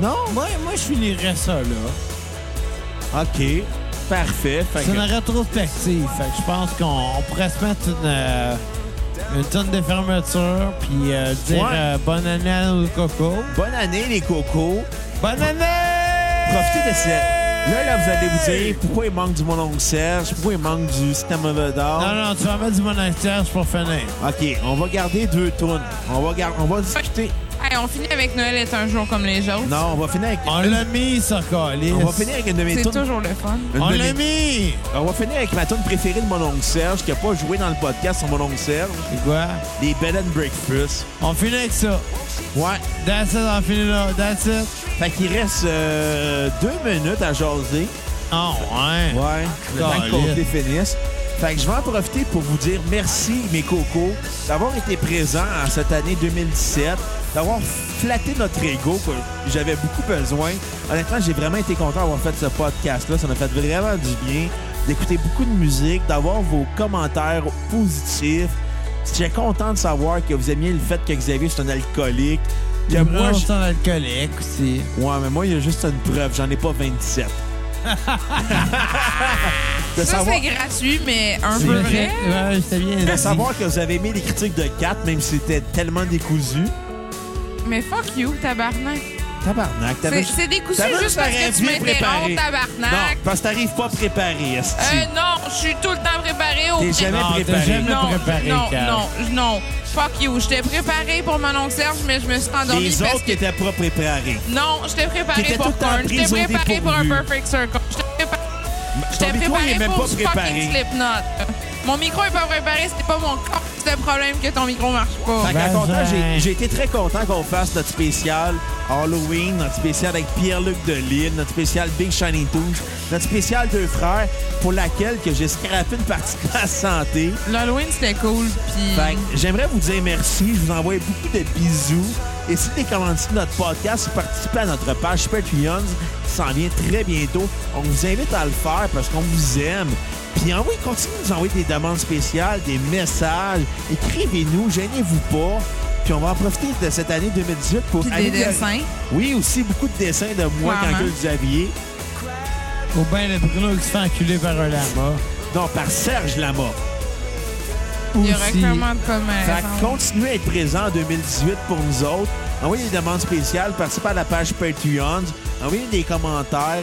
Non?
Moi, moi je finirais ça, là.
OK. Parfait. Fait
C'est
que-
une rétrospective. Fait que je pense qu'on on pourrait se mettre une, euh, une tonne de fermeture puis euh, dire
Ouais.
euh, bonne année à nos cocos.
Bonne année, les cocos.
Bonne année!
Profitez de cette. Là, là, vous allez vous dire pourquoi il manque du mon oncle Serge, pourquoi il manque du système d'or.
Non, non, tu vas mettre du monastère pour finir.
OK, on va garder deux tonnes. On va, gar- on va discuter.
Hey, on finit avec Noël est un jour comme les autres.
Non, on va finir avec.
On l'a mis, ça, Calis.
On va finir avec une de mes
C'est
tunes.
toujours le fun.
une
On
de
l'a
mes-
mis!
On va finir avec ma tune préférée de mon oncle Serge, qui n'a pas joué dans le podcast sur mon oncle Serge,
C'est quoi?
les Bed and Breakfast.
On finit avec ça.
Ouais.
That's it, on finit là. That's it.
Fait qu'il reste euh, deux minutes à jaser.
Oh, ouais.
Ouais. Le temps
Caliste.
que qu'on définisse. Fait que je vais en profiter pour vous dire merci, mes cocos, d'avoir été présents en cette année 2017, d'avoir flatté notre ego, que j'avais beaucoup besoin. Honnêtement, j'ai vraiment été content d'avoir fait ce podcast-là. Ça m'a fait vraiment du bien d'écouter beaucoup de musique, d'avoir vos commentaires positifs. J'étais content de savoir que vous aimiez le fait que Xavier, c'est un alcoolique. Que
Il
moi, je-
je... un alcoolique aussi.
Ouais, mais moi, il y a juste une preuve. J'en ai pas 27. de
Ça,
savoir,
c'est gratuit, mais un peu vrai.
Ouais, c'était bien.
de
dit.
savoir que vous avez aimé les critiques de 4, même si c'était tellement décousu.
Mais fuck you, tabarnak.
Tabarnak, t'avais
C'est
juste-
c'est décousu
t'avais
juste parce que tu
bien
m'interromps,
Non,
tabarnak.
parce que t'arrives pas préparé, esti.
Euh, non, je suis tout le temps préparée au
T'es
pré-
jamais
Non, t'es
préparé.
jamais
non,
préparé,
non,
Kat.
non, non. Fuck you. J'étais préparée pour mon oncle Serge, mais je me suis endormie
les
parce
autres qui
que...
étaient pas préparés.
Non, j'étais préparée
T'étais tout
pour
le temps
Korn.
prise au
J'étais préparée pour un
dépourvu.
Perfect Circle. J'étais préparée... J'étais
Ton micro, il
préparée
est même
pour
pas
fucking
préparé.
Slipknot. Mon micro est pas préparé, c'était pas mon corps. C'était le problème que ton micro marche pas.
Fait qu'en
Vagin.
comptant, j'ai- j'ai été très content qu'on fasse notre spécial Halloween, notre spécial avec Pierre-Luc Delisle, notre spécial Big Shiny Toons, notre spécial Deux Frères, pour laquelle que j'ai scrapé une partie de ma santé.
L'Halloween, c'était cool, puis...
Fait que j'aimerais vous dire merci. Je vous envoie beaucoup de bisous. Et si vous commanditez notre podcast, vous participez à notre page Patreon qui s'en vient très bientôt. On vous invite à le faire parce qu'on vous aime. Puis envoyez, continuez de nous envoyer des demandes spéciales, des messages. Écrivez-nous, gênez-vous pas. Puis on va en profiter de cette année 2018 pour...
Puis des
améliorer-
dessins.
Oui, aussi beaucoup de dessins de moi quand
Clairement.
que Xavier.
Ou bien le Bruno qui se fait enculer par un lama.
Non, par Serge Lama.
Il y aurait
Aussi.
clairement de quoi
Fait
me
que continuez à être présent en 2018 pour nous autres. Envoyez des demandes spéciales, participez à la page Patreon, envoyez des commentaires,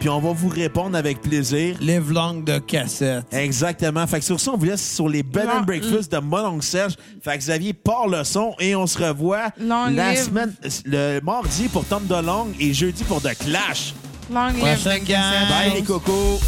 puis on va vous répondre avec plaisir.
Live long de cassette.
Exactement. Fait que sur ça, on vous laisse sur les Bed and
Non,
Breakfast de mon oncle Serge. Fait que Xavier part le son et on se revoit
Long
la
live.
semaine, le mardi pour Tom DeLong et jeudi pour The Clash.
Long live
Prochaine
the
gang.
Bye
Bye.
les cocos!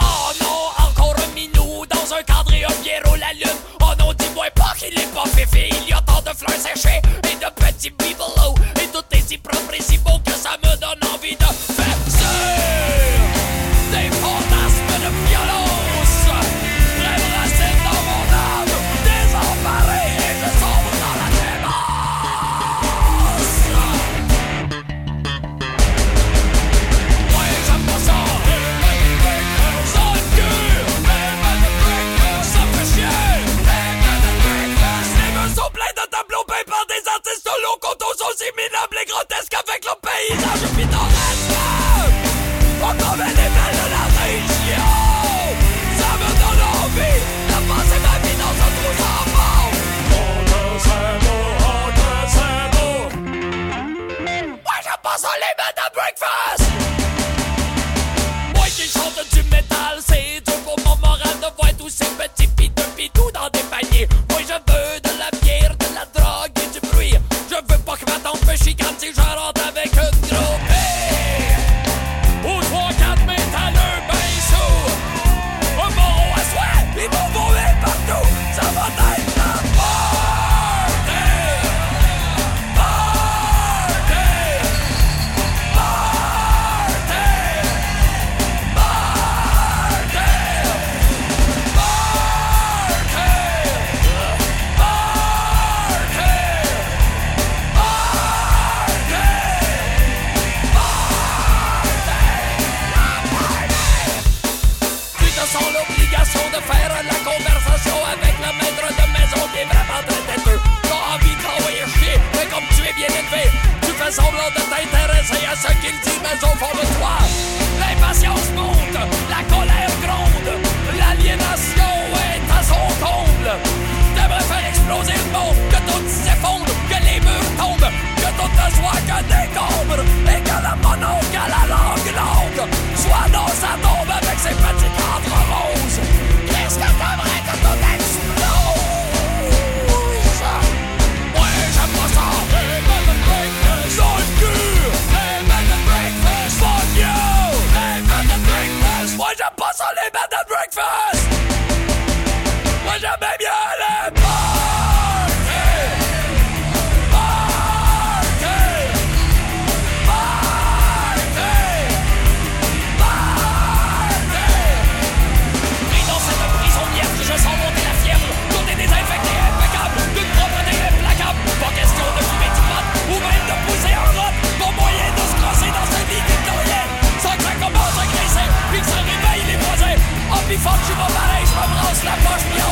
Oh non, encore un minou dans un cadre et un pierrot la lune. Oh non, dis-moi pas qu'il est pas féfé. Il y a tant de fleurs séchées et de petits bibelots. Et tout est si propre et si beau que ça me donne envie de faire sur des fantasmes de violence. Prébrasser dans mon âme, désemparé et je sombre dans la démence. Why is up my soul? Son cul, même à the breakfast, ça fait chier. Même à the breakfast, les murs sont pleins de tableaux peints par des artistes solo, contours aussi minables et grotesques avec leur ben sans l'obligation de faire la conversation avec le maître de maison qui est vraiment très têteux. T'as envie de t'envoyer chier, mais comme tu es bien élevé, tu fais semblant de t'intéresser à ce qu'il dit, mais au fond de toi, l'impatience monte, la colère gronde, l'aliénation est à son comble. T'aimerais faire exploser le monde, que tout s'effondre, que les murs tombent, que tout ne soit que décombres, et que le mononcle à la langue longue soit dans sa tombe avec ses petits cadres roses. Qu'est-ce que t'aimerais que tout explose? Moi, j'aime pas ça. Amen and breakfast. Dans le cul. Amen and breakfast. Fuck you. Amen and breakfast. Moi, j'aime pas ça, les bed and breakfast. Moi, j'aimais bien les parties. Parties. Parties. Et dans cette prisonnière que je sens monter la fièvre Tout est désinfecté, impeccable, d'une propreté implacable Pas question de fumer du pot ou même de pousser un rot Pas moyen de se crosser dans cette vie victorienne Sans que ça Ah, commence à grincer, puis que ça réveille les voisins Oh puis fuck, je suis pas pareil, je me brasse la poche, puis Eh ben, Ah,